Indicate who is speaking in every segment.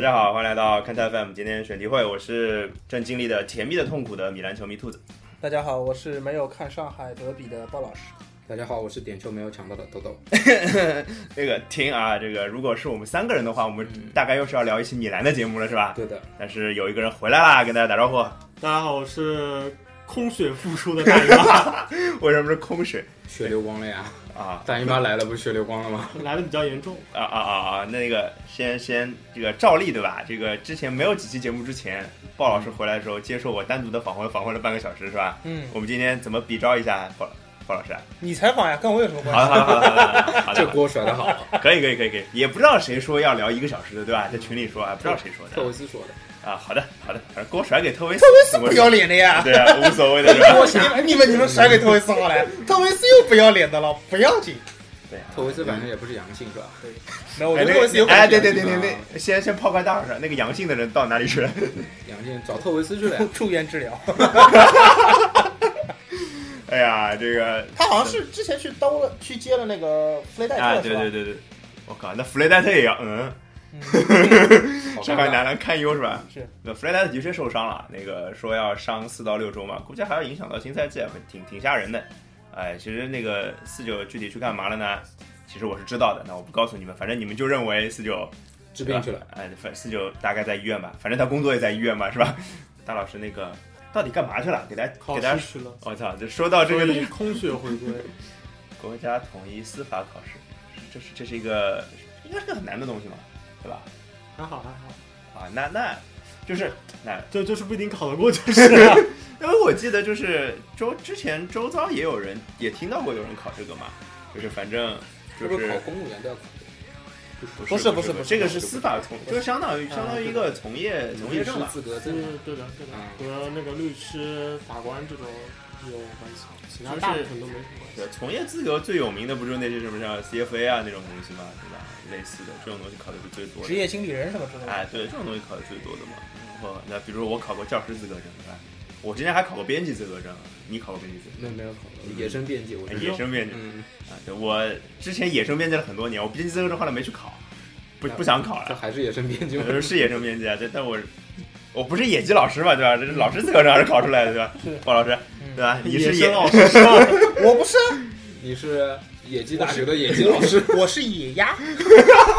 Speaker 1: 家好，欢迎来到看台 FM 今天选题会，我是正经历的甜蜜的痛苦的米兰球迷兔子。
Speaker 2: 大家好，我是没有看上海德比的鲍老师。
Speaker 3: 大家好，我是点球没有抢到的豆 豆。
Speaker 1: 那个听啊，这个如果是我们三个人的话，我们大概又是要聊一期米兰的节目了，是吧？
Speaker 3: 对的，
Speaker 1: 但是有一个人回来啦，跟大家打招呼。
Speaker 4: 大家好，我是空血复出的大啊姨 妈，
Speaker 1: 为什么是空水
Speaker 3: 血流光了 呀！
Speaker 1: 啊
Speaker 3: 大姨妈来了，不是血流光了吗？
Speaker 4: 来的比较严重，
Speaker 1: 啊啊啊啊！那个先先这个照例对吧？这个之前没有几期节目之前，鲍老师回来的时候接受我单独的访问，访问了半个小时是吧？
Speaker 2: 嗯，
Speaker 1: 我们今天怎么比照一下鲍鲍老师啊？
Speaker 2: 你采访呀，跟我有什么
Speaker 1: 好了
Speaker 2: 关系？
Speaker 1: 好了好了好了好了好
Speaker 3: 这
Speaker 1: 了，
Speaker 3: 锅甩的好，
Speaker 1: 可以可以可以可以，也不知道谁说要聊一个小时的，对
Speaker 2: 嗯
Speaker 1: 吧？在群里说啊，不知道谁说
Speaker 3: 特维
Speaker 1: 的
Speaker 3: 斯说的。
Speaker 1: 啊。好的好的，反正锅甩给特维斯，
Speaker 2: 特维斯不要脸的呀！
Speaker 1: 对啊，无所谓的是吧？
Speaker 2: 我你们你们你们甩给特维斯好了，特维斯又不要脸的了，不要紧。
Speaker 1: 对啊，
Speaker 3: 特维斯反正也不是阳性是吧？
Speaker 2: 那我
Speaker 1: 哎
Speaker 2: 觉得
Speaker 1: 那
Speaker 2: 特维斯有
Speaker 1: 个
Speaker 2: 可能
Speaker 1: 哎，
Speaker 2: 是
Speaker 1: 对对对对对，先先抛开大事儿，那个阳性的人到哪里去了？
Speaker 3: 阳性找特维斯去了呀。
Speaker 2: 住院治疗，
Speaker 1: 哎呀，这个
Speaker 2: 他好像是之前去兜了去接了那个弗雷戴
Speaker 1: 啊，
Speaker 2: 特
Speaker 1: 对
Speaker 2: 是吧
Speaker 1: 对？对对，我靠，那弗雷戴特也要嗯。
Speaker 3: 好尴
Speaker 1: 上
Speaker 3: 尬
Speaker 1: 海男篮堪忧是吧？
Speaker 2: 是，
Speaker 1: 那弗雷戴特的确受伤了，那个说要伤四到六周嘛，估计还要影响到新赛季，啊挺挺吓人的。哎，其实那个四九具体去干嘛了呢？其实我是知道的，那我不告诉你们，反正你们就认为四九
Speaker 3: 治病去 了。。
Speaker 1: 哎，反四九大概在医院吧，反正他工作也在医院嘛，是吧？ 大老师那个到底干嘛去了？给大家
Speaker 4: 考
Speaker 1: 给大
Speaker 4: 试
Speaker 1: 家，
Speaker 4: 去了，
Speaker 1: 我操！这说到这
Speaker 4: 所
Speaker 1: 个
Speaker 4: 以空血回 归。
Speaker 1: 国家统一司法考试，这是这是一个应该是个很难的东西嘛，对吧？
Speaker 4: 还好还好，
Speaker 1: 啊，那那就是那
Speaker 4: 就就是不一定考得过，就是了
Speaker 1: 因为我记得就是周之前周遭也有人也听到过有人考这个嘛，就是反正就
Speaker 3: 是不是
Speaker 1: 是
Speaker 3: 考公务员都要考？
Speaker 1: 不
Speaker 2: 不是
Speaker 1: 不
Speaker 2: 不是
Speaker 1: 这个是司法从，就是相当于相当于一个从业从业
Speaker 3: 律师
Speaker 1: 证嘛。
Speaker 3: 资格
Speaker 4: 对
Speaker 3: 证。
Speaker 4: 对对的对的
Speaker 3: 嗯，
Speaker 4: 和那个律师、法官这种有关系，其他
Speaker 1: 就是
Speaker 4: 大部分都没什么关系。
Speaker 1: 对从业资格最有名的不就是那些什么像 CFA 啊那种东西嘛，对吧？类似的这种东西考的是最多
Speaker 2: 职
Speaker 1: 的。
Speaker 2: 业经理人什么之类的。
Speaker 1: 哎，对，这种东西考的最多的嘛。然后那比如说我考过教师资格证，对吧？我之前还考过编辑资格证，你考过编辑资格
Speaker 3: 那没有考过 野生辩解，我
Speaker 1: 证？哎
Speaker 3: 知道。
Speaker 1: 野生编辑
Speaker 3: 嗯，
Speaker 1: 啊，对我之前野生编辑了很多年，我编辑资格证后来没去考，不
Speaker 3: 那
Speaker 1: 不想考了
Speaker 3: 这。还是野生辩解吗？
Speaker 1: 我是野生编辑啊，这但我我不是野鸡老师嘛，对吧？这是老师资格证还是考出来的，对吧
Speaker 2: 是？
Speaker 1: 鲍老师，
Speaker 2: 嗯
Speaker 1: 对吧？你
Speaker 4: 野
Speaker 1: 是
Speaker 4: 生
Speaker 1: 野
Speaker 4: 老师上，
Speaker 2: 我不是， 啊
Speaker 3: 你是野鸡大学的野鸡老 师，
Speaker 2: 我是野 鸭。
Speaker 4: 我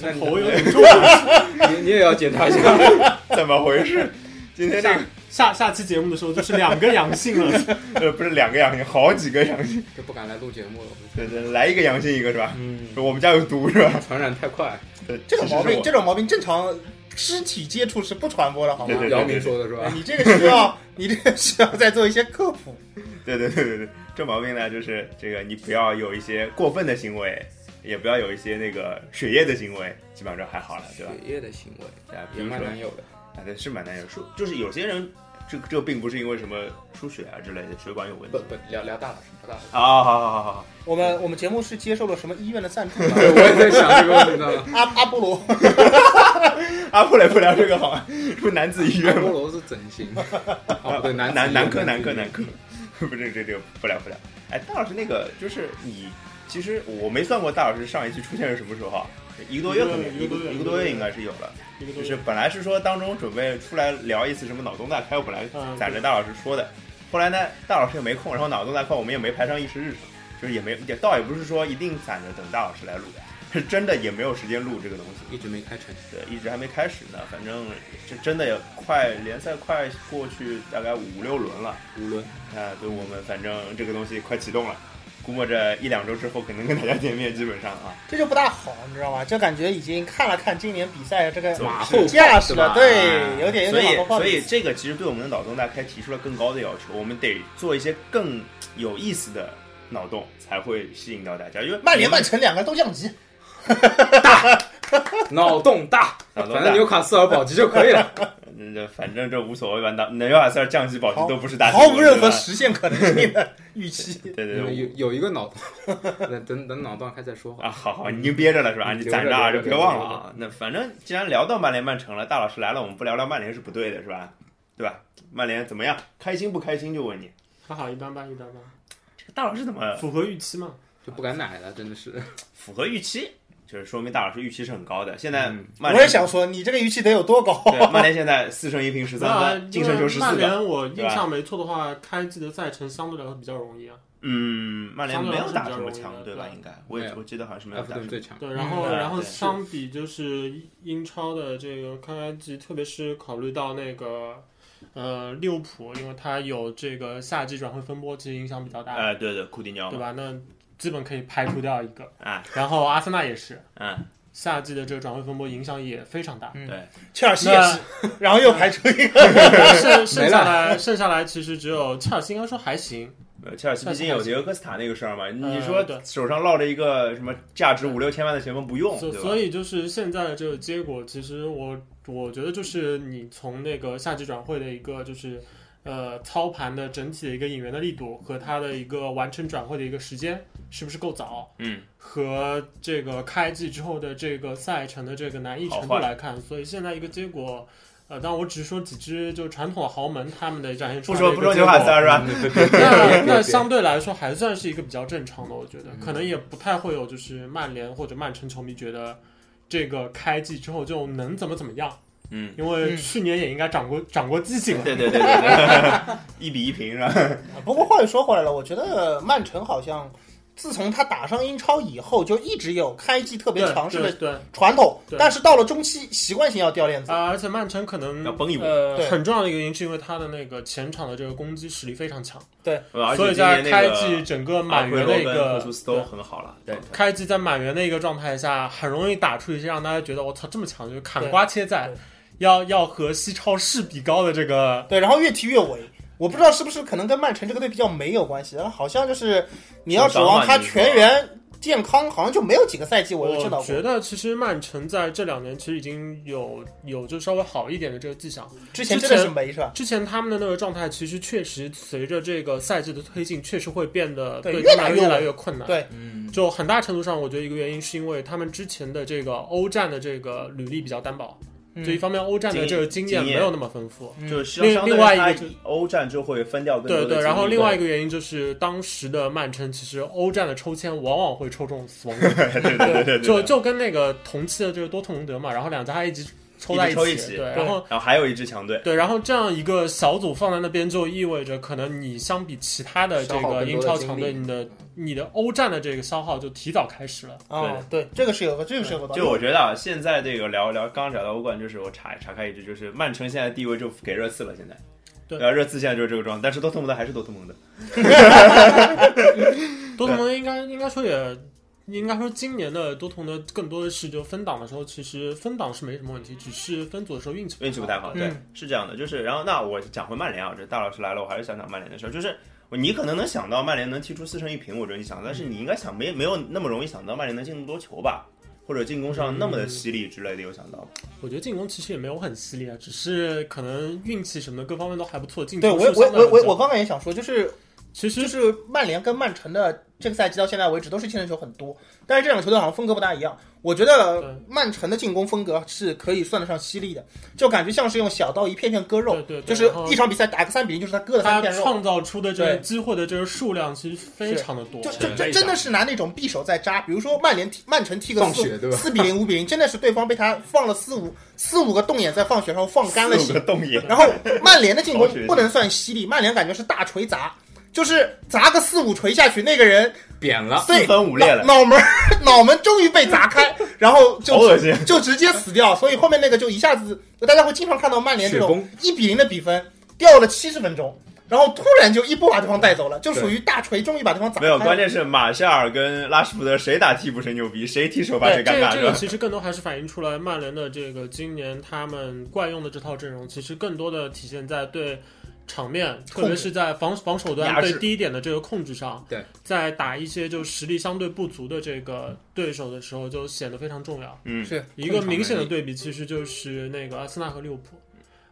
Speaker 3: 那你
Speaker 4: 头有点重。 啊
Speaker 3: 你你也要检查一 下。
Speaker 1: 怎么回事？今天这
Speaker 4: 下
Speaker 1: 个
Speaker 4: 下下期节目的时候就是两个阳性 了，
Speaker 1: 呃不是两个阳性，好几个阳性，
Speaker 3: 就不敢来录节目了。
Speaker 1: 对对，来一个阳性一个是吧？
Speaker 3: 嗯，
Speaker 1: 我们家有毒是吧？
Speaker 3: 传染太快，
Speaker 1: 对
Speaker 2: 这种毛病，
Speaker 1: 其实
Speaker 2: 这种毛病正常肢体接触是不传播的，好
Speaker 1: 对
Speaker 2: 吗
Speaker 1: 对？
Speaker 3: 姚明说的是
Speaker 2: 哎
Speaker 3: 吧？
Speaker 2: 你这个需要，你这个需要再做一些科普。
Speaker 1: 我对对对对对，这毛病呢就是这个，你不要有一些过分的行为，也不要有一些那个血液的行为，基本上就还好了，对吧？
Speaker 3: 液的行为
Speaker 1: 啊，比
Speaker 3: 也
Speaker 1: 如说
Speaker 3: 蛮难有的。
Speaker 1: 啊，对，是蛮难有，说就是有些人这这并不是因为什么输血啊之类的血管有问
Speaker 3: 不
Speaker 1: 题。
Speaker 3: 不，聊聊大了，聊大了。
Speaker 1: 啊，好好好好好。
Speaker 2: 我们我们节目是接受了什么医院的赞助吗？
Speaker 3: 对，我也在想这个问 题呢。
Speaker 2: 阿阿波罗，
Speaker 1: 啊，不聊不聊这个好吗？是不是男子医院
Speaker 3: 阿波
Speaker 1: 吗？
Speaker 3: 罗是整形，啊，不对，男
Speaker 1: 男男科男科
Speaker 3: 科
Speaker 1: 男科， 不是这这个不聊不聊。哎，大老师那个就是你，其实我没算过大老师上一期出现是什么时候啊？一个多月可能
Speaker 4: 一个
Speaker 1: 个
Speaker 4: 多月
Speaker 1: 一
Speaker 4: 一
Speaker 1: 个
Speaker 4: 个
Speaker 1: 多
Speaker 4: 多
Speaker 1: 月
Speaker 4: 月
Speaker 1: 应该是有了。
Speaker 4: 一个多
Speaker 1: 就是本来是说当中准备出来聊一次什么脑洞大开，我本来
Speaker 4: 嗯
Speaker 1: 攒着大老师说的，后来呢大老师也没空，然后脑洞大开我们也没排上议事日程，就是也没也倒也不是说一定攒着等大老师来录， 是真的也没有时间录这个东西。
Speaker 3: 一直没开成。
Speaker 1: 对，一直还没开始呢。反正这真的也快联赛快过去大概五六轮了，
Speaker 3: 无论
Speaker 1: 啊，对我们反正这个东西快启动了，估摸着一两周之后可能跟大家 见面，基本上啊，
Speaker 2: 这就不大好，你知道吗？就感觉已经看了看今年比赛这个
Speaker 3: 马后
Speaker 2: 架势
Speaker 3: 是
Speaker 2: 了，
Speaker 3: 吧？啊
Speaker 2: 对，有点有
Speaker 1: 所以
Speaker 2: 点往后放。
Speaker 1: 所以这个其实对我们的脑洞大开提出了更高的要求，我们得做一些更有意思的脑洞才会吸引到大家，因为
Speaker 2: 曼联、曼城两个都降级，
Speaker 3: 脑
Speaker 1: 脑洞
Speaker 3: 洞大，
Speaker 1: 大
Speaker 3: 反正纽卡斯尔保级就可以了。
Speaker 1: 嗯，这反正这无所谓吧，那纽卡斯尔降级保级
Speaker 2: 毫
Speaker 1: 都不是大新
Speaker 2: 毫
Speaker 1: 闻
Speaker 2: 无任何
Speaker 1: 对吧
Speaker 2: 实现可能性的预期。
Speaker 1: 对对
Speaker 3: 有
Speaker 1: 对。
Speaker 3: 有一个脑洞， 等等等脑洞开再说吧。
Speaker 1: 啊，好好，你已经憋着了是吧？
Speaker 3: 嗯
Speaker 1: 你攒着啊，就
Speaker 3: 留着
Speaker 1: 别忘了啊。那反正既然聊到曼联、曼城了，大老师来了，我们不聊聊曼联是不对的，是吧？对吧？曼联怎么样？开心不开心？就问你，
Speaker 4: 还好一般般一般般，呃
Speaker 1: 这个大老师怎么
Speaker 4: 符合预期嘛？
Speaker 3: 就不敢奶了，真的是。
Speaker 1: 符合预期？就是说明大老师预期是很高的。现在
Speaker 3: 嗯
Speaker 1: 曼
Speaker 2: 我也
Speaker 1: 联、
Speaker 2: 想说，你这个预期得有多高？
Speaker 1: 对曼联现在四胜一平十三
Speaker 4: 那
Speaker 1: 分，净胜球十
Speaker 4: 曼
Speaker 1: 四个。
Speaker 4: 联我
Speaker 1: 对
Speaker 4: 印
Speaker 1: 吧
Speaker 4: 象没错的话，开季的赛程相对来说比较容易啊。
Speaker 1: 嗯，曼联
Speaker 4: 相对
Speaker 1: 没
Speaker 4: 来
Speaker 1: 有
Speaker 4: 说
Speaker 1: 打
Speaker 4: 比较
Speaker 1: 什么
Speaker 4: 容易
Speaker 1: 强
Speaker 4: 的
Speaker 1: 队
Speaker 4: 对
Speaker 1: 吧？
Speaker 4: 吧
Speaker 1: 应该我
Speaker 3: 没
Speaker 1: 也
Speaker 3: 有
Speaker 1: 我记得好像是没
Speaker 3: 埃
Speaker 1: 有
Speaker 3: 弗
Speaker 1: 打什
Speaker 3: 顿
Speaker 1: 么。
Speaker 3: 最强，
Speaker 4: 对，然后、
Speaker 1: 嗯
Speaker 4: 然后
Speaker 1: 对
Speaker 4: 相比就是英超的这个开季，特别是考虑到那个呃利物浦，因为它有这个夏季转会风波，其实影响比较大，
Speaker 1: 呃，对对，库蒂尼奥
Speaker 4: 对
Speaker 1: 嘛，
Speaker 4: 吧？那基本可以排除掉一个。
Speaker 1: 哎，
Speaker 4: 然后阿森纳也是，
Speaker 1: 嗯，
Speaker 4: 夏季的这个转会风波影响也非常大。
Speaker 2: 切尔西也是，然后又排除一个，
Speaker 4: 剩剩
Speaker 3: 没
Speaker 4: 下
Speaker 3: 了
Speaker 4: 来剩下来其实只有切尔西应该说还行，
Speaker 1: 呃切尔西毕竟有迭戈科斯塔那个事儿嘛，你说
Speaker 4: 呃对
Speaker 1: 手上落着一个什么价值五六千万的前锋不用，
Speaker 4: 所
Speaker 1: 对
Speaker 4: 所
Speaker 1: 吧？
Speaker 4: 以就是现在的这个结果，其实我我觉得就是你从那个夏季转会的一个就是呃操盘的整体的一个引援的力度和他的一个完成转会的一个时间是不是够早，
Speaker 1: 嗯，
Speaker 4: 和这个开季之后的这个赛程的这个难易程度
Speaker 1: 好坏
Speaker 4: 来看，所以现在一个结果。呃，当然我只是说几支就传统豪门他们的展现出
Speaker 1: 不
Speaker 4: 来的
Speaker 1: 说
Speaker 4: 一
Speaker 1: 不
Speaker 4: 个
Speaker 1: 说
Speaker 4: 结
Speaker 1: 纽卡
Speaker 4: 果
Speaker 1: 斯尔是吧？
Speaker 3: 嗯？对 对对
Speaker 4: 那
Speaker 3: 对
Speaker 4: 那
Speaker 3: 对
Speaker 4: 相对来说还算是一个比较正常的，我觉得
Speaker 3: 嗯
Speaker 4: 可能也不太会有就是曼联或者曼城球迷觉得这个开季之后就能怎么怎么样，
Speaker 1: 嗯，
Speaker 4: 因为
Speaker 2: 嗯
Speaker 4: 去年也应该长过长过记性了。
Speaker 1: 对对对对对， 一比一平是吧？
Speaker 2: 不过话又说回来了，我觉得曼城好像自从他打上英超以后，就一直有开季特别
Speaker 4: 对
Speaker 2: 强势
Speaker 4: 对
Speaker 2: 的
Speaker 4: 对
Speaker 2: 传统
Speaker 4: 对，
Speaker 2: 但是到了中期习惯性要掉链子。
Speaker 4: 啊，而且曼城可能
Speaker 1: 要崩一波
Speaker 4: 呃
Speaker 2: 对
Speaker 4: 很重要的一个原因是因为他的那个前场的这个攻击实力非常强，
Speaker 1: 而
Speaker 4: 所
Speaker 1: 且
Speaker 4: 以
Speaker 1: 今
Speaker 4: 在
Speaker 1: 年
Speaker 4: 开
Speaker 1: 那
Speaker 4: 季
Speaker 1: 个
Speaker 4: 整个
Speaker 1: 阿
Speaker 4: 满
Speaker 1: 奎
Speaker 4: 员
Speaker 1: 罗
Speaker 4: 的一
Speaker 1: 跟
Speaker 4: 个
Speaker 1: 赫苏斯都很好了，对，
Speaker 4: 开季在满员的一个状态下，很容易打出一些让大家觉得我操这么强，就是砍
Speaker 2: 对
Speaker 4: 瓜切菜
Speaker 2: 对，
Speaker 4: 要要和西超势比高的这个，
Speaker 2: 对，然后越踢越萎。我不知道是不是可能跟曼城这个队比较没有关系，然后好像就是你要指望他全员健康，好像就没有几个赛季我有见到
Speaker 4: 我
Speaker 2: 过
Speaker 4: 觉。得其实曼城在这两年其实已经有有就稍微好一点的这个迹象。
Speaker 2: 之前真的是没是吧？
Speaker 4: 之前他们的那个状态，其实确实随着这个赛季的推进，确实会变得
Speaker 2: 对
Speaker 4: 对
Speaker 2: 越
Speaker 4: 他
Speaker 2: 来
Speaker 4: 们
Speaker 2: 越
Speaker 4: 越来
Speaker 2: 稳
Speaker 4: 越困难。
Speaker 2: 对
Speaker 3: 嗯，
Speaker 4: 就很大程度上，我觉得一个原因是因为他们之前的这个欧战的这个履历比较单薄，就一
Speaker 2: 嗯，
Speaker 4: 方面欧战的这个经
Speaker 1: 经
Speaker 4: 验
Speaker 1: 验
Speaker 4: 没有那么丰富，
Speaker 1: 就是
Speaker 4: 嗯另
Speaker 1: 相
Speaker 4: 另外一
Speaker 1: 当
Speaker 4: 个
Speaker 1: 于他
Speaker 4: 就
Speaker 1: 欧战就会分掉更多
Speaker 4: 对
Speaker 1: 的
Speaker 4: 对，然后
Speaker 1: 精力
Speaker 4: 另外一个原因就是当时的曼城其实欧战的抽签往往会抽中死亡梗，
Speaker 1: 对对对对对，对
Speaker 4: 就就跟那个同期的这个多特蒙德嘛，然后两家一直抽在
Speaker 1: 一直抽
Speaker 4: 起，
Speaker 1: 一起
Speaker 4: 对，
Speaker 2: 对
Speaker 4: 然后。
Speaker 1: 然后还有一支强队，
Speaker 4: 对，然后这样一个小组放在那边，就意味着可能你相比其他的这
Speaker 3: 消耗
Speaker 4: 个
Speaker 3: 更多
Speaker 4: 英超
Speaker 3: 的精
Speaker 4: 强队，
Speaker 3: 力
Speaker 4: 你的你的欧战的这个消耗就提早开始了。
Speaker 2: 啊，对，这个是有个，这个是有个道理。
Speaker 1: 就我觉得啊，现在这个聊聊，刚刚聊到欧冠，就是我查查开一句，就是曼城现在地位就给热刺了，现在。啊
Speaker 4: 对
Speaker 1: 然后热刺现在就是这个状态，但是多特蒙德还是多特蒙德。
Speaker 4: 多特蒙德应该应该说也。应该说，今年的多特蒙德更多的是就分档的时候，其实分档是没什么问题，只是分组的时候运气
Speaker 1: 运气不太好，
Speaker 4: 嗯
Speaker 1: 对，是这样的，就是然后那我讲回曼联啊，这大老师来了，我还是想讲曼联的事儿，就是你可能能想到曼联能踢出四胜一平，我觉得你想，但
Speaker 4: 嗯
Speaker 1: 是你应该想没没有那么容易想到曼联能进那么多球吧，或者进攻上那么
Speaker 4: 嗯
Speaker 1: 的犀利之类的，有想到吗？
Speaker 4: 我觉得进攻其实也没有很犀利啊，只是可能运气什么的各方面都还不错。进
Speaker 2: 对
Speaker 4: 球
Speaker 2: 我
Speaker 4: 数
Speaker 2: 我
Speaker 4: 相
Speaker 2: 我
Speaker 4: 对来
Speaker 2: 我
Speaker 4: 讲
Speaker 2: 我刚才也想说，就是
Speaker 4: 其实
Speaker 2: 就是曼联跟曼城的这个赛季到现在为止都是进的球很多，但是这两个球队好像风格不大一样。我觉
Speaker 4: 对
Speaker 2: 得曼城的进攻风格是可以算得上犀利的，就感觉像是用小刀一片片割肉
Speaker 4: 对，对，对
Speaker 2: 就是
Speaker 4: 然后
Speaker 2: 一场比赛打个三比零，就是他割了
Speaker 4: 他
Speaker 2: 三片肉。
Speaker 4: 创造出的这个
Speaker 2: 对
Speaker 4: 机会的这个数量其实非常的多。
Speaker 2: 就就
Speaker 3: 对
Speaker 2: 就
Speaker 3: 对
Speaker 2: 真的是拿那种匕首在扎，比如说曼联踢曼城踢个
Speaker 3: 放
Speaker 2: 四
Speaker 3: 血对吧
Speaker 2: 四比零五比零，真的是对方被他放了四五四五个洞眼在放血，然后放干了
Speaker 1: 四五
Speaker 2: 血
Speaker 1: 个。洞眼，
Speaker 2: 然后曼联的进攻
Speaker 1: 放血
Speaker 2: 不能算犀利，曼联感觉是大锤砸，就是砸个四五锤下去，那个人
Speaker 3: 扁了，
Speaker 2: 对
Speaker 1: 四分五裂了，
Speaker 2: 脑门儿 脑门终于被砸 开，然后
Speaker 1: 好
Speaker 2: 就
Speaker 1: 恶心。
Speaker 2: 就直接死掉，所以后面那个就一下子大家会经常看到曼联这
Speaker 3: 雪
Speaker 2: 种
Speaker 3: 崩，
Speaker 2: 一比零的比分掉了七十分钟。然后突然就一波把对方带走了，就属于大锤终于把对方砸
Speaker 1: 没有，
Speaker 2: 开了
Speaker 1: 关键是马夏尔跟拉什福德谁打替补谁牛逼，谁踢首发谁
Speaker 4: 对，这
Speaker 1: 尴尬，
Speaker 4: 个这
Speaker 1: 是
Speaker 4: 个
Speaker 1: 吧？
Speaker 4: 其实更多还是反映出来曼联的这个今年他们惯用的这套阵容，其实更多的体现在对场面，特别是在防防守
Speaker 1: 压
Speaker 4: 端
Speaker 1: 制
Speaker 4: 对低点的这个控制上。
Speaker 3: 对，
Speaker 4: 在打一些就实力相对不足的这个对手的时候，就显得非常重要。
Speaker 1: 嗯，
Speaker 2: 是
Speaker 4: 一个明显的对比其实就是那个阿森纳和利物浦。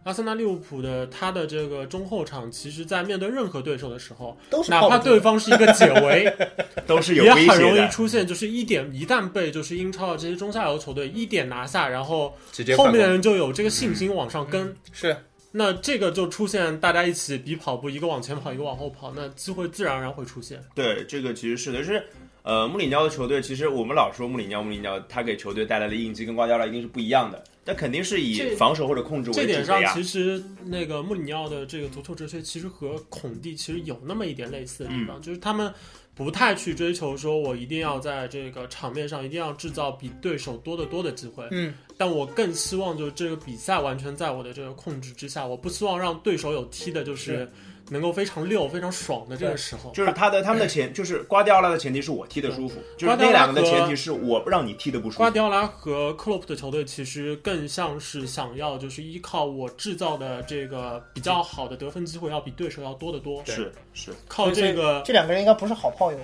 Speaker 4: 阿森纳、利物浦的他的这个中后场，其实在面对任何对手的时候，
Speaker 2: 都是
Speaker 4: 哪
Speaker 2: 靠
Speaker 4: 怕
Speaker 2: 不住的
Speaker 4: 对方是一个解围，
Speaker 1: 都是有
Speaker 4: 也
Speaker 1: 威
Speaker 4: 很容
Speaker 1: 胁
Speaker 4: 易
Speaker 1: 的。
Speaker 4: 出现，就是一点一旦被就是英超的这些中下游球队一点拿下，然后
Speaker 3: 直接
Speaker 4: 后
Speaker 3: 反
Speaker 4: 面的
Speaker 3: 攻。
Speaker 4: 人就有这个信心往上跟。
Speaker 2: 是
Speaker 4: 那这个就出现大家一起比跑步，一个往前跑，一个往后跑，那机会自然而然会出现。
Speaker 1: 对，这个其实是的，就是呃，穆里尼奥的球队，其实我们老说穆里尼奥，穆里尼奥他给球队带来的印记跟瓜迪奥拉一定是不一样的，但肯定是以
Speaker 4: 这
Speaker 1: 防守或者控制为
Speaker 4: 这
Speaker 1: 主
Speaker 4: 点
Speaker 1: 的
Speaker 4: 上，
Speaker 1: 呀
Speaker 4: 其。实那个穆里尼奥的这个足球哲学，其实和孔蒂其实有那么一点类似的
Speaker 1: 嗯
Speaker 4: 地方，就是他们不太去追求说我一定要在这个场面上一定要制造比对手多得多的机会，
Speaker 2: 嗯，
Speaker 4: 但我更希望就是这个比赛完全在我的这个控制之下，我不希望让对手有踢的就是能够非常溜、非常爽的这个时候。
Speaker 1: 就是他的他们的前，就是瓜迪奥拉的前提是我踢得舒服，就
Speaker 4: 瓜
Speaker 1: 是
Speaker 4: 迪奥
Speaker 1: 那
Speaker 4: 拉
Speaker 1: 两个的
Speaker 4: 和
Speaker 1: 前提是我让你踢得不舒
Speaker 4: 瓜
Speaker 1: 服。
Speaker 4: 迪奥拉和克洛普的球队其实更像是想要就是依靠我制造的这个比较好的得分机会，要比对手要多得多。
Speaker 1: 是是，
Speaker 4: 靠这个
Speaker 2: 这两个人应该不是好炮友，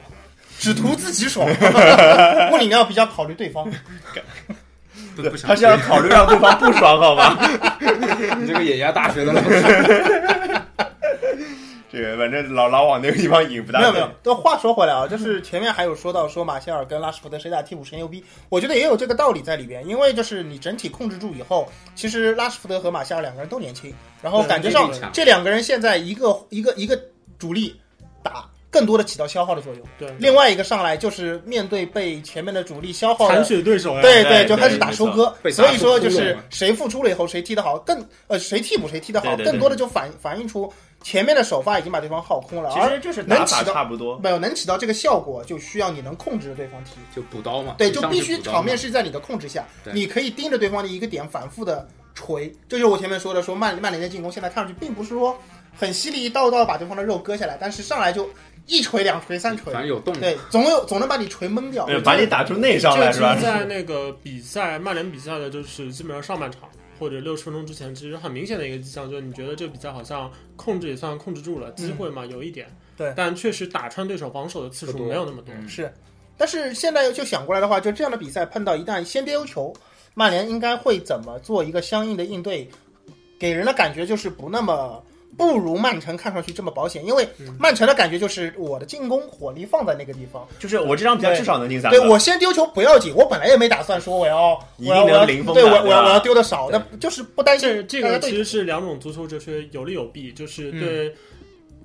Speaker 2: 只图自己爽。 穆里尼奥比较考虑对 方，
Speaker 3: 不不想
Speaker 1: 他是要考虑让对方不爽，好 吗？
Speaker 3: 你这个野鸭大学的老师，
Speaker 1: 这个反正老老往那个地方引不大
Speaker 2: 没
Speaker 1: 对。
Speaker 2: 有没有。但话说回来啊，就是前面还有说到说马歇尔跟拉什福德谁打替补谁牛逼，我觉得也有这个道理在里边，因为就是你整体控制住以后，其实拉什福德和马歇尔两个人都年轻，然后
Speaker 4: 对
Speaker 2: 感觉
Speaker 4: 这
Speaker 2: 上
Speaker 4: 个
Speaker 3: 强
Speaker 2: 这两个人现在一个一个一个主力打，更多的起到消耗的作用，
Speaker 4: 对
Speaker 2: 另外一个上来就是面对被前面的主力消耗的
Speaker 4: 残血对手呀，
Speaker 2: 对
Speaker 1: 对
Speaker 2: 就
Speaker 1: 对
Speaker 2: 开始打收割
Speaker 3: 没错被，
Speaker 2: 所
Speaker 3: 打
Speaker 2: 以
Speaker 3: 出
Speaker 2: 说
Speaker 3: 窟
Speaker 2: 就
Speaker 3: 窿
Speaker 2: 是
Speaker 3: 了
Speaker 2: 谁付出了以后谁踢得好，更呃谁替补谁踢得好，
Speaker 1: 对对对
Speaker 2: 更多的就反反映出前面的首发已经把对方耗空了，
Speaker 1: 其
Speaker 2: 而
Speaker 1: 实就是打
Speaker 2: 能
Speaker 1: 法
Speaker 2: 起到
Speaker 1: 差不多。
Speaker 2: 没有能起到这个效果，就需要你能控制对方踢，
Speaker 3: 就补刀嘛，
Speaker 2: 对，
Speaker 3: 你
Speaker 2: 就
Speaker 3: 啊上去
Speaker 2: 必须
Speaker 3: 补刀
Speaker 2: 场面
Speaker 3: 嘛
Speaker 2: 是在你的控制下，
Speaker 3: 对
Speaker 2: 你可以盯着对方的一个点反复的锤，这就是我前面说的，说曼曼联的进攻现在看上去并不是说很犀利，一道道把对方的肉割下来，但是上来就一锤两锤三锤
Speaker 3: 反，正有动
Speaker 2: 对，总有总能把你锤懵掉，
Speaker 1: 呃把你打出内伤来
Speaker 4: 这
Speaker 1: 是
Speaker 4: 其
Speaker 1: 吧
Speaker 4: 实？在那个比赛曼联比赛的，就是基本上上半场或者六十分钟之前，其实很明显的一个迹象就是，你觉得这个比赛好像控制也算控制住了，机会嘛有一点，
Speaker 2: 嗯对
Speaker 4: 但确实打穿对手防守的次
Speaker 3: 不
Speaker 4: 数
Speaker 3: 多
Speaker 4: 没有那么多。
Speaker 3: 嗯
Speaker 2: 是，但是现在就想过来的话，就这样的比赛碰到一旦先丢球，曼联应该会怎么做一个相应的应对？给人的感觉就是不那么不如曼城看上去这么保险，因为
Speaker 4: 嗯
Speaker 2: 曼城的感觉就是我的进攻火力放在那个地方，
Speaker 1: 就是我这场比赛
Speaker 2: 对
Speaker 1: 至少能进三
Speaker 2: 对
Speaker 1: 个。
Speaker 2: 我先丢球不要紧，我本来也没打算说我要
Speaker 1: 一定
Speaker 2: 我要我
Speaker 1: 能
Speaker 2: 要
Speaker 1: 零封
Speaker 2: 对
Speaker 1: 的
Speaker 2: 我我
Speaker 1: 对吧
Speaker 2: 要我要丢的少，那就是不担
Speaker 4: 这
Speaker 2: 心
Speaker 4: 这
Speaker 2: 大
Speaker 4: 个
Speaker 2: 家嗯
Speaker 4: 其
Speaker 2: 对
Speaker 4: 实是两种足球哲学有利有弊，就是对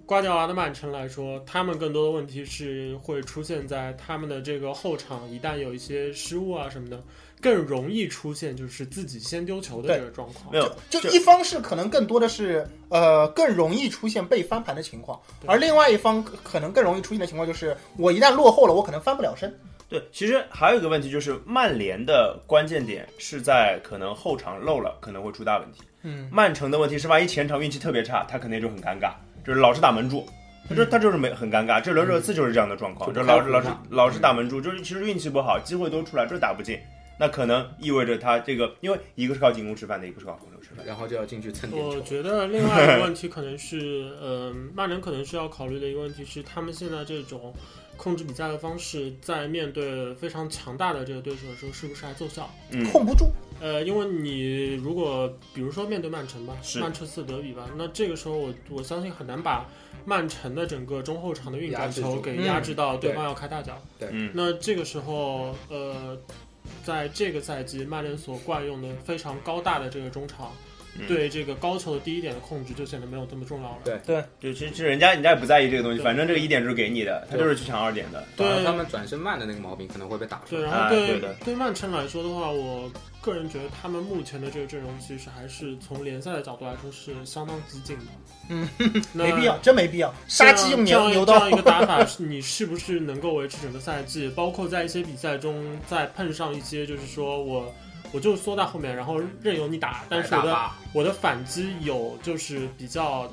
Speaker 4: 瓜迪奥拉的曼城来说，他们更多的问题是会出现在他们的这个后场，一旦有一些失误啊什么的，更容易出现就是自己先丢球的
Speaker 2: 对
Speaker 4: 这个状况
Speaker 1: 没。有，
Speaker 2: 就
Speaker 1: 这
Speaker 2: 一方是可能更多的是呃更容易出现被翻盘的情况，
Speaker 4: 对
Speaker 2: 而另外一方可能更容易出现的情况就是我一旦落后了，我可能翻不了身。
Speaker 1: 对，其实还有一个问题就是曼联的关键点是在可能后场漏了，可能会出大问题。
Speaker 2: 嗯，
Speaker 1: 曼城的问题是，万一前场运气特别差，他肯定就很尴尬，就是老是打门柱。他就他就是没很尴尬，这轮热刺就是这样的状况，
Speaker 3: 嗯
Speaker 1: 就
Speaker 3: 就
Speaker 1: 老
Speaker 3: 不
Speaker 1: 是
Speaker 3: 太
Speaker 1: 老是
Speaker 3: 好嘛
Speaker 1: 老是打门柱，就是其实运气不好，机会多出来就是打不进，那可能意味着他这个，因为一个是靠进攻吃饭的，一个是靠防守吃饭的。
Speaker 3: 然后就要进去蹭点
Speaker 4: 我
Speaker 2: 哦
Speaker 3: 球，
Speaker 4: 觉得另外一个问题可能是，呃，曼联可能是要考虑的一个问题是，他们现在这种控制比赛的方式，在面对非常强大的这个对手的时候，是不是还奏效？
Speaker 1: 嗯，
Speaker 2: 控不住。
Speaker 4: 呃，因为你如果比如说面对曼城吧
Speaker 1: 是，
Speaker 4: 曼彻斯特德比吧，那这个时候我我相信很难把曼城的整个中后场的运
Speaker 3: 压
Speaker 4: 转
Speaker 3: 制
Speaker 4: 球
Speaker 3: 住
Speaker 4: 给
Speaker 2: 嗯
Speaker 4: 压制到对
Speaker 3: 对
Speaker 4: 方要开大脚。
Speaker 3: 对
Speaker 1: 嗯
Speaker 4: 那这个时候，呃，在这个赛季曼联所惯用的非常高大的这个中场，
Speaker 1: 嗯
Speaker 4: 对这个高球的第一点的控制就显得没有这么重要了。
Speaker 3: 对
Speaker 1: 就其实人家人家也不在意这个东西，
Speaker 4: 对
Speaker 1: 反正这个一点就是给你的，他
Speaker 3: 对
Speaker 1: 就是去抢二点的。
Speaker 3: 反而
Speaker 4: 对
Speaker 3: 他们转身慢的那个毛病可能会被打出
Speaker 4: 对，
Speaker 3: 来。
Speaker 4: 然
Speaker 1: 哎
Speaker 4: 后
Speaker 1: 对
Speaker 4: 对
Speaker 1: 的
Speaker 4: 对曼城来说的话，我个人觉得他们目前的这个阵容其实还是从联赛的角度来说是相当激进的。
Speaker 2: 嗯，
Speaker 4: 那
Speaker 2: 没必要，真没必要。杀鸡用
Speaker 4: 这样
Speaker 2: 牛牛
Speaker 4: 这
Speaker 2: 刀
Speaker 4: 样一，个打法，是你是不是能够维持整个赛季？包括在一些比赛中，再碰上一些就是说我我就缩在后面，然后任由你打，但是
Speaker 3: 打
Speaker 4: 我的
Speaker 3: 吧
Speaker 4: 我的反击有就是比较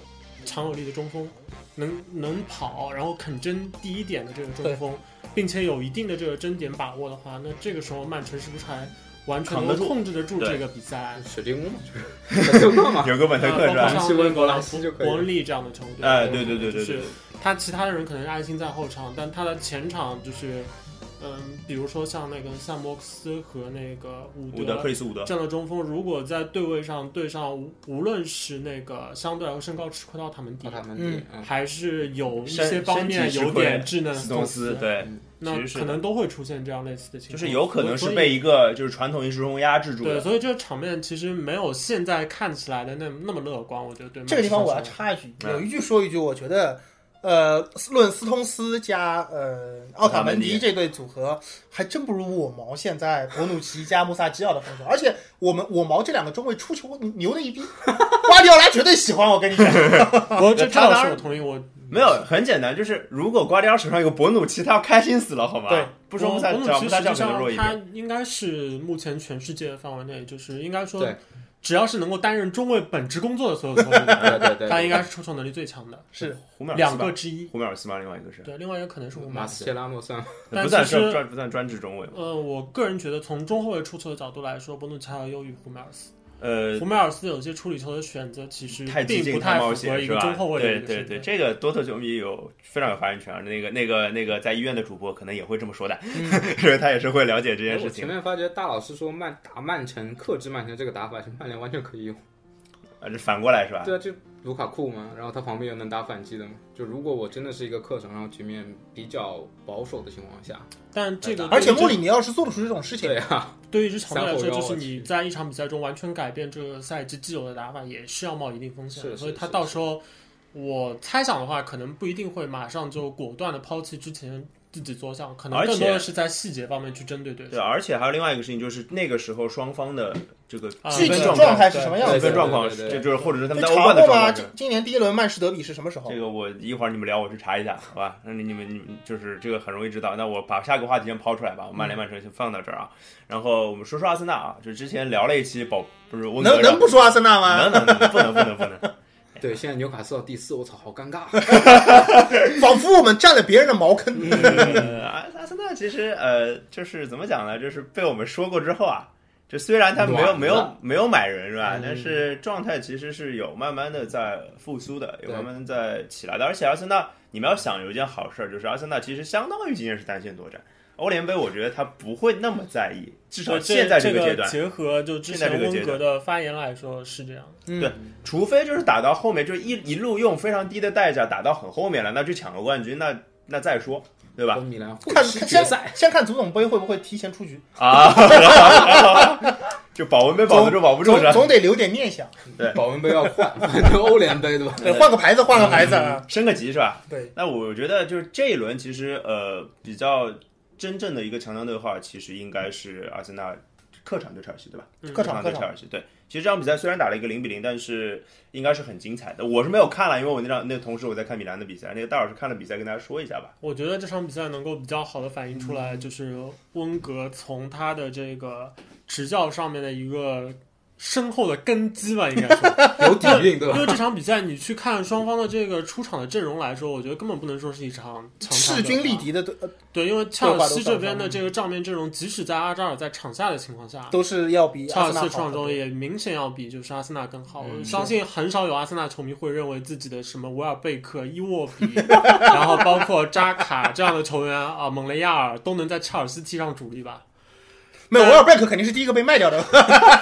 Speaker 4: 强有力的中锋，能能跑，然后肯争第一点的这个中锋，并且有一定的这个争点把握的话，那这个时候曼城是不是还完全
Speaker 1: 扛
Speaker 4: 能
Speaker 1: 得
Speaker 4: 够
Speaker 1: 住
Speaker 4: 控制得住
Speaker 1: 对
Speaker 4: 这个比赛？
Speaker 3: 水晶宫嘛， 就是就那嘛，
Speaker 1: 有个本特克是
Speaker 4: 啊包括
Speaker 1: 吧？
Speaker 4: 像
Speaker 3: 西
Speaker 4: 那
Speaker 3: 温格
Speaker 4: 个
Speaker 3: 拉西就可以
Speaker 4: 伯恩利这样的球队，
Speaker 1: 哎，对对对对
Speaker 4: 就
Speaker 1: 对
Speaker 4: 是
Speaker 1: 对，
Speaker 4: 他其他的人可能是爱心在后场，但他的前场就是，嗯，比如说像那个萨摩克斯和那个伍
Speaker 1: 伍德克里斯伍德，
Speaker 4: 这样的中锋，如果在对位上对上，无无论是那个相对来说身高吃亏到他们低
Speaker 1: 哦
Speaker 3: 把，他们
Speaker 2: 嗯
Speaker 3: 嗯
Speaker 4: 还是有一
Speaker 1: 身
Speaker 4: 些方
Speaker 1: 身
Speaker 4: 面
Speaker 1: 体吃
Speaker 4: 有
Speaker 1: 亏
Speaker 4: 点稚嫩
Speaker 1: 斯通斯，对，
Speaker 4: 那
Speaker 1: 其实是
Speaker 4: 可能都会出现这样类似的情
Speaker 1: 就
Speaker 4: 况，
Speaker 1: 是有可能是
Speaker 4: 嗯所以
Speaker 1: 被一个就是传统意识中压制住
Speaker 4: 对，
Speaker 1: 的。
Speaker 4: 所以这个场面其实没有现在看起来的那那么乐观，我觉得对
Speaker 2: 这个地方我要
Speaker 4: 曼城来说
Speaker 2: 插一句，
Speaker 1: 嗯
Speaker 2: 有一句说一句，我觉得呃，论斯通斯加呃奥塔
Speaker 1: 奥塔
Speaker 2: 门
Speaker 1: 门迪
Speaker 2: 迪这对组合，还真不如我毛现在博努奇加穆萨基奥的风格。而且我们我毛这两个中卫出球牛的一逼， 瓜迪奥拉绝对喜欢。我跟你讲，
Speaker 4: 我这这
Speaker 1: 他当
Speaker 4: 倒是
Speaker 1: 然
Speaker 4: 我同意，我
Speaker 1: 没有，很简单，就是如果瓜迪奥手上有博努奇，他要开心死了，好吗？
Speaker 2: 对，
Speaker 1: 不说穆萨
Speaker 4: 我
Speaker 1: 只要穆
Speaker 4: 其实
Speaker 1: 萨
Speaker 4: 实
Speaker 1: 这
Speaker 4: 际
Speaker 1: 样可能弱
Speaker 4: 上
Speaker 1: 一
Speaker 4: 他
Speaker 1: 点，
Speaker 4: 应该是目前全世界范围内，就是应该说
Speaker 3: 对，，
Speaker 4: 只要是能够担任中卫本职工作的所有球员
Speaker 3: 对对对，
Speaker 4: 他应该是出手能力最强的，
Speaker 2: 是
Speaker 1: 胡梅尔斯
Speaker 4: 两
Speaker 1: 吧
Speaker 4: 个之一。
Speaker 1: 胡梅尔斯吧，另外一个是，
Speaker 4: 对，另外一个可能是我
Speaker 3: 马
Speaker 4: 们。
Speaker 3: 斯切拉诺算吗
Speaker 4: 但
Speaker 1: 不算
Speaker 4: 其实
Speaker 1: 专专不算专职中卫嘛。
Speaker 4: 呃，我个人觉得从中后卫出球的角度来说，博努奇还要优于胡梅尔斯。
Speaker 1: 呃，
Speaker 4: 胡梅尔斯有些处理球的选择其实
Speaker 1: 太激
Speaker 4: 并不
Speaker 1: 进、
Speaker 4: 太
Speaker 1: 太
Speaker 4: 符
Speaker 1: 冒
Speaker 4: 合
Speaker 1: 险
Speaker 4: 一
Speaker 1: 是
Speaker 4: 个
Speaker 1: 吧？
Speaker 4: 中后卫的
Speaker 1: 对
Speaker 4: 一个
Speaker 1: 对
Speaker 4: 身
Speaker 1: 对，
Speaker 4: 份。
Speaker 1: 这个多特球迷有非常有发言权啊。那个那个那个在医院的主播可能也会这么说的，
Speaker 4: 嗯
Speaker 1: 因为他也是会了解这件
Speaker 3: 哎我
Speaker 1: 事
Speaker 3: 前
Speaker 1: 情。
Speaker 3: 面发觉大老师说曼打曼城克制曼城这个打法，其实曼联完全可以用。
Speaker 1: 呃，这反过来是吧？
Speaker 3: 对啊，就卢卡库嘛，然后他旁边有能打反击的嘛。就如果我真的是一个客场，然后局面比较保守的情况下，
Speaker 4: 但这个
Speaker 2: 而且
Speaker 4: 对于
Speaker 2: 穆里尼奥是做得出这种事情的
Speaker 3: 对啊，
Speaker 4: 对于一支强队来说，
Speaker 3: 三后腰
Speaker 4: 就是
Speaker 3: 我去
Speaker 4: 你在一场比赛中完全改变这个赛季既有的打法，也是要冒一定风险的。
Speaker 3: 是
Speaker 4: 所以
Speaker 3: 是
Speaker 4: 他
Speaker 3: 是
Speaker 4: 到
Speaker 3: 是
Speaker 4: 时候，我猜想的话，可能不一定会马上就果断的抛弃之前自己做项，可能
Speaker 1: 而
Speaker 4: 更多的
Speaker 1: 且
Speaker 4: 是在细节方面去针对对手
Speaker 1: 对，。而且还有另外一个事情，就是那个时候双方的这个
Speaker 4: 啊
Speaker 1: 积
Speaker 2: 具体
Speaker 1: 分
Speaker 2: 的
Speaker 1: 状
Speaker 2: 状
Speaker 1: 态、
Speaker 2: 态是什么样
Speaker 1: 积
Speaker 2: 子
Speaker 1: 分
Speaker 3: 对对对对对
Speaker 2: 的？
Speaker 1: 状况，这就是或者是他们在欧
Speaker 2: 查
Speaker 1: 冠
Speaker 2: 过
Speaker 1: 的状
Speaker 2: 吗？
Speaker 1: 况
Speaker 2: 今
Speaker 1: 是。
Speaker 2: 今年第一轮曼市德比是什么时候
Speaker 1: 这？个我一会儿你们聊，我去查一下，好吧？那你你们你们就是这个很容易知道。那我把下个话题先抛出来吧，我曼联曼城先放到这儿啊。然后我们说说阿森纳啊，就之前聊了一期保不是温格
Speaker 2: 能
Speaker 1: 让
Speaker 2: 能不说阿森纳 吗？
Speaker 1: 能能能不能不能不能，
Speaker 3: 对，现在纽卡斯尔第四，我操，好尴尬。
Speaker 1: 哎
Speaker 2: 仿佛我们占了别人的茅坑。
Speaker 1: 呃，阿阿森纳其实呃，就是怎么讲呢？就是被我们说过之后啊，就虽然他没有
Speaker 3: 暖了
Speaker 1: 没有没有买人是吧
Speaker 4: 嗯？
Speaker 1: 但是状态其实是有慢慢的在复苏的，有
Speaker 3: 对
Speaker 1: 慢慢的在起来的。而且阿森纳，你们要想有一件好事儿，就是阿森纳其实相当于今年是单线作战。欧联杯我觉得他不会那么在意，至少
Speaker 4: 对
Speaker 1: 现在
Speaker 4: 这
Speaker 1: 个阶
Speaker 4: 个
Speaker 1: 段，
Speaker 4: 结合就之
Speaker 1: 现在
Speaker 4: 前
Speaker 1: 这个阶
Speaker 4: 温格的发言来说是这样。
Speaker 2: 嗯
Speaker 1: 对除非就是打到后面，就一一路用非常低的代价打到很后面了，那去抢个冠军，那那再说，对吧？
Speaker 3: 跟米兰会
Speaker 2: 看
Speaker 3: 师
Speaker 2: 看
Speaker 3: 决
Speaker 2: 先
Speaker 3: 赛，
Speaker 2: 先看足总杯会不会提前出局，
Speaker 1: 啊， 就保温杯保得住，保不住
Speaker 2: 总
Speaker 1: 是吧？
Speaker 2: 总得留点念想，
Speaker 1: 对
Speaker 3: 保温杯要换，换成欧联杯对吧？
Speaker 2: 对，换个牌子，换个牌子啊，
Speaker 1: 升个级是吧？
Speaker 2: 对，
Speaker 1: 那我觉得就是这一轮其实呃比较真正的一个强强对话，其实应该是阿森纳客场对切尔西对吧？
Speaker 4: 嗯
Speaker 2: 客
Speaker 1: 客
Speaker 2: 场
Speaker 1: 对
Speaker 2: 客
Speaker 1: 切
Speaker 2: 场，
Speaker 1: 尔西对。其实这场比赛虽然打了一个零比零，但是应该是很精彩的。我是没有看了，因为我那场那同时我在看米兰的比赛，那个大老师看了比赛，跟大家说一下吧。
Speaker 4: 我觉得这场比赛能够比较好的反映出来，就是温格从他的这个执教上面的一个深厚的根基吧，应该说。
Speaker 3: 有底蕴对
Speaker 4: 因
Speaker 3: 吧？
Speaker 4: 为这场比赛，你去看双方的这个出场的阵容来说，我觉得根本不能说是一场强强
Speaker 2: 势
Speaker 4: 对
Speaker 2: 均
Speaker 4: 话
Speaker 2: 力。敌的都呃
Speaker 4: 对，因为切尔西这边的这个账面阵容，即使在阿扎尔在场下的情况下，
Speaker 2: 都是要比
Speaker 4: 切
Speaker 2: 阿
Speaker 4: 尔
Speaker 2: 森纳
Speaker 4: 西
Speaker 2: 好
Speaker 4: 创
Speaker 2: 很
Speaker 4: 造
Speaker 2: 多
Speaker 4: 力。也明显要比就是阿森纳更好。
Speaker 3: 嗯
Speaker 4: 我相信很少有阿森纳球迷会认为自己的什么维尔贝克、伊沃比， 然后包括扎卡这样的球员啊，蒙雷亚尔都能在切尔西踢上主力吧？
Speaker 2: 没有，维尔贝克肯定是第一个被卖掉的，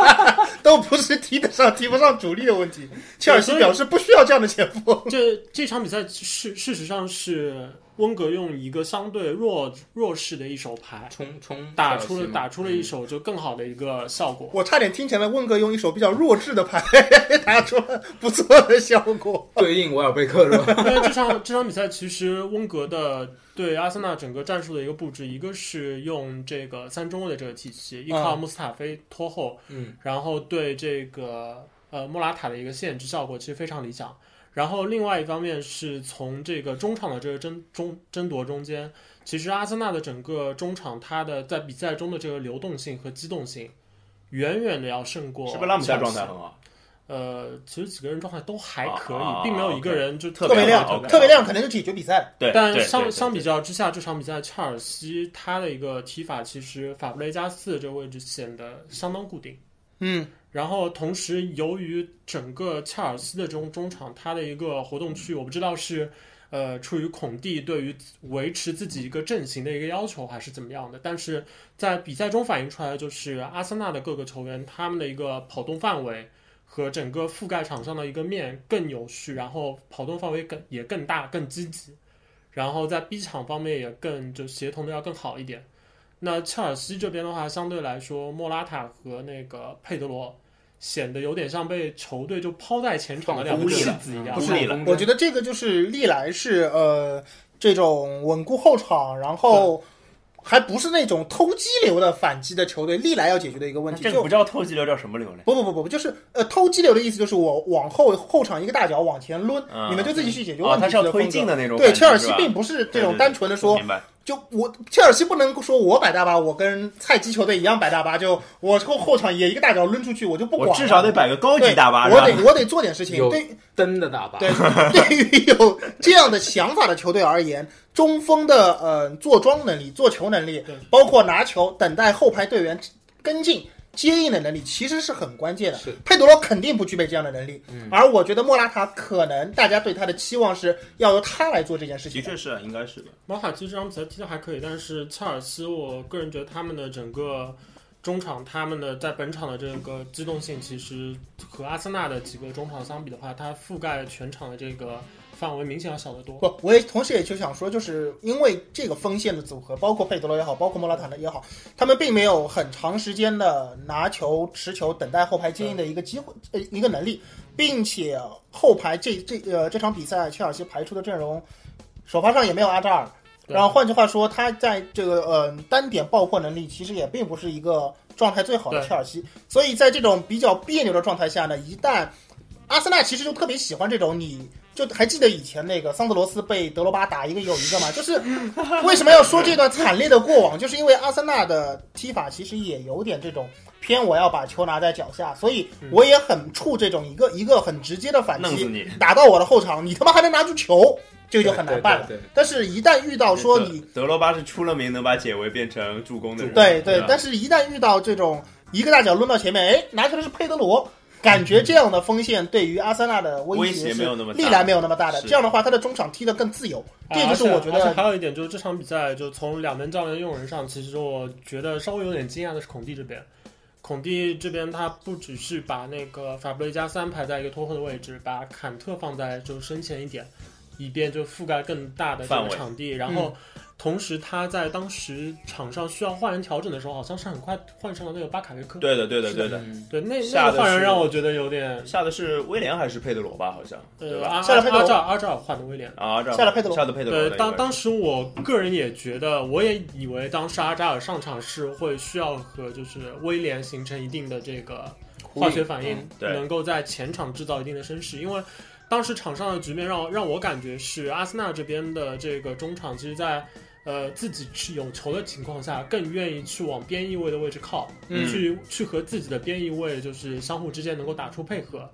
Speaker 2: 都不是踢得上踢不上主力的问题。切尔西表示不需要这样的前锋，
Speaker 4: 这这场比赛是事实上是温格用一个相对弱弱势的一手牌。
Speaker 3: 冲冲
Speaker 4: 打出
Speaker 3: 切尔西
Speaker 4: 了
Speaker 3: 嘛
Speaker 4: 打出
Speaker 1: 嗯
Speaker 4: 了一手就更好的一个效果。
Speaker 2: 我差点听成了温格用一手比较弱智的牌 打出了不错的效果。
Speaker 3: 嗯对应维尔贝克是吧？
Speaker 4: 因为这场这场比赛其实温格的对阿森纳整个战术的一个布置，一个是用这个三中卫的这个体系，依
Speaker 1: 嗯
Speaker 4: 靠穆斯塔菲拖后，
Speaker 3: 嗯，
Speaker 4: 然后对这个呃莫拉塔的一个限制效果其实非常理想。然后另外一方面是从这个中场的这个争争争夺中间，其实阿森纳的整个中场它的在比赛中的这个流动性和机动性，远远的要胜过
Speaker 1: 是不是拉姆
Speaker 4: 切
Speaker 1: 塞
Speaker 4: 尔西
Speaker 1: 状态很好？
Speaker 4: 呃，其实几个人状态都还可以，
Speaker 1: 啊
Speaker 4: 并没有一个人就
Speaker 1: 特
Speaker 2: 特别
Speaker 1: 亮
Speaker 4: 好
Speaker 2: 亮，特别亮可能就解决比赛了。
Speaker 1: 对，
Speaker 4: 但
Speaker 1: 对对
Speaker 4: 相
Speaker 1: 对
Speaker 4: 相比
Speaker 1: 对
Speaker 4: 较之下，这场比赛切尔西他的一个踢法，其实法布雷加斯这个位置显得相当固定。
Speaker 2: 嗯，
Speaker 4: 然后同时，由于整个切尔西的这种中场，它的一个活动区，我不知道是呃出于孔蒂对于维持自己一个阵型的一个要求，还是怎么样的。但是在比赛中反映出来的就是阿森纳的各个球员他们的一个跑动范围和整个覆盖场上的一个面更有序，然后跑动范围更也更大、更积极，然后在逼抢方面也更就协同的要更好一点。那切尔西这边的话，相对来说，莫拉塔和那个佩德罗显得有点像被球队就抛在前场的两个
Speaker 1: 放孤立
Speaker 4: 弃
Speaker 1: 了嗯
Speaker 4: 子一样
Speaker 1: 孤
Speaker 3: 不。
Speaker 1: 立了
Speaker 2: 我觉
Speaker 3: 得
Speaker 2: 得这个就是历来是呃这种稳固后场，然后还不是那种偷鸡流的反击的球队历来要解决的一个问
Speaker 1: 那
Speaker 2: 题。
Speaker 1: 这
Speaker 2: 就
Speaker 1: 个不叫偷鸡流，叫什么流嘞？
Speaker 2: 不不不不不，就是呃偷鸡流的意思就是我往后后场一个大脚往前抡，
Speaker 1: 嗯
Speaker 2: 你们就自己去解决
Speaker 1: 哦，
Speaker 2: 问
Speaker 1: 他
Speaker 2: 题
Speaker 1: 是
Speaker 2: 的
Speaker 1: 要
Speaker 2: 风格。
Speaker 1: 推进的那种感
Speaker 2: 对，
Speaker 1: 觉。
Speaker 2: 切尔
Speaker 1: 是
Speaker 2: 西
Speaker 1: 吧
Speaker 2: 并不是这
Speaker 1: 对对
Speaker 2: 种
Speaker 1: 对
Speaker 2: 单纯的说，
Speaker 1: 明白，
Speaker 2: 就我切尔西不能说我摆大巴，我跟菜鸡球队一样摆大巴，就我后后场也一个大脚抡出去，我就不管
Speaker 1: 我
Speaker 2: 了。
Speaker 1: 至少得摆个高级
Speaker 2: 对
Speaker 1: 大巴，是
Speaker 2: 我
Speaker 1: 吧？
Speaker 2: 得我得做点事情
Speaker 3: 有。
Speaker 2: 对
Speaker 3: 蹬的大巴，
Speaker 2: 对，对于有这样的想法的球队而言，中锋的呃做庄能力、做球能力
Speaker 4: 对，
Speaker 2: 包括拿球、等待后排队员跟进、接应的能力，其实是很关键的
Speaker 3: 是。
Speaker 2: 佩德罗肯定不具备这样的能力，
Speaker 3: 嗯
Speaker 2: 而我觉得莫拉塔可能大家对他的期望是要由他来做这件
Speaker 1: 的
Speaker 2: 事情。
Speaker 1: 确是，啊应该是的。
Speaker 4: 马卡其实这场比赛踢的还可以，但是切尔西，我个人觉得他们的整个中场，他们的在本场的这个机动性，其实和阿森纳的几个中场相比的话，它覆盖全场的这个范围明显要小得多。
Speaker 2: 不，我也同时也就想说，就是因为这个锋线的组合，包括佩德罗也好，包括莫拉塔的也好，他们并没有很长时间的拿球、持球、等待后排接应的一个机会，呃，一个能力，并且后排这这呃这场比赛切尔西排出的阵容，首发上也没有阿扎尔，
Speaker 4: 对
Speaker 2: 然后换句话说，他在这个呃单点爆破能力其实也并不是一个状态最好的
Speaker 4: 对
Speaker 2: 切尔西，所以在这种比较别扭的状态下呢，一旦阿森纳其实就特别喜欢这种你。就还记得以前那个桑德罗斯被德罗巴打一个又一个嘛，就是为什么要说这段惨烈的过往，就是因为阿森纳的踢法其实也有点这种偏我要把球拿在脚下，所以我也很怵这种一个一个很直接的反
Speaker 1: 弄死
Speaker 2: 击，
Speaker 1: 你！
Speaker 2: 打到我的后场，你他妈还能拿住球，这个就很难办了。
Speaker 3: 对，对对
Speaker 2: 但是，一旦遇到说你
Speaker 1: 德德罗巴是出了名能把解围变成助攻的人，
Speaker 2: 对对
Speaker 1: 吧，
Speaker 2: 但是一旦遇到这种一个大脚抡到前面，哎，拿出来是佩德罗，感觉这样的锋线对于阿森纳的
Speaker 1: 威
Speaker 2: 胁
Speaker 1: 胁
Speaker 2: 是
Speaker 1: 没有那么大
Speaker 2: 历来没有那么大的。
Speaker 1: 是
Speaker 2: 这样的话，他的中场踢得更自由，这就是我觉
Speaker 4: 而且而且
Speaker 2: 得
Speaker 4: 还有一点，就是这场比赛，就从两门教练用人上，其实我觉得稍微有点惊讶的是孔蒂这边。孔蒂这边他不只是把那个法布雷加三排在一个拖后的位置，把坎特放在就身前一点，以便就覆盖更大的这
Speaker 1: 范
Speaker 4: 个
Speaker 1: 围
Speaker 4: 场地。
Speaker 2: 嗯
Speaker 4: 然后，同时他在当时场上需要换人调整的时候，好像是很快换上了那个巴卡约科。
Speaker 1: 对的对的
Speaker 4: 是
Speaker 1: 对的。
Speaker 3: 嗯
Speaker 4: 对，那
Speaker 1: 下
Speaker 4: 那
Speaker 1: 的
Speaker 4: 个换人
Speaker 1: 是
Speaker 4: 让我觉得有点
Speaker 1: 下的是威廉还是佩德罗吧？好像对
Speaker 4: 呃
Speaker 1: 吧？
Speaker 4: 阿
Speaker 2: 下
Speaker 4: 阿
Speaker 2: 了佩德罗
Speaker 4: 阿扎尔阿扎尔换的威廉。
Speaker 1: 啊，这样
Speaker 2: 下了佩德罗
Speaker 1: 下的佩德罗
Speaker 4: 对
Speaker 1: 的，
Speaker 4: 当
Speaker 1: 应该是
Speaker 4: 当时我个人也觉得，我也以为当时阿扎尔上场是会需要和就是威廉形成一定的这个化学反应，
Speaker 1: 嗯对
Speaker 4: 能够在前场制造一定的声势，因为。当时场上的局面让让我感觉是阿森纳这边的这个中场，其实在呃自己是有球的情况下，更愿意去往边翼位的位置靠，
Speaker 1: 嗯
Speaker 4: 去去和自己的边翼位就是相互之间能够打出配合。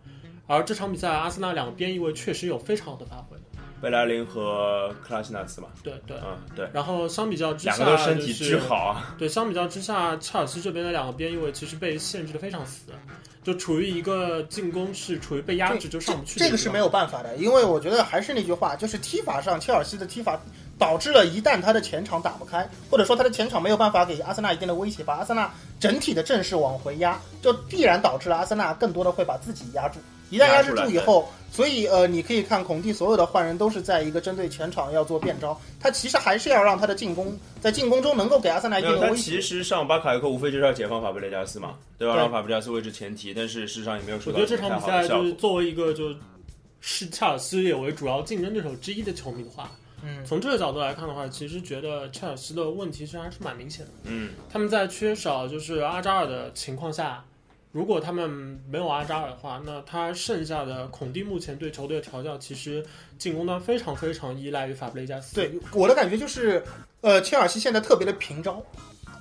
Speaker 4: 而这场比赛，阿森纳两个边翼位确实有非常好的发挥，
Speaker 1: 贝莱林和克拉西纳茨嘛，
Speaker 4: 对对。
Speaker 1: 嗯，对，
Speaker 4: 然后相比较之下，
Speaker 1: 两个都身体巨好啊，
Speaker 4: 就是。对，相比较之下，切尔西这边的两个边翼位其实被限制的非常死，就处于一个进攻是处于被压制就上不去
Speaker 2: 这这个是没有办法的，因为我觉得还是那句话，就是踢法上，切尔西的踢法导致了一旦他的前场打不开，或者说他的前场没有办法给阿森纳一定的威胁，把阿森纳整体的阵势往回压，就必然导致了阿森纳更多的会把自己压住。一旦压制住以后，所以呃，你可以看孔蒂所有的换人都是在一个针对前场要做变招，他其实还是要让他的进攻在进攻中能够给阿森纳一
Speaker 1: 没
Speaker 2: 定
Speaker 1: 有，
Speaker 2: 的
Speaker 1: 他
Speaker 2: 威
Speaker 1: 其
Speaker 2: 胁。
Speaker 1: 实上巴卡约克无非就是要解放法布雷加斯嘛，对吧？
Speaker 2: 对
Speaker 1: 让法布雷加斯位置前提，但是事实上也没有
Speaker 4: 我
Speaker 1: 收
Speaker 4: 觉
Speaker 1: 到
Speaker 4: 得这场
Speaker 1: 太
Speaker 4: 比
Speaker 1: 好的
Speaker 4: 赛
Speaker 1: 效
Speaker 4: 就是
Speaker 1: 果。
Speaker 4: 作为一个就是视切尔西也为主要竞争对手之一的球迷的话，
Speaker 2: 嗯，
Speaker 4: 从这个角度来看的话，其实觉得切尔西的问题其实还是蛮明显的。
Speaker 1: 嗯，
Speaker 4: 他们在缺少就是阿扎尔的情况下，如果他们没有阿扎尔的话，那他剩下的孔蒂目前对球队的调教，其实进攻端非常非常依赖于法布雷加斯。
Speaker 2: 对，我的感觉就是，呃，切尔西现在特别的平招，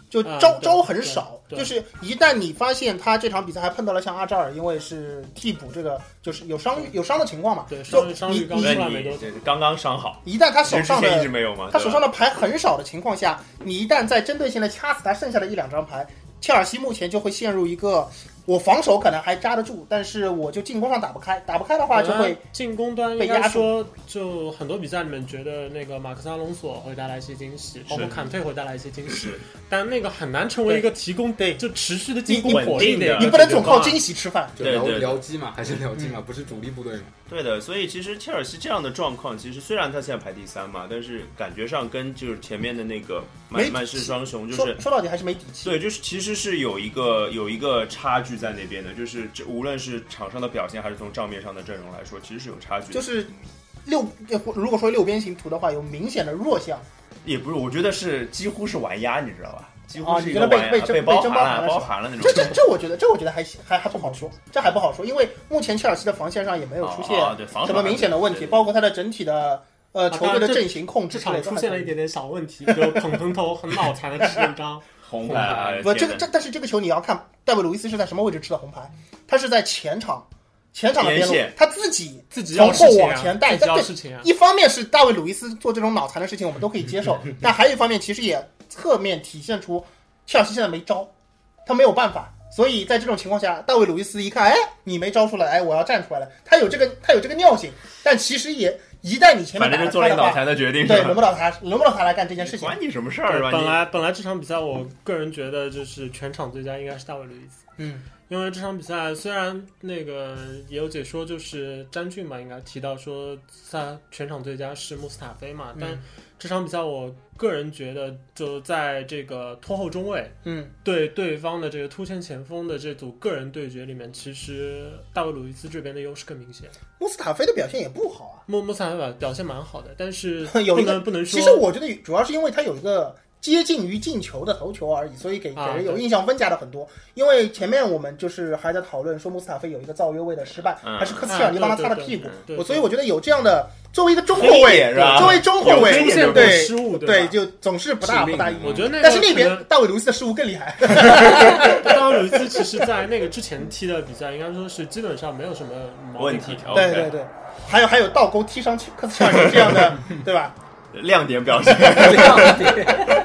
Speaker 2: 就
Speaker 4: 啊
Speaker 2: 招、
Speaker 4: 对
Speaker 2: 招很少。
Speaker 4: 对对
Speaker 2: 就是一旦你发现他这场比赛还碰到了像阿扎尔，因为是替补，这个就是有伤有伤的情况嘛。
Speaker 4: 对，
Speaker 2: 就
Speaker 4: 伤伤愈
Speaker 2: 你
Speaker 4: 刚
Speaker 2: 你
Speaker 4: 出
Speaker 1: 那
Speaker 4: 来没多
Speaker 1: 你
Speaker 4: 久，
Speaker 1: 这刚刚伤好，
Speaker 2: 一旦他手上
Speaker 1: 其实之前一
Speaker 2: 的
Speaker 1: 直没有嘛，
Speaker 2: 他手
Speaker 1: 对吧
Speaker 2: 上的牌很少的情况下，你一旦在针对性的掐死他剩下的一两张牌，切尔西目前就会陷入一个我防守可能还扎得住，但是我就进攻上打不开，打不开的话就会
Speaker 4: 本来进攻端应
Speaker 2: 被压
Speaker 4: 该说，就很多比赛里面觉得那个马克斯阿隆索会带来一些惊喜，包括坎特会带来一些惊喜，但那个很难成为一个提供
Speaker 2: 对
Speaker 4: 就持续的进
Speaker 2: 你
Speaker 4: 攻火力
Speaker 1: 你稳定的
Speaker 4: 一个
Speaker 2: 你不能
Speaker 1: 这个
Speaker 2: 总
Speaker 1: 方
Speaker 2: 靠
Speaker 1: 案
Speaker 2: 惊喜吃饭。
Speaker 3: 就
Speaker 1: 对
Speaker 3: 僚
Speaker 1: 对对
Speaker 3: 僚机嘛，还是僚机嘛，不是主力部队嘛，
Speaker 1: 对的，所以其实切尔西这样的状况，其实虽然他现在排第三嘛，但是感觉上跟就是前面的那个
Speaker 2: 没
Speaker 1: 曼曼市双雄就
Speaker 2: 说
Speaker 1: 是。
Speaker 2: 说到底还是没底气。
Speaker 1: 对，就是其实是有一个有一个差距在那边的，就是这无论是场上的表现，还是从账面上的阵容来说，其实是有差距的。
Speaker 2: 就是六，呃如果说六边形图的话，有明显的弱项。
Speaker 1: 也不是，我觉得是几乎是玩压，你知道吧？几
Speaker 2: 哦
Speaker 1: 乎是
Speaker 2: 你
Speaker 1: 一
Speaker 2: 觉
Speaker 1: 个
Speaker 2: 得被
Speaker 1: 玩压，
Speaker 2: 被真
Speaker 1: 被包含
Speaker 2: 被真包含了
Speaker 1: 包含了那
Speaker 2: 这
Speaker 1: 种。
Speaker 2: 这这，我觉得这我觉得还行还还不好说，这还不好说，因为目前切尔西的防线上也没有出现
Speaker 1: 哦哦对防守
Speaker 2: 什么明显的问
Speaker 1: 对
Speaker 2: 题，
Speaker 1: 对
Speaker 2: 包括他的整体的呃球队的阵型控
Speaker 4: 啊这
Speaker 2: 制之类
Speaker 4: 场
Speaker 2: 的。
Speaker 4: 出现了一点点小问题，就捧捧头很脑残的吃一张，
Speaker 1: 红牌啊，
Speaker 4: 呃
Speaker 2: 不，
Speaker 1: 天
Speaker 2: 这个
Speaker 1: 哪
Speaker 2: 这但是这个球你要看戴维·鲁伊斯是在什么位置吃的红牌，他是在前场前场的边路
Speaker 1: 边线，
Speaker 2: 他自己
Speaker 4: 自己要
Speaker 2: 从
Speaker 4: 事
Speaker 2: 后
Speaker 4: 情啊
Speaker 2: 往前带，
Speaker 4: 自己
Speaker 2: 但
Speaker 4: 要
Speaker 2: 对
Speaker 4: 事情啊。
Speaker 2: 一方面是大卫·鲁伊斯做这种脑残的事情，我们都可以接 受，但还有一方面，其实也侧面体现出切尔西现在没招，他没有办法。所以在这种情况下，大卫·鲁伊斯一看，哎，你没招出来，哎，我要站出来了。他有这 个，他有这个尿性，但其实也一旦你前面
Speaker 1: 反
Speaker 2: 打
Speaker 1: 正就做了一
Speaker 2: 得开
Speaker 1: 个
Speaker 2: 的
Speaker 1: 脑
Speaker 2: 话，
Speaker 1: 残的决定，
Speaker 2: 对，
Speaker 1: 是吧
Speaker 2: 轮不到他，轮不到他来干这件事情。
Speaker 1: 管你什么事儿是吧？
Speaker 4: 本
Speaker 1: 你
Speaker 4: 来本来这场比赛，我个人觉得就是全场最佳应该是大卫·路易斯，
Speaker 2: 嗯，
Speaker 4: 因为这场比赛虽然那个也有解说，就是詹俊吧，应该提到说他全场最佳是穆斯塔菲嘛，但
Speaker 2: 嗯
Speaker 4: 这场比赛我个人觉得就在这个拖后中卫
Speaker 2: 嗯，
Speaker 4: 对对方的这个突前前锋的这组个人对决里面，其实大卫·鲁伊斯这边的优势更明显，
Speaker 2: 穆斯塔菲的表现也不好啊。
Speaker 4: 穆穆斯塔菲吧表现蛮好的，但是
Speaker 2: 有
Speaker 4: 不
Speaker 2: 一个
Speaker 4: 能不能说
Speaker 2: 其实我觉得主要是因为他有一个接近于进球的头球而已，所以给给
Speaker 4: 啊
Speaker 2: 人有
Speaker 4: 对
Speaker 2: 印象分加的很多。因为前面我们就是还在讨论说穆斯塔菲有一个造越位的失败，
Speaker 1: 嗯
Speaker 2: 还是科斯切尔尼帮他擦的屁股
Speaker 1: 嗯。
Speaker 4: 对
Speaker 2: 我所以
Speaker 4: 对
Speaker 2: 我觉得有这样的作为一个中后
Speaker 1: 黑
Speaker 2: 卫
Speaker 1: 点是吧，
Speaker 2: 作为中后
Speaker 1: 有
Speaker 2: 卫
Speaker 1: 黑点
Speaker 4: 出现过
Speaker 2: 对
Speaker 4: 失误，吧
Speaker 2: 对就总是不大
Speaker 3: 致
Speaker 2: 不
Speaker 3: 命
Speaker 2: 大
Speaker 3: 的
Speaker 2: 意。
Speaker 4: 我觉得那个
Speaker 2: 但是那
Speaker 4: 可能
Speaker 2: 边大卫·卢斯的失误更厉害，
Speaker 4: 大卫·鲁伊斯其实，在那个之前踢的比赛，应该说是基本上没有什么毛
Speaker 1: 问
Speaker 4: 病
Speaker 1: 题，
Speaker 2: 对对对，还有还有倒钩踢伤科斯切尔尼这样 的，对吧？
Speaker 1: 对，亮点表现。
Speaker 3: 这样子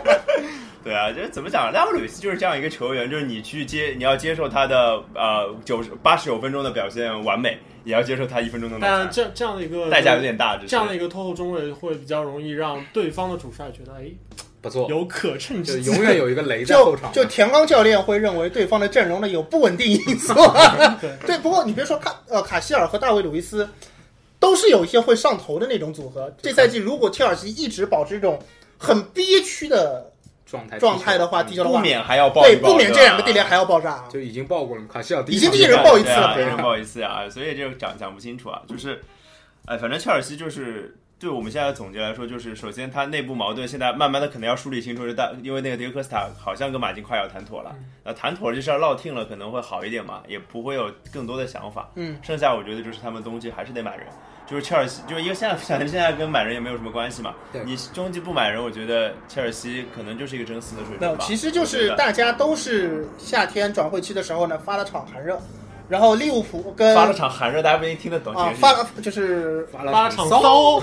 Speaker 1: 对啊，就是怎么讲，拉布鲁斯就是这样一个球员，就是你去接，你要接受他的呃九十八十九分钟的表现完美，也要接受他一分钟的脑
Speaker 4: 但
Speaker 1: 残，
Speaker 4: 这这样的一个
Speaker 1: 代价有点大，只是
Speaker 4: 这样的一个拖后中卫，会比较容易让对方的主帅觉得，哎，
Speaker 3: 不错，
Speaker 4: 有可乘
Speaker 3: 哦就
Speaker 4: 之机。
Speaker 3: 永远有一个雷在后
Speaker 2: 就
Speaker 3: 场。
Speaker 2: 就田刚教练会认为对方的阵容呢有不稳定因素。
Speaker 4: 对
Speaker 2: 对，不过你别说卡呃卡希尔和大卫·鲁伊斯，都是有一些会上头的那种组合。这赛季如果切尔西一直保持这种很憋屈的
Speaker 3: 状态
Speaker 2: 状态的话，
Speaker 3: 踢
Speaker 2: 踢球
Speaker 3: 球
Speaker 2: 的
Speaker 1: 不
Speaker 2: 话，
Speaker 1: 免还要爆一
Speaker 2: 对，
Speaker 1: 爆，
Speaker 2: 不免这两个地
Speaker 1: 对吧
Speaker 2: 雷还要爆炸啊
Speaker 3: 嗯。就已经爆过了，卡西尔第一
Speaker 2: 已经
Speaker 3: 场
Speaker 2: 第一 人
Speaker 3: 就
Speaker 2: 爆一次
Speaker 1: 对啊
Speaker 2: 了
Speaker 1: 一
Speaker 2: 别
Speaker 1: 人
Speaker 2: 人
Speaker 1: 爆一次啊，所以这个讲讲不清楚啊，就是，哎，反正切尔西就是。对我们现在的总结来说，就是首先他内部矛盾现在慢慢的可能要梳理清楚，就大因为那个迭戈科斯塔好像跟马竞快要谈妥了，
Speaker 2: 嗯
Speaker 1: 那谈妥了这事儿落听了可能会好一点嘛，也不会有更多的想法。
Speaker 2: 嗯，
Speaker 1: 剩下我觉得就是他们东西还是得买人，就是切尔西，就是因为现在 反正现在跟买人也没有什么关系嘛
Speaker 3: 对。
Speaker 1: 你终极不买人，我觉得切尔西可能就是一个争四的水
Speaker 2: 没
Speaker 1: 平
Speaker 2: 有，
Speaker 1: 吧。
Speaker 2: 其实就
Speaker 1: 我觉
Speaker 2: 是
Speaker 1: 得
Speaker 2: 大家都是夏天转会期的时候呢发了场寒热，然后利物浦跟
Speaker 1: 发了场寒热，大家不一定听得懂。
Speaker 2: 啊
Speaker 1: 其实
Speaker 2: 发了就是
Speaker 3: 发
Speaker 4: 八
Speaker 3: 了
Speaker 4: 场
Speaker 3: 场
Speaker 4: 骚，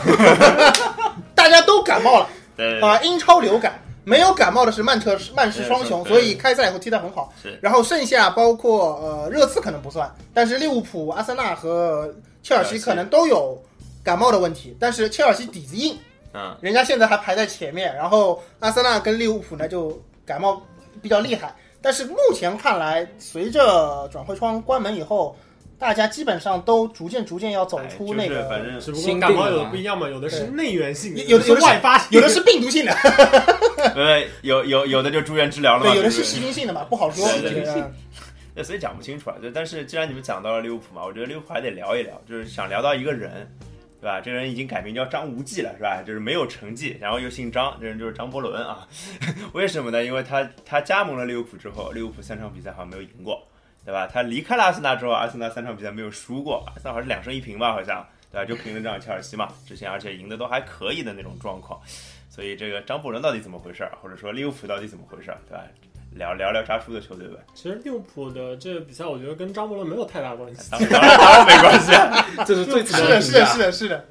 Speaker 2: 大家都感冒了。
Speaker 1: 对对对
Speaker 2: 啊，英超流感没有感冒的是曼彻曼市双雄，
Speaker 1: 对
Speaker 2: 所以开赛以后踢得很好
Speaker 1: 是。
Speaker 2: 然后剩下包括呃热刺可能不算，但是利物浦、阿森纳和切尔西
Speaker 1: 切尔西
Speaker 2: 可能都有感冒的问题。但是切尔西底子硬，
Speaker 1: 嗯。
Speaker 2: 人家现在还排在前面。然后阿森纳跟利物浦呢就感冒比较厉害，但是目前看来，随着转会窗关门以后，大家基本上都逐渐逐渐要走
Speaker 1: 哎
Speaker 2: 出那
Speaker 1: 就是、反
Speaker 2: 个，
Speaker 1: 正
Speaker 4: 只不过
Speaker 3: 心
Speaker 4: 感冒
Speaker 3: 定
Speaker 4: 有
Speaker 3: 了
Speaker 4: 的不一样嘛，有的是
Speaker 2: 对
Speaker 4: 内源性的，
Speaker 2: 有的
Speaker 4: 的是
Speaker 2: 有的是
Speaker 4: 外发性，
Speaker 2: 有的是病毒性的，
Speaker 1: 呃，有有有的就住院治疗了嘛，
Speaker 2: 对，有的
Speaker 1: 对
Speaker 2: 是
Speaker 1: 不对
Speaker 2: 细菌性的嘛，不好说。
Speaker 1: 对
Speaker 2: 这
Speaker 1: 对
Speaker 2: 个
Speaker 1: 对所以讲不清楚啊。就但是既然你们讲到了利物浦嘛，我觉得利物浦还得聊一聊，就是想聊到一个人，对吧？这个人已经改名叫张无忌了，是吧？就是没有成绩，然后又姓张，这人就是张伯伦啊。 为什么呢？因为他他加盟了利物浦之后，利物浦三场比赛好像没有赢过，对吧？他离开了阿森纳之后，阿森纳三场比赛没有输过，阿森纳好像是两胜一平吧，好像对吧？就平了这场切尔西嘛，之前而且赢的都还可以的那种状况。所以这个张伯伦到底怎么回事儿，啊或者说利物浦到底怎么回事儿，对吧？聊聊聊扎叔的球队呗。
Speaker 4: 其实利物浦的这个比赛，我觉得跟张伯伦没有太大关系。
Speaker 1: 当然当然没关系，
Speaker 3: 这是最惨
Speaker 2: 是的，是的，是的，是的。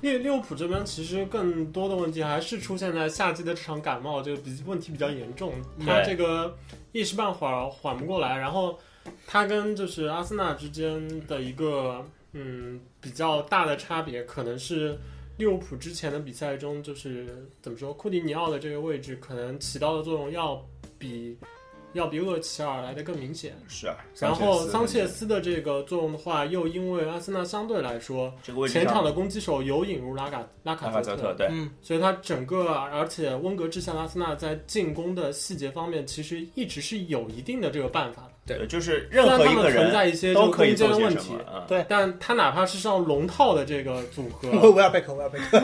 Speaker 4: 利利物浦这边其实更多的问题还是出现在夏季的这场感冒，这个比问题比较严重，他
Speaker 1: 对
Speaker 4: 这个一时半会儿缓不过来，然后他跟就是阿森纳之间的一个嗯比较大的差别，可能是利物浦之前的比赛中就是怎么说，库蒂尼奥的这个位置可能起到的作用要比要比厄齐尔来的更明显。
Speaker 1: 是啊。
Speaker 4: 然后
Speaker 1: 桑
Speaker 4: 桑
Speaker 1: 切
Speaker 4: 切
Speaker 1: 斯
Speaker 4: 斯的这个作用的话，又因为阿森纳相对来说
Speaker 1: 这个位置
Speaker 4: 前场
Speaker 1: 上
Speaker 4: 的攻击手有引入拉卡拉
Speaker 1: 拉
Speaker 4: 卡
Speaker 1: 法泽
Speaker 4: 泽特，
Speaker 1: 特对，
Speaker 2: 嗯，
Speaker 4: 所以他整个而且温格之下的阿森纳在进攻的细节方面，其实一直是有一定的这个办法的。
Speaker 3: 对
Speaker 1: 对就是
Speaker 4: 虽
Speaker 1: 任
Speaker 4: 然
Speaker 1: 何
Speaker 4: 他
Speaker 1: 一个
Speaker 4: 们存
Speaker 1: 人
Speaker 4: 在一些这
Speaker 1: 都
Speaker 4: 个
Speaker 1: 可以
Speaker 4: 空
Speaker 1: 做
Speaker 4: 间的
Speaker 1: 些
Speaker 4: 问
Speaker 1: 什
Speaker 4: 题
Speaker 1: 么，。嗯
Speaker 2: 对
Speaker 4: 但他哪怕是上龙套的这个组 合，
Speaker 2: 我我要贝克，我要贝克。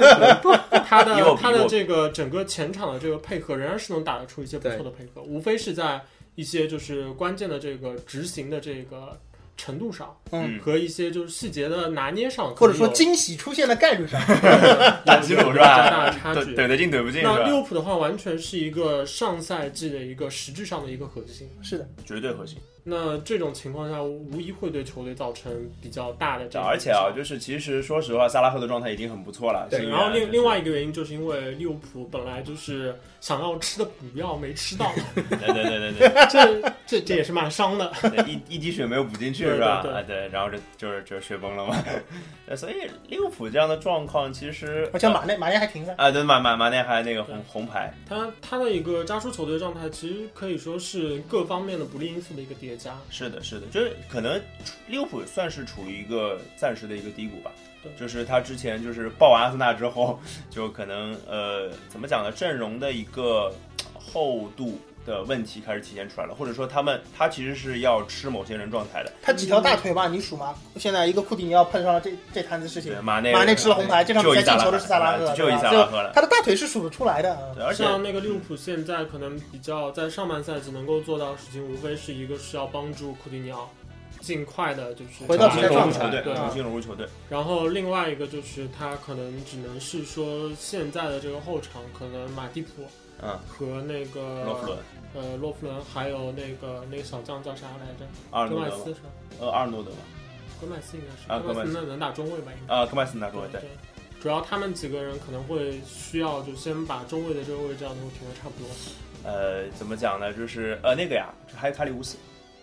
Speaker 4: 他
Speaker 1: 比我
Speaker 4: 的
Speaker 1: 比
Speaker 4: 他的
Speaker 1: 我
Speaker 4: 这个整个前场的这个配合，仍然是能打得出一些不错的配合，无非是在一些就是关键的这个执行的这个程度上，
Speaker 1: 嗯，
Speaker 4: 和一些就是细节的拿捏上，
Speaker 2: 或者说惊喜出现的概率上，
Speaker 1: 打基鲁是
Speaker 4: 加
Speaker 1: 吧？
Speaker 4: 大差
Speaker 1: 怼
Speaker 4: 距。
Speaker 1: 怼得进怼不进是
Speaker 4: 那利
Speaker 1: 吧？
Speaker 4: 物浦的话，完全是一个上赛季的一个实质上的一个核心。
Speaker 2: 是的，
Speaker 1: 绝对核心。
Speaker 4: 那这种情况下，无疑会对球队造成比较大的这个
Speaker 1: 而且啊
Speaker 4: 影，响
Speaker 1: 就是其实说实话，萨拉赫的状态已经很不错了。
Speaker 3: 对
Speaker 1: 新
Speaker 4: 然后
Speaker 1: 援
Speaker 4: 另
Speaker 1: 就是
Speaker 4: 另外一个原因就是因为利物浦本来就是想要吃的补药没吃到，
Speaker 1: 对对对对对
Speaker 4: 这这这也是蛮伤的。
Speaker 1: 对，一一滴血没有补进去
Speaker 4: 对
Speaker 1: 是吧？
Speaker 4: 对对
Speaker 1: 啊对，然后这就是就是血崩了嘛。 呃所以利物浦这样的状况其实
Speaker 2: 而且马内马内还停赛。
Speaker 1: 啊，对马马马内还那个红红牌，
Speaker 4: 他他的一个扎出球队状态，其实可以说是各方面的不利因素的一个叠加。
Speaker 1: 是的，是的，就是可能利物浦算是处于一个暂时的一个低谷吧
Speaker 4: 对。
Speaker 1: 就是他之前就是爆完阿森纳之后，就可能呃怎么讲呢？阵容的一个呃厚度的问题开始体现出来了，或者说他们他其实是要吃某些人状态的。
Speaker 2: 他几条大腿
Speaker 1: 嗯
Speaker 2: 吧，你数吗？现在一个库蒂尼奥碰上了这这摊子事情
Speaker 1: 对，，马内
Speaker 2: 马内吃了红牌，这场
Speaker 1: 就
Speaker 2: 比
Speaker 1: 一
Speaker 2: 赛
Speaker 1: 萨
Speaker 2: 进
Speaker 1: 拉
Speaker 2: 球
Speaker 1: 赫
Speaker 2: 的是萨拉赫，
Speaker 1: 就一
Speaker 2: 对吧
Speaker 1: 萨拉赫了。嗯
Speaker 2: 他的大腿是数得出来的。嗯
Speaker 1: 对，而且
Speaker 4: 像那个利物浦现在可能比较在上半赛季能够做到的事情，无非是一个是要帮助库蒂尼奥尽快的就是
Speaker 2: 回到比赛
Speaker 1: 重新融
Speaker 2: 状
Speaker 1: 入
Speaker 2: 态啊
Speaker 1: 球队，
Speaker 4: 对
Speaker 1: 重新融入球队。
Speaker 4: 然后另外一个就是他可能只能是说现在的这个后场，可能马蒂普
Speaker 1: 嗯，
Speaker 4: 和那个
Speaker 1: 洛夫伦、
Speaker 4: 呃洛夫伦，还有那个那个小将叫啥来着？
Speaker 1: 阿尔
Speaker 4: 戈
Speaker 1: 诺
Speaker 4: 麦
Speaker 1: 德
Speaker 4: 斯
Speaker 1: 吧，
Speaker 4: 是吧？
Speaker 1: 呃，阿尔诺德吧，
Speaker 4: 戈麦斯应该是，
Speaker 1: 啊
Speaker 4: 戈麦斯
Speaker 1: 戈
Speaker 4: 那能打中卫吧？应该。
Speaker 1: 啊，戈麦斯拿出来，对
Speaker 4: 对。主要他们几个人可能会需要，就先把中卫的这个位置要能够填的差不多。
Speaker 1: 呃，怎么讲呢？就是呃，那个呀，还有卡里乌斯，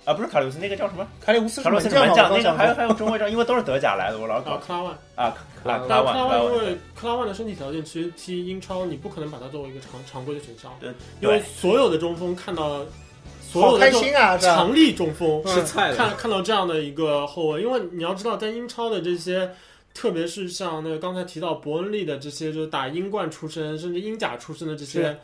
Speaker 1: 啊，不是卡里乌斯，那个叫什么？
Speaker 2: 卡里乌斯
Speaker 1: 卡
Speaker 2: 是
Speaker 1: 洛
Speaker 2: 门
Speaker 1: 斯
Speaker 2: 将
Speaker 1: 门
Speaker 2: 嘛，我
Speaker 1: 将，那
Speaker 2: 刚
Speaker 1: 个
Speaker 2: 想
Speaker 1: 还有
Speaker 2: 说，
Speaker 1: 还有中卫将，因为都是德甲来的，我老
Speaker 4: 然后
Speaker 1: 搞
Speaker 4: 克拉万，
Speaker 1: 啊，拉
Speaker 4: 然
Speaker 1: 拉
Speaker 4: 后
Speaker 1: 万
Speaker 4: 克拉
Speaker 1: 拉
Speaker 4: 万因
Speaker 1: 万
Speaker 4: 为，克拉万的身体条件，其实踢英超你不可能把他作为一个常常规的选项，
Speaker 1: 对
Speaker 4: 因为
Speaker 1: 对，
Speaker 4: 所有的中锋看到所
Speaker 2: 好
Speaker 4: 有的
Speaker 2: 开
Speaker 4: 中
Speaker 2: 心啊，是吧？
Speaker 4: 强力中锋
Speaker 2: 嗯
Speaker 3: 吃菜了，
Speaker 4: 看看到这样的一个后卫，因为你要知道，在英超的这些，特别是像那个刚才提到伯恩利的这些，就是打英冠出身，甚至英甲出身的这些，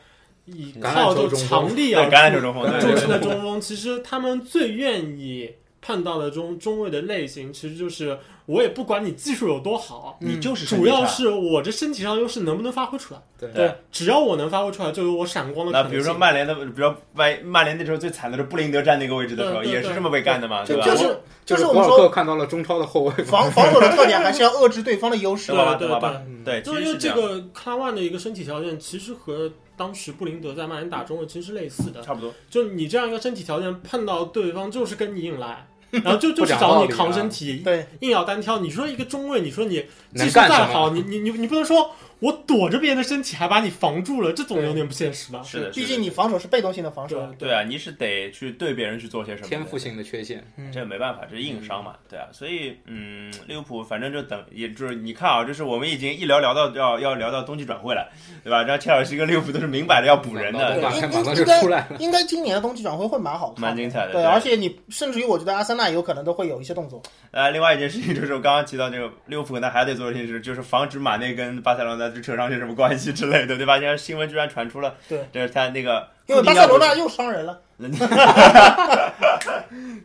Speaker 4: 以
Speaker 3: 橄榄
Speaker 4: 靠
Speaker 3: 球
Speaker 4: 就
Speaker 3: 中锋
Speaker 4: 强力
Speaker 1: 对
Speaker 4: 而
Speaker 1: 橄榄球中锋，
Speaker 3: 橄
Speaker 1: 对
Speaker 3: 榄球
Speaker 4: 著
Speaker 1: 对
Speaker 4: 称的中锋，其实他们最愿意看到的中中卫的类型，其实就是我也不管你技术有多好，
Speaker 1: 你就是身体
Speaker 4: 主要
Speaker 1: 差
Speaker 4: 是我这身体上优势能不能发挥出来。
Speaker 3: 对
Speaker 1: 对。
Speaker 4: 只要我能发挥出来，就有我闪光的可
Speaker 1: 那
Speaker 4: 能性。
Speaker 1: 比如说曼联的，比如说曼曼联那时候最惨的是布林德站那个位置的时候，
Speaker 4: 对对
Speaker 1: 也是这么被干的嘛，
Speaker 2: 就
Speaker 1: 吧？
Speaker 2: 就是就是我
Speaker 3: 博
Speaker 2: 们
Speaker 3: 尔
Speaker 2: 说
Speaker 3: 克看到了中超的后卫，
Speaker 2: 防防守的特点还是要遏制对方的优势
Speaker 1: 对。吧？
Speaker 4: 对
Speaker 1: 吧？
Speaker 4: 对
Speaker 1: 吧
Speaker 3: 嗯
Speaker 1: 对，其
Speaker 4: 就
Speaker 1: 实
Speaker 4: 因为
Speaker 1: 是
Speaker 4: 这
Speaker 1: 样，
Speaker 4: 个卡拉万的一个身体条件，其实和当时布林德在曼联打中卫其实是类似的。
Speaker 1: 差不多。
Speaker 4: 就你这样一个身体条件，碰到对方就是跟你硬来，然后就
Speaker 3: 不
Speaker 4: 就是
Speaker 3: 讲
Speaker 4: 找
Speaker 3: 道
Speaker 4: 你
Speaker 3: 理啊
Speaker 4: 扛身体，
Speaker 2: 对，
Speaker 4: 硬要单挑。你说一个中卫，你说你技
Speaker 3: 能
Speaker 4: 术
Speaker 3: 干
Speaker 4: 再
Speaker 3: 什么
Speaker 4: 好，你你你你不能说我躲着别人的身体还把你防住了，这总有点不现实吧？
Speaker 1: 是的，
Speaker 2: 毕
Speaker 1: 是
Speaker 2: 竟
Speaker 1: 的
Speaker 2: 你防守是被动性的防守，
Speaker 4: 对
Speaker 1: 对啊，你是得去对别人去做些什么的，
Speaker 3: 天赋性的缺陷，
Speaker 2: 嗯
Speaker 1: 这没办法，这是硬伤嘛，对啊，所以嗯，利物浦反正就等，也就是你看啊，就是我们已经一聊聊到要要聊到冬季转会了，对吧？然后切尔西跟利物浦都是明摆着要补人
Speaker 3: 对啊
Speaker 1: 的，
Speaker 3: 马
Speaker 2: 应
Speaker 3: 上马
Speaker 2: 应
Speaker 3: 上就
Speaker 2: 应该
Speaker 3: 出来
Speaker 2: 应该今年的冬季转会会蛮好
Speaker 1: 蛮
Speaker 2: 看的。
Speaker 1: 精彩的。
Speaker 2: 对，啊而且你甚至于我觉得阿森纳有可能都会有一些动作，
Speaker 1: 呃，另外一件事情就是我刚刚提到这个利物浦，呢，还得做的事情是，就是防止马内跟巴塞罗那这扯上些什么关系之类的，对吧？现在新闻居然传出了，
Speaker 2: 对，
Speaker 1: 就是他那个
Speaker 2: 因为巴塞罗那又伤人了，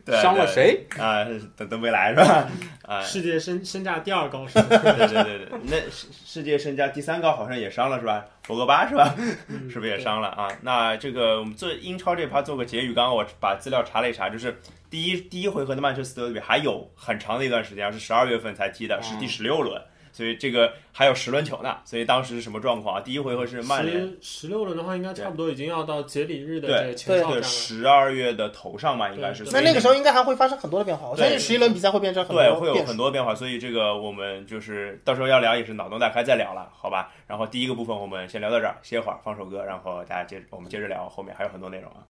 Speaker 1: 对
Speaker 3: 伤了
Speaker 1: 对
Speaker 3: 谁？
Speaker 1: 啊？等等未来是吧？啊，
Speaker 4: 世界身身价第二高是 吧？
Speaker 1: 对对对对，那世世界身价第三高好像也伤了是吧？博格巴是吧？
Speaker 4: 嗯
Speaker 1: 是不是也？伤了啊？那这个我们做英超这趴做个结语，刚刚我把资料查了一查，就是第一第一回合的曼彻斯特德比还有很长的一段时间，是十二月份才踢
Speaker 2: 嗯
Speaker 1: 的，是第十六轮，所以这个还有十轮球呢。所以当时是什么状况啊？第一回合是曼联。
Speaker 4: 十十六轮的话，应该差不多已经要到节礼日的
Speaker 1: 对
Speaker 4: 这个前哨
Speaker 1: 这
Speaker 4: 战
Speaker 1: 个
Speaker 4: 了。
Speaker 1: 十二月的头上嘛，应该是。
Speaker 4: 对
Speaker 1: 所
Speaker 2: 那
Speaker 1: 以
Speaker 2: 那个时候应该还会发生很多的变化。我相信
Speaker 1: 对
Speaker 2: 十一轮比赛会变成很
Speaker 1: 对，
Speaker 2: 多
Speaker 1: 会有
Speaker 2: 变
Speaker 1: 很
Speaker 2: 数。
Speaker 1: 多变化，所以这个我们就是到时候要聊也是脑洞大开再聊了，好吧？然后第一个部分我们先聊到这儿，歇会儿，放首歌，然后大家接着我们接着聊，后面还有很多内容啊。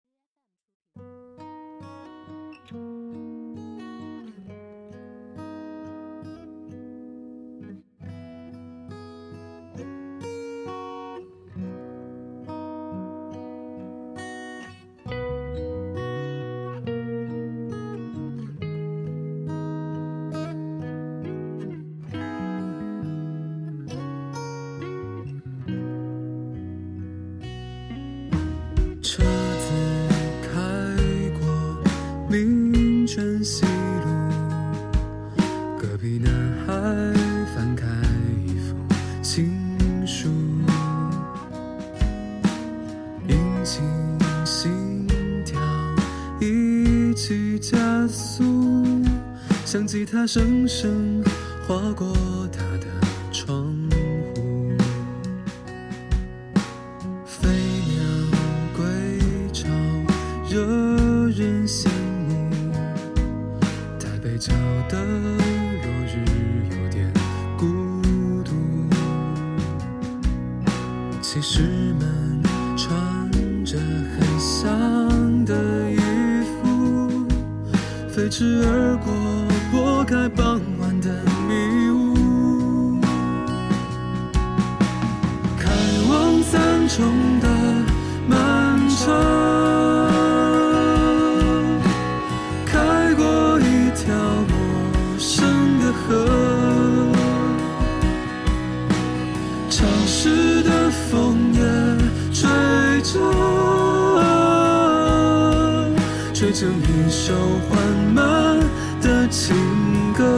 Speaker 5: Thank 像吉他声声划过他的窗户。飞鸟归巢，惹人羡慕。台北桥的落日有点孤独。骑士们穿着很像的衣服，飞驰而过，拨开傍晚的迷雾。开往三重的漫长，开过一条陌生的河，潮湿的风也吹着，吹成一首缓慢的情歌。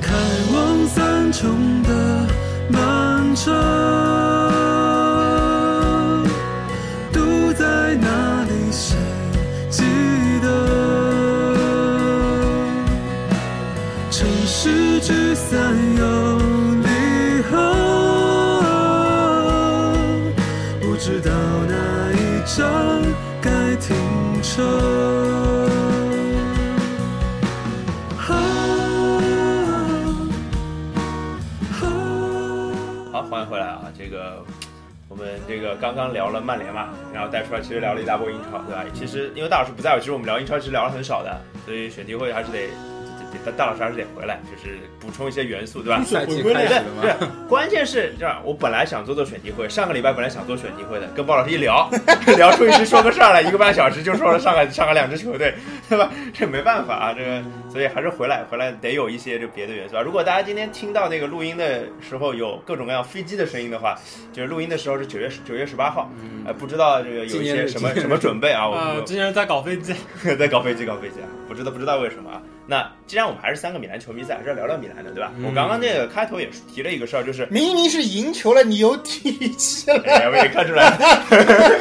Speaker 5: 开往三重的漫长，路在哪里？谁记得？城市聚散又离合，不知道哪一站该停车。啊啊
Speaker 1: 好，欢迎回来啊！这个我们这个刚刚聊了曼联嘛，然后带出来其实聊了一大波英超，对吧？其实因为大老师不在，其实我们聊英超其实聊了很少的，所以选题会还是得。大大老师还是得回来，就是补充一些元素，对 吧？
Speaker 3: 赛季
Speaker 4: 回归
Speaker 3: 开
Speaker 4: 了
Speaker 3: 始
Speaker 1: 对
Speaker 3: 了吗？
Speaker 1: 对， 关键是这样，我本来想做做选题会，上个礼拜本来想做选题会的，跟鲍老师一聊， 聊出一支说个事儿来，一个半小时就说了上海上海两支球队，对吧？ 这没办法啊，这个所以还是回来回来得有一些这别的元素啊。如果大家今天听到那个录音的时候有各种各样飞机的声音的话，就是录音的时候是九月九月十八号，
Speaker 3: 嗯
Speaker 1: 呃，不知道这个有一些什么什么准备啊，我们
Speaker 4: 呃，之前是在搞飞 机，
Speaker 1: 在搞飞机，搞飞机啊！不知道不知道为什么啊？那既然我们还是三个米兰球迷在，还是要聊聊米兰的，对吧？
Speaker 3: 嗯
Speaker 1: 我刚刚那个开头也是提了一个事儿，就是
Speaker 2: 明明是赢球了，你有底气了。
Speaker 1: 哎，我也看出来了，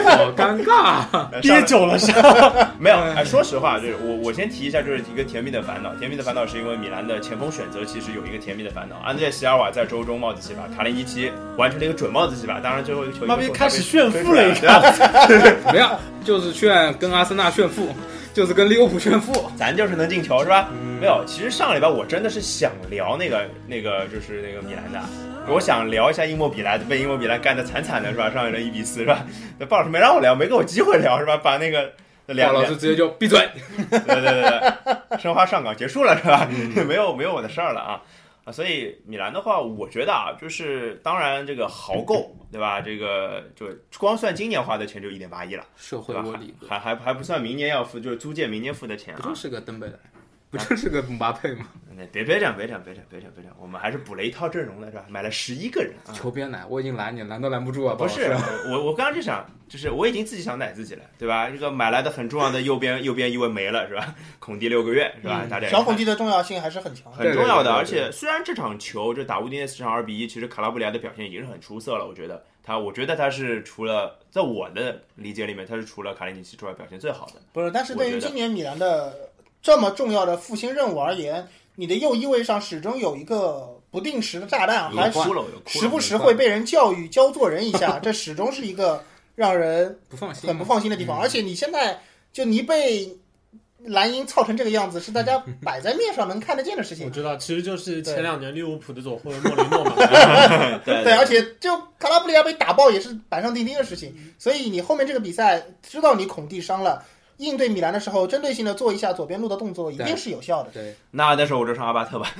Speaker 3: 好尴尬，
Speaker 1: 呃上
Speaker 4: 憋久了是吧？
Speaker 1: 没有？哎，说实话，就是我我先提一下，就是一个甜蜜的烦恼。甜蜜的烦恼是因为米兰的前锋选择其实有一个甜蜜的烦恼，安切希尔瓦在周中帽子戏法，卡林尼奇完成了一个准帽子戏法，当然最后一个球
Speaker 4: 妈
Speaker 1: 被
Speaker 4: 逼
Speaker 1: 送
Speaker 4: 开始炫富了
Speaker 1: 被吹出来对吧
Speaker 3: 没有，就是炫跟阿森纳炫富，就是跟利物浦炫富。
Speaker 1: 咱就是能进球是吧？
Speaker 4: 嗯
Speaker 1: 没有，其实上个礼拜我真的是想聊那个那个就是那个米兰的，我想聊一下伊莫比莱被伊莫比莱干的惨惨的是吧？上一轮一比四是吧？那鲍老师没让我聊，没给我机会聊是吧？把那个
Speaker 3: 鲍
Speaker 1: 两
Speaker 3: 老
Speaker 1: 两
Speaker 3: 师直接就闭嘴。
Speaker 1: 对对对对， 申花上港结束了是吧？ 没有没有我的事儿了啊啊！所以米兰的话，我觉得啊，就是当然这个豪购对吧？这个就光算今年花的钱就一点八亿了，
Speaker 3: 社会
Speaker 1: 对吧
Speaker 3: 我理？
Speaker 1: 还还还不算明年要付就是租借明年付的钱
Speaker 3: 不
Speaker 1: 啊，
Speaker 3: 就是个登贝莱，不就是个姆巴佩吗？
Speaker 1: 那别别这样，别这样，别这样，别这样，别这样，我们还是补了一套阵容的是吧？买了十一个人啊。
Speaker 3: 求别奶，我已经拦你，拦都拦不住啊！
Speaker 1: 不是
Speaker 3: 鲍老师，
Speaker 1: 我，我刚刚就想，就是我已经自己想奶自己了，对吧？这个买来的很重要的右边右边一位没了，是吧？ 孔蒂六个月，是吧？大家也
Speaker 2: 小孔
Speaker 1: 看
Speaker 2: 蒂的重要性还是很强的。
Speaker 1: 很重要的。
Speaker 3: 对
Speaker 1: 而
Speaker 3: 对对对
Speaker 1: 且虽然这场球就打乌迪内斯这场二比一，其实卡拉布里亚的表现已经是很出色了，我觉得他，我觉得他是除了在我的理解里面，他是除了卡林尼奇之外表现最好的。
Speaker 2: 不是，但是
Speaker 1: 我
Speaker 2: 对
Speaker 1: 觉
Speaker 2: 于
Speaker 1: 得
Speaker 2: 今年米兰的这么重要的复兴任务而言，你的右翼位上始终有一个不定时的炸弹，还
Speaker 1: 有
Speaker 2: 是
Speaker 1: 哭了，我有哭
Speaker 2: 啊时
Speaker 1: 了。
Speaker 2: 不时会被人教育教做人一 下，这始终是一个让人
Speaker 3: 不放心啊
Speaker 2: 很不，放心的地
Speaker 3: 嗯
Speaker 2: 方。而且你现在就你被蓝鹰操成这个样子，是大家摆在面上能看得见的事
Speaker 4: 我
Speaker 2: 情。
Speaker 4: 知道，其实就是
Speaker 2: 对
Speaker 4: 前两年利物浦的左后卫莫雷 诺嘛，
Speaker 1: 对
Speaker 2: 对，而且就卡拉布里亚被打爆也是板上钉钉的事情。
Speaker 3: 嗯
Speaker 2: 所以你后面这个比赛，知道你孔蒂伤了，应对米兰的时候，针对性的做一下左边路的动作，一定是有效的。
Speaker 3: 对，
Speaker 1: 那那时候我就上阿巴特吧，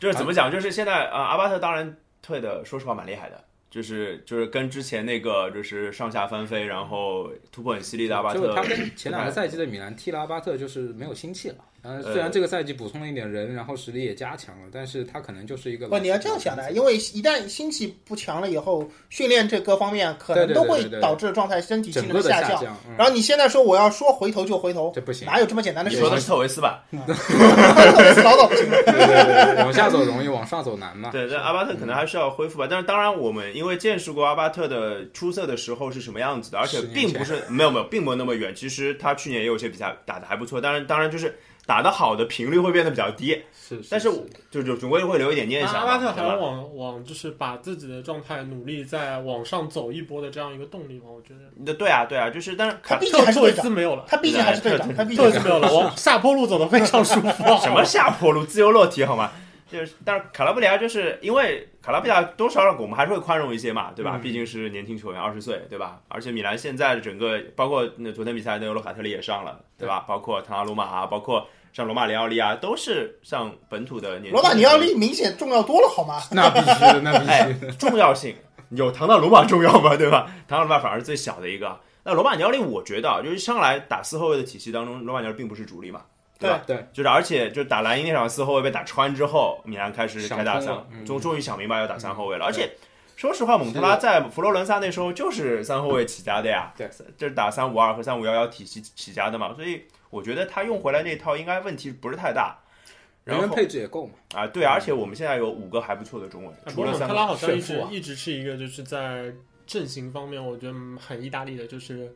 Speaker 1: 就是怎么讲，就是现在啊、呃阿巴特当然退的，说实话蛮厉害的，就是就是跟之前那个就是上下翻飞，然后突破很犀利的阿巴
Speaker 3: 就是
Speaker 1: 特
Speaker 3: 他，跟前两个赛季的米兰踢了阿巴特，就是没有心气了。呃，虽然这个赛季补充了一点人，然后实力也加强了，但是他可能就是一个
Speaker 2: 哦不，你要这样想的，因为一旦心气不强了以后，训练这各方面可能
Speaker 3: 对对
Speaker 2: 都
Speaker 3: 对
Speaker 2: 会
Speaker 3: 对对
Speaker 2: 导致状态、身体机
Speaker 3: 整
Speaker 2: 能
Speaker 3: 个的
Speaker 2: 下
Speaker 3: 降， 嗯
Speaker 2: 然后你现在说我要说回头就回头，
Speaker 3: 这不行
Speaker 2: 哪有这么简单的
Speaker 1: 你
Speaker 2: 事
Speaker 1: 说
Speaker 2: 情？
Speaker 1: 的是特维斯吧？
Speaker 2: 老早不行了。
Speaker 3: 对对对对往下走容易，往上走难嘛。
Speaker 1: 对，但阿巴特可能还需要恢复吧。但是当然，我们因为见识过阿巴特的出色的时候是什么样子的，而且
Speaker 3: 十年
Speaker 1: 并不是没有没有，并没有那么远。其实他去年也有些比赛打的还不错，当然当然就是打的好的频率会变得比较低，
Speaker 3: 是，
Speaker 1: 但是就就总归会留一点念想
Speaker 4: 阿
Speaker 1: 吧。
Speaker 4: 巴特还
Speaker 1: 对吧
Speaker 4: 要往往就是把自己的状态努力再往上走一波的这样一个动力吧，我觉得。
Speaker 1: 对对啊对啊，就是但是
Speaker 2: 他
Speaker 1: 看
Speaker 2: 毕竟
Speaker 4: 特
Speaker 2: 还是
Speaker 4: 特维
Speaker 2: 队
Speaker 4: 斯
Speaker 2: 长，
Speaker 4: 没有了，
Speaker 2: 他毕竟还是队长，他毕
Speaker 4: 特维
Speaker 2: 竟
Speaker 4: 斯没有了，往下坡路走的非常舒服。啊
Speaker 1: 什么下坡路、自由落体好吗？就是，但是卡拉布里亚就是因为卡拉布里亚多少让我们还是会宽容一些嘛，对吧？
Speaker 2: 嗯
Speaker 1: 毕竟是年轻球员，二十岁，对吧？而且米兰现在的整个，包括那昨天比赛那个洛卡特利也上了，对吧？包括唐纳鲁马啊，包括像罗马里奥利啊，都是像本土的年轻
Speaker 2: 罗马尼奥利明显重要多了，好吗？
Speaker 3: 那必须的，那必
Speaker 1: 哎
Speaker 3: 须的。
Speaker 1: 重要性有唐纳鲁马重要吗？对吧？唐纳鲁马反而是最小的一个。那罗马尼奥利，我觉得啊，就是上来打四后卫的体系当中，罗马尼奥利并不是主力嘛，对吧？
Speaker 3: 对，
Speaker 1: 就是而且就打蓝鹰那场四后卫被打穿之后，米兰开始
Speaker 3: 想
Speaker 1: 改打
Speaker 3: 通
Speaker 1: 三
Speaker 3: 了，嗯
Speaker 1: 终终于想明白要打三后卫了。
Speaker 3: 嗯
Speaker 1: 而且说实话，蒙特拉在佛罗伦萨那时候就是三后卫起家的呀，
Speaker 3: 对，
Speaker 1: 就是打三五二和三五幺幺体系起家的嘛，所以我觉得他用回来那套应该问题不是太大。然
Speaker 3: 人员
Speaker 1: 后
Speaker 3: 配置也够嘛。
Speaker 1: 啊，对啊，而且我们现在有五个还不错的中卫，
Speaker 4: 啊
Speaker 1: 除
Speaker 4: 不过
Speaker 1: 了
Speaker 4: 蒙
Speaker 1: 三
Speaker 4: 特
Speaker 1: 个
Speaker 4: 拉好像一
Speaker 3: 炫
Speaker 4: 直
Speaker 3: 富啊
Speaker 4: 一直是一个就是在阵型方面，我觉得很意大利的，就是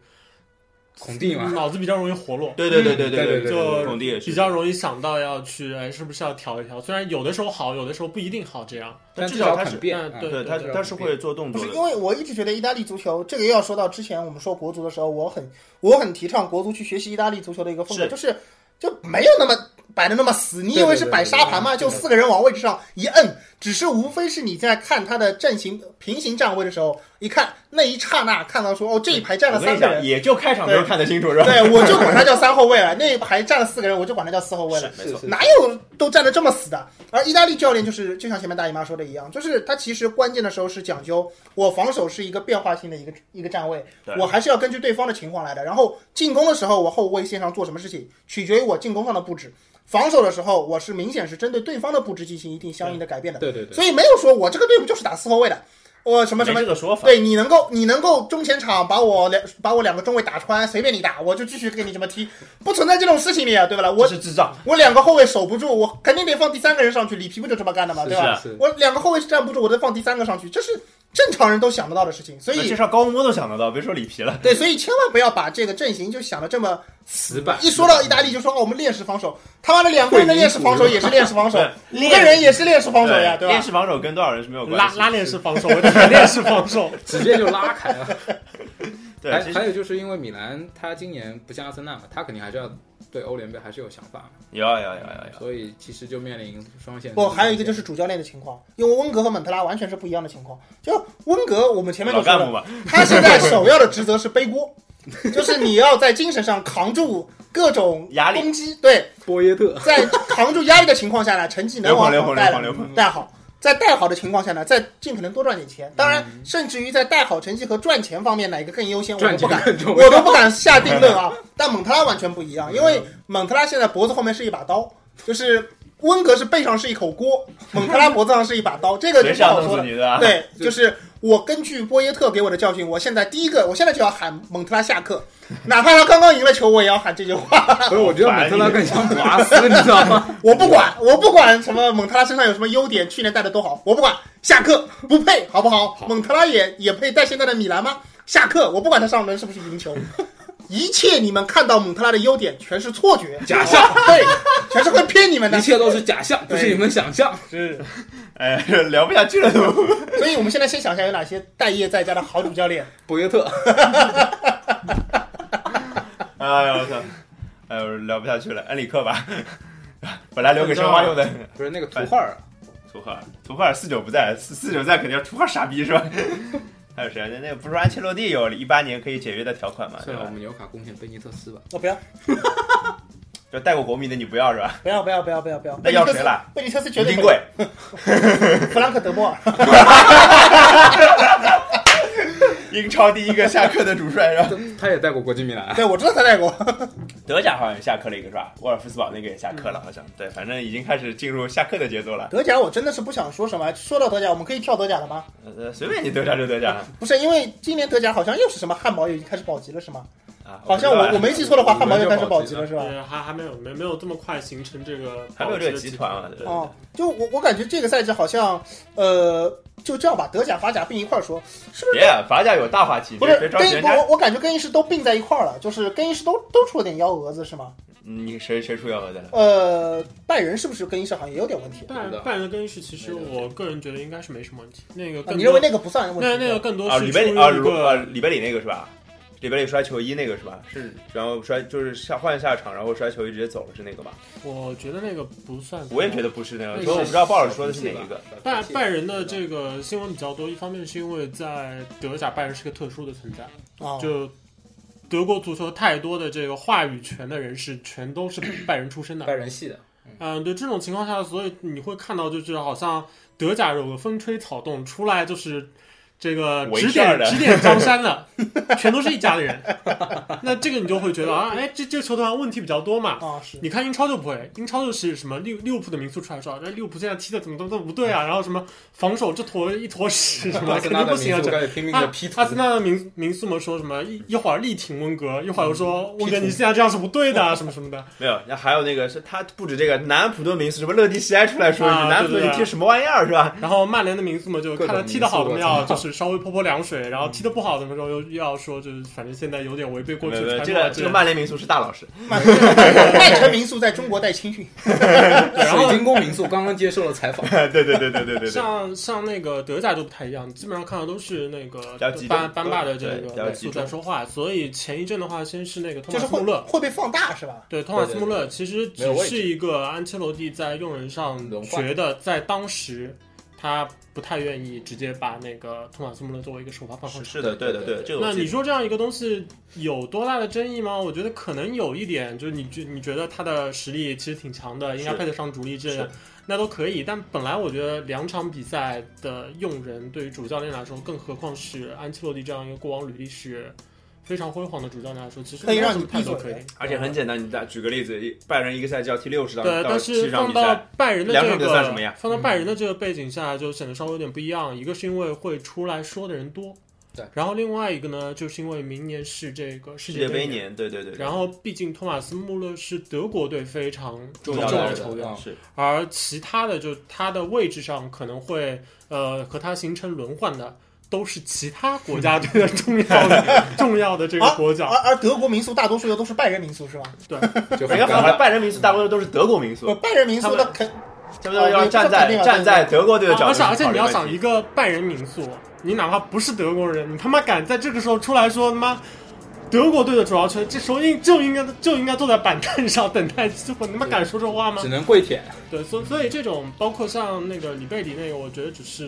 Speaker 3: 孔蒂嘛，
Speaker 4: 脑子比较容易活络，
Speaker 1: 对对对对
Speaker 3: 对
Speaker 1: 对对，
Speaker 3: 对
Speaker 4: 就
Speaker 1: 孔蒂也是
Speaker 4: 比较容易想到要去哎，是不是要调一调？虽然有的时候好，有的时候不一定好，这样
Speaker 1: 但
Speaker 3: 但
Speaker 1: 至
Speaker 3: 至
Speaker 1: 少
Speaker 3: 少
Speaker 1: 他是
Speaker 3: 肯变。
Speaker 4: 嗯
Speaker 3: 啊
Speaker 4: 对
Speaker 1: 对他
Speaker 3: 至少
Speaker 1: 他
Speaker 3: 肯
Speaker 1: 是
Speaker 3: 变
Speaker 1: 会做动
Speaker 2: 不
Speaker 1: 作
Speaker 2: 是，
Speaker 1: 的
Speaker 2: 因。为我一直觉得意大利足球这个又要说到之前我们说国足的时候，我很我很提倡国足去学习意大利足球的一个风格，
Speaker 1: 是
Speaker 2: 就是就没有那么摆的那么死。你以为是摆沙盘吗？
Speaker 3: 对对对对
Speaker 2: 就
Speaker 3: 对
Speaker 2: 四个人往位置上一摁，只是无非是你在看他的阵型平行站位的时候，一看那一刹那看到说哦这一排站
Speaker 1: 我
Speaker 2: 了
Speaker 1: 跟
Speaker 2: 三
Speaker 1: 你
Speaker 2: 个
Speaker 1: 讲，
Speaker 2: 人，
Speaker 1: 也就开场时候
Speaker 2: 对
Speaker 1: 看得清楚是吧？
Speaker 2: 对我就管他叫三后卫了，那一排站了四个人，我就管他叫四后卫了。
Speaker 1: 没错
Speaker 3: 是是
Speaker 2: 哪有都站得这么死的？而意大利教练就是就像前面大姨妈说的一样，就是他其实关键的时候是讲究我防守是一个变化性的一个一个站位
Speaker 1: 对，
Speaker 2: 我还是要根据对方的情况来的。然后进攻的时候，我后卫线上做什么事情，取决于我进攻上的布置。防守的时候，我是明显是针对对方的布置进行一定相应的改变的，
Speaker 3: 嗯对对对，
Speaker 2: 所以没有说我这个队伍就是打四后卫的，我什么什
Speaker 1: 没
Speaker 2: 么
Speaker 1: 这个说法。
Speaker 2: 对你能够，你能够中前场把我两把我两个中卫打穿，随便你打，我就继续给你这么踢，不存在这种事情的呀，对吧？
Speaker 1: 这
Speaker 2: 我
Speaker 1: 是智障，
Speaker 2: 我两个后卫守不住，我肯定得放第三个人上去，里皮不就这么干的嘛，
Speaker 3: 是
Speaker 2: 对
Speaker 1: 啊
Speaker 2: 吧？
Speaker 3: 是是
Speaker 2: 我两个后卫站不住，我再放第三个上去，这是正常人都想得到的事情，所
Speaker 1: 那介
Speaker 2: 以。
Speaker 1: 绍高洪波都想得到，别说里皮了。
Speaker 2: 对，所以千万不要把这个阵型就想的这么
Speaker 3: 死板。
Speaker 2: 一说到意大利就说哦，我们练式防守，他妈的两个人的练式防守也是练式防守，
Speaker 1: 对
Speaker 2: 五个人也是练式防守呀，
Speaker 1: 对
Speaker 2: 对吧
Speaker 1: 练？式防守跟多少人是没有关
Speaker 4: 拉
Speaker 1: 系。
Speaker 4: 拉链 式防守，我铁链式 防守，
Speaker 3: 直接就拉开了。
Speaker 1: 对，
Speaker 3: 还
Speaker 1: 其实
Speaker 3: 还有就是因为米兰他今年不像阿森纳嘛，他肯定还是要对欧联杯还是有想法嘛，
Speaker 1: 有有有有有。
Speaker 3: 所以其实就面临双线。
Speaker 2: 不，还有一个就是主教练的情况，因为温格和蒙特拉完全是不一样的情况。就温格，我们前面
Speaker 1: 老
Speaker 2: 都说
Speaker 1: 干部
Speaker 2: 了，
Speaker 1: 嘛，
Speaker 2: 他现在首要的职责是背锅，就是你要在精神上扛住各种
Speaker 1: 压力
Speaker 2: 攻击，对，
Speaker 3: 波耶特，
Speaker 2: 在扛住压力的情况下呢，成绩能
Speaker 1: 刘鹏
Speaker 2: 往
Speaker 1: 刘鹏
Speaker 2: 好
Speaker 1: 刘
Speaker 2: 带
Speaker 1: 鹏刘鹏
Speaker 2: 带好，在带好的情况下呢，再尽可能多赚点钱。当然，甚至于在带好成绩和赚钱方面哪个更优先，我
Speaker 3: 嗯赚
Speaker 2: 都不敢，
Speaker 3: 钱更重要。嗯
Speaker 2: 我都不敢下定论 啊。但蒙特拉完全不一样，因为蒙特拉现在脖子后面是一把刀，就是温格是背上是一口锅，蒙特拉脖子上是一把刀，这个就
Speaker 1: 谁
Speaker 2: 不
Speaker 1: 想
Speaker 2: 好
Speaker 1: 弄
Speaker 2: 说
Speaker 1: 死
Speaker 2: 了
Speaker 1: 你。啊对
Speaker 3: 啊
Speaker 1: 吧？
Speaker 2: 对，就是我根据波耶特给我的教训，我现在第一个，我现在就要喊蒙特拉下 课，哪怕他刚刚赢了球，我也要喊这句话。
Speaker 3: 所以我觉得蒙特拉更像瓦斯，你知道 吗？
Speaker 2: 我不管，我不管什么蒙特拉身上有什么优点，去年带的多好，我不管，下课不配，好不好？蒙特拉也也配带现在的米兰吗？下课，我不管他上轮是不是赢球， 一切你们看到蒙特拉的优点全是错觉，
Speaker 3: 假象，
Speaker 2: 对，全是会骗你们的
Speaker 3: 一。切都是假象，不是你们想象。
Speaker 4: 是
Speaker 1: 哎， 聊不下去了都。
Speaker 2: 所以我们现在先想一下有哪些待业在家的好主教练。
Speaker 3: 波耶特，
Speaker 1: 哎呦我操！哎呦，聊不下去了。恩里克吧， 本来留给申花用的。
Speaker 3: 不是那个
Speaker 1: 哎
Speaker 3: 图画儿，
Speaker 1: 图赫尔，图赫尔四九不在，四四九在肯定是图赫尔傻逼是吧？ 还有谁啊？那那个不是安切洛蒂有一八年可以解约的条款嘛？
Speaker 2: 啊
Speaker 1: 对
Speaker 3: 算了，我
Speaker 1: 吧？
Speaker 3: 们纽卡贡献贝尼特斯吧。
Speaker 2: 我不要，
Speaker 1: 就带过国民的你不要是吧？
Speaker 2: 不要，不要，不要，不要，不要。
Speaker 1: 那要谁了？
Speaker 2: 贝尼特斯
Speaker 1: 一
Speaker 2: 绝对
Speaker 1: 定
Speaker 2: 不
Speaker 1: 贵。
Speaker 2: 弗兰克德波尔。
Speaker 1: 英超第一个下课的主帅是吧？
Speaker 3: 他也带过国际米兰，
Speaker 2: 对，我知道他带过，
Speaker 1: 德甲好像也下课了一个是吧？沃尔夫斯堡那个也下课了，好像对，反正已经开始进入下课的节奏了。
Speaker 2: 德甲我真的是不想说什么。说到德甲，我们可以跳德甲了吗？
Speaker 1: 呃，随便你德甲就德甲
Speaker 4: 啊
Speaker 2: 不是，因为今年德甲好像又是什么汉堡也已经开始保级了，是吗？
Speaker 1: 啊，
Speaker 2: 好像
Speaker 1: 不知道
Speaker 2: 我
Speaker 1: 啊
Speaker 2: 我没记错的话，汉堡又开始保级
Speaker 3: 我
Speaker 2: 了，
Speaker 3: 们
Speaker 2: 是吧？
Speaker 4: 对还还没有没没有这么快形成这个
Speaker 1: 还没有这个
Speaker 4: 保级的嗯
Speaker 1: 集团啊对
Speaker 2: 哦，就我我感觉这个赛季好像，呃，就这样吧，德甲、法甲并一块儿说，是不是？
Speaker 1: 别法甲有大话题，
Speaker 2: 不
Speaker 1: 别
Speaker 2: 是
Speaker 1: 别着
Speaker 2: 更
Speaker 1: 急
Speaker 2: 衣
Speaker 1: 人
Speaker 2: 不，
Speaker 1: 家
Speaker 2: 我我感觉更衣室都并在一块儿了，就是更衣室都都出了点幺蛾子，是吗？
Speaker 1: 嗯你谁谁出幺蛾子了？
Speaker 2: 呃，拜仁是不是更衣室好像也有点问题？
Speaker 4: 拜
Speaker 3: 对的
Speaker 4: 仁拜仁的更衣室，其实
Speaker 3: 没问题
Speaker 4: 我个人觉得应该是没什么问题。那个
Speaker 2: 啊
Speaker 4: 更
Speaker 2: 你认为
Speaker 4: 多
Speaker 2: 那个不算问题？
Speaker 4: 那那个更多
Speaker 1: 啊，
Speaker 4: 是
Speaker 1: 里
Speaker 4: 出
Speaker 1: 贝
Speaker 4: 于
Speaker 1: 里啊，
Speaker 4: 一
Speaker 1: 如呃
Speaker 4: 个
Speaker 1: 里贝里那个是吧？里贝里摔球衣那个是吧？是然后摔就是下换下场，然后摔球衣直接走了是那个吧？
Speaker 4: 我觉得那个不算。
Speaker 1: 我也觉得。不是那个，所
Speaker 4: 那是
Speaker 1: 以我不知道鲍老师说的是哪一个。
Speaker 4: 拜拜仁的这个新闻比较多，一方面是因为在德甲，拜仁是个特殊的存在，
Speaker 2: 啊，
Speaker 4: 就德国足球太多的这个话语权的人士全都是拜仁出身的
Speaker 3: 拜。仁系的，
Speaker 4: 嗯，对这种情况下，所以你会看到，就是好像德甲有个风吹草动出来，就是这个
Speaker 1: 围
Speaker 4: 指
Speaker 1: 事儿
Speaker 4: 点
Speaker 1: 的
Speaker 4: 指点江山的，全都是一家的人。 那这个你就会觉得啊，哎，这这个球团问题比较多嘛。
Speaker 2: 啊是
Speaker 4: 你看英超就不会，英超就是什么利利物浦的名宿出来说，哎，利物浦现在踢的怎么都都不对啊，然后什么防守这坨一坨屎什么，
Speaker 3: 嗯阿
Speaker 4: 肯
Speaker 3: 森
Speaker 4: 定
Speaker 3: 纳
Speaker 4: 不
Speaker 3: 的
Speaker 4: 行啊
Speaker 3: 民，
Speaker 4: 这
Speaker 3: 宿开始拼命
Speaker 4: 啊
Speaker 3: 的 P 图
Speaker 4: 阿，森纳的民民宿们说什么一一会儿力挺温格，一会儿又
Speaker 3: 嗯
Speaker 4: 说温格你现在这样是不对的啊，什么什么的。
Speaker 1: 没有，那还有那个是他不止这个南安普顿名宿什么乐迪西埃出来说一句，
Speaker 4: 啊
Speaker 1: 南安普顿
Speaker 4: 对对
Speaker 1: 你
Speaker 4: 对
Speaker 1: 踢什么玩意儿是吧？
Speaker 4: 然后曼联的民宿嘛，就
Speaker 3: 各
Speaker 4: 看他
Speaker 3: 种
Speaker 4: 踢得好
Speaker 3: 民
Speaker 4: 怎
Speaker 3: 宿啊
Speaker 4: 么
Speaker 3: 我
Speaker 4: 样，
Speaker 3: 操
Speaker 4: 就是稍微泼泼凉水，然后踢得不好的时候又又要说，就是反正现在有点违背过
Speaker 1: 没
Speaker 4: 去
Speaker 1: 有没有，
Speaker 4: 传
Speaker 1: 这
Speaker 4: 统啊
Speaker 1: 个
Speaker 4: 之
Speaker 1: 这
Speaker 4: 类
Speaker 1: 个
Speaker 4: 的。
Speaker 1: 曼联名宿是大老师，
Speaker 2: 曼曼城民宿在中国带青训，
Speaker 3: 水晶宫民宿刚刚接受了采访，
Speaker 1: 对对对对对对对对。
Speaker 4: 像像那个德甲就不太一样，基本上看到都是那个
Speaker 1: 较集中
Speaker 4: 班班霸的这
Speaker 1: 对
Speaker 4: 个
Speaker 1: 比较
Speaker 4: 民
Speaker 1: 集
Speaker 4: 宿
Speaker 1: 中
Speaker 4: 在说话，所以前一阵的话，先是那个托
Speaker 2: 就
Speaker 4: 马
Speaker 2: 是
Speaker 4: 斯
Speaker 2: 会
Speaker 4: 穆勒，
Speaker 2: 会被放大是吧？
Speaker 4: 对，托马斯
Speaker 3: 对对
Speaker 4: 穆勒
Speaker 3: 对
Speaker 4: 其实
Speaker 3: 没有
Speaker 4: 只
Speaker 3: 位置
Speaker 4: 是一个安切洛蒂在用人上
Speaker 3: 轮换
Speaker 4: 觉得在当时他不太愿意直接把那个托马斯穆勒作为一个首发放上
Speaker 1: 是是
Speaker 4: 场。
Speaker 1: 的，对的对的，这个
Speaker 4: 那
Speaker 1: 我记
Speaker 4: 你
Speaker 1: 得
Speaker 4: 说这样一个东西有多大的争议吗？我觉得可能有一点，就是你觉你觉得他的实力其实挺强的，应该
Speaker 1: 是
Speaker 4: 配得上主力阵
Speaker 1: 是，
Speaker 4: 那都可以。但本来我觉得两场比赛的用人对于主教练来说，更何况是安切洛蒂这样一个过往履历是非常辉煌的主教练来说，其实
Speaker 2: 可以让你
Speaker 4: 没有什么太多
Speaker 2: 闭
Speaker 4: 可
Speaker 2: 嘴
Speaker 4: 以。
Speaker 1: 而且很简单，你再举个例子，一拜仁一个赛季要踢六十场
Speaker 4: 对，
Speaker 1: 到
Speaker 4: 但
Speaker 1: 七
Speaker 4: 是
Speaker 1: 十场
Speaker 4: 放
Speaker 1: 比
Speaker 4: 到
Speaker 1: 赛，
Speaker 4: 拜仁的
Speaker 1: 两
Speaker 4: 这
Speaker 1: 场比
Speaker 4: 个
Speaker 1: 赛什么呀嗯
Speaker 4: 放到拜仁的这个背景下，就显得稍微有点不一样。一个是因为会出来说的人多，
Speaker 3: 对
Speaker 4: 然后另外一个呢，就是因为明年是这个世
Speaker 1: 世界杯
Speaker 4: 杯。
Speaker 1: 年，对对对，
Speaker 4: 然后，毕竟托马斯穆勒是德国队非常
Speaker 1: 重
Speaker 4: 重
Speaker 1: 要
Speaker 4: 要
Speaker 1: 的
Speaker 4: 的
Speaker 1: 人
Speaker 4: 球员，
Speaker 3: 啊
Speaker 1: 嗯是
Speaker 4: 而其他的就他的位置上可能会呃和他形成轮换的，都是其他国家队的重 要的重要的这个国
Speaker 1: 啊
Speaker 4: 脚。
Speaker 2: 啊而而德国民宿大多数又都是拜仁民宿是吧？
Speaker 3: 就
Speaker 1: 人
Speaker 3: 很
Speaker 1: 家反
Speaker 3: 尴
Speaker 1: 而
Speaker 3: 尬。
Speaker 1: 拜仁民宿大多数都是德国民
Speaker 4: 哦
Speaker 2: 不，
Speaker 1: 宿，
Speaker 2: 拜仁民宿
Speaker 1: 他
Speaker 2: 的
Speaker 1: 们
Speaker 2: 肯
Speaker 1: 他们都要站
Speaker 2: 哦
Speaker 1: 在
Speaker 2: 也不是肯定啊
Speaker 1: 站在德国队的角
Speaker 4: 而
Speaker 1: 度去
Speaker 4: 且
Speaker 1: 考
Speaker 4: 啊而
Speaker 1: 虑问题。
Speaker 4: 且你要想一个拜仁民宿，你哪怕不是德国人，你他妈敢在这个时候出来说他妈德国队的主要球员，这时候应就应该就应该坐在板凳上等待机会，你他妈敢说这话吗
Speaker 3: 只？能跪舔，
Speaker 4: 对，所所以这种包括像那个里贝里那个，我觉得只是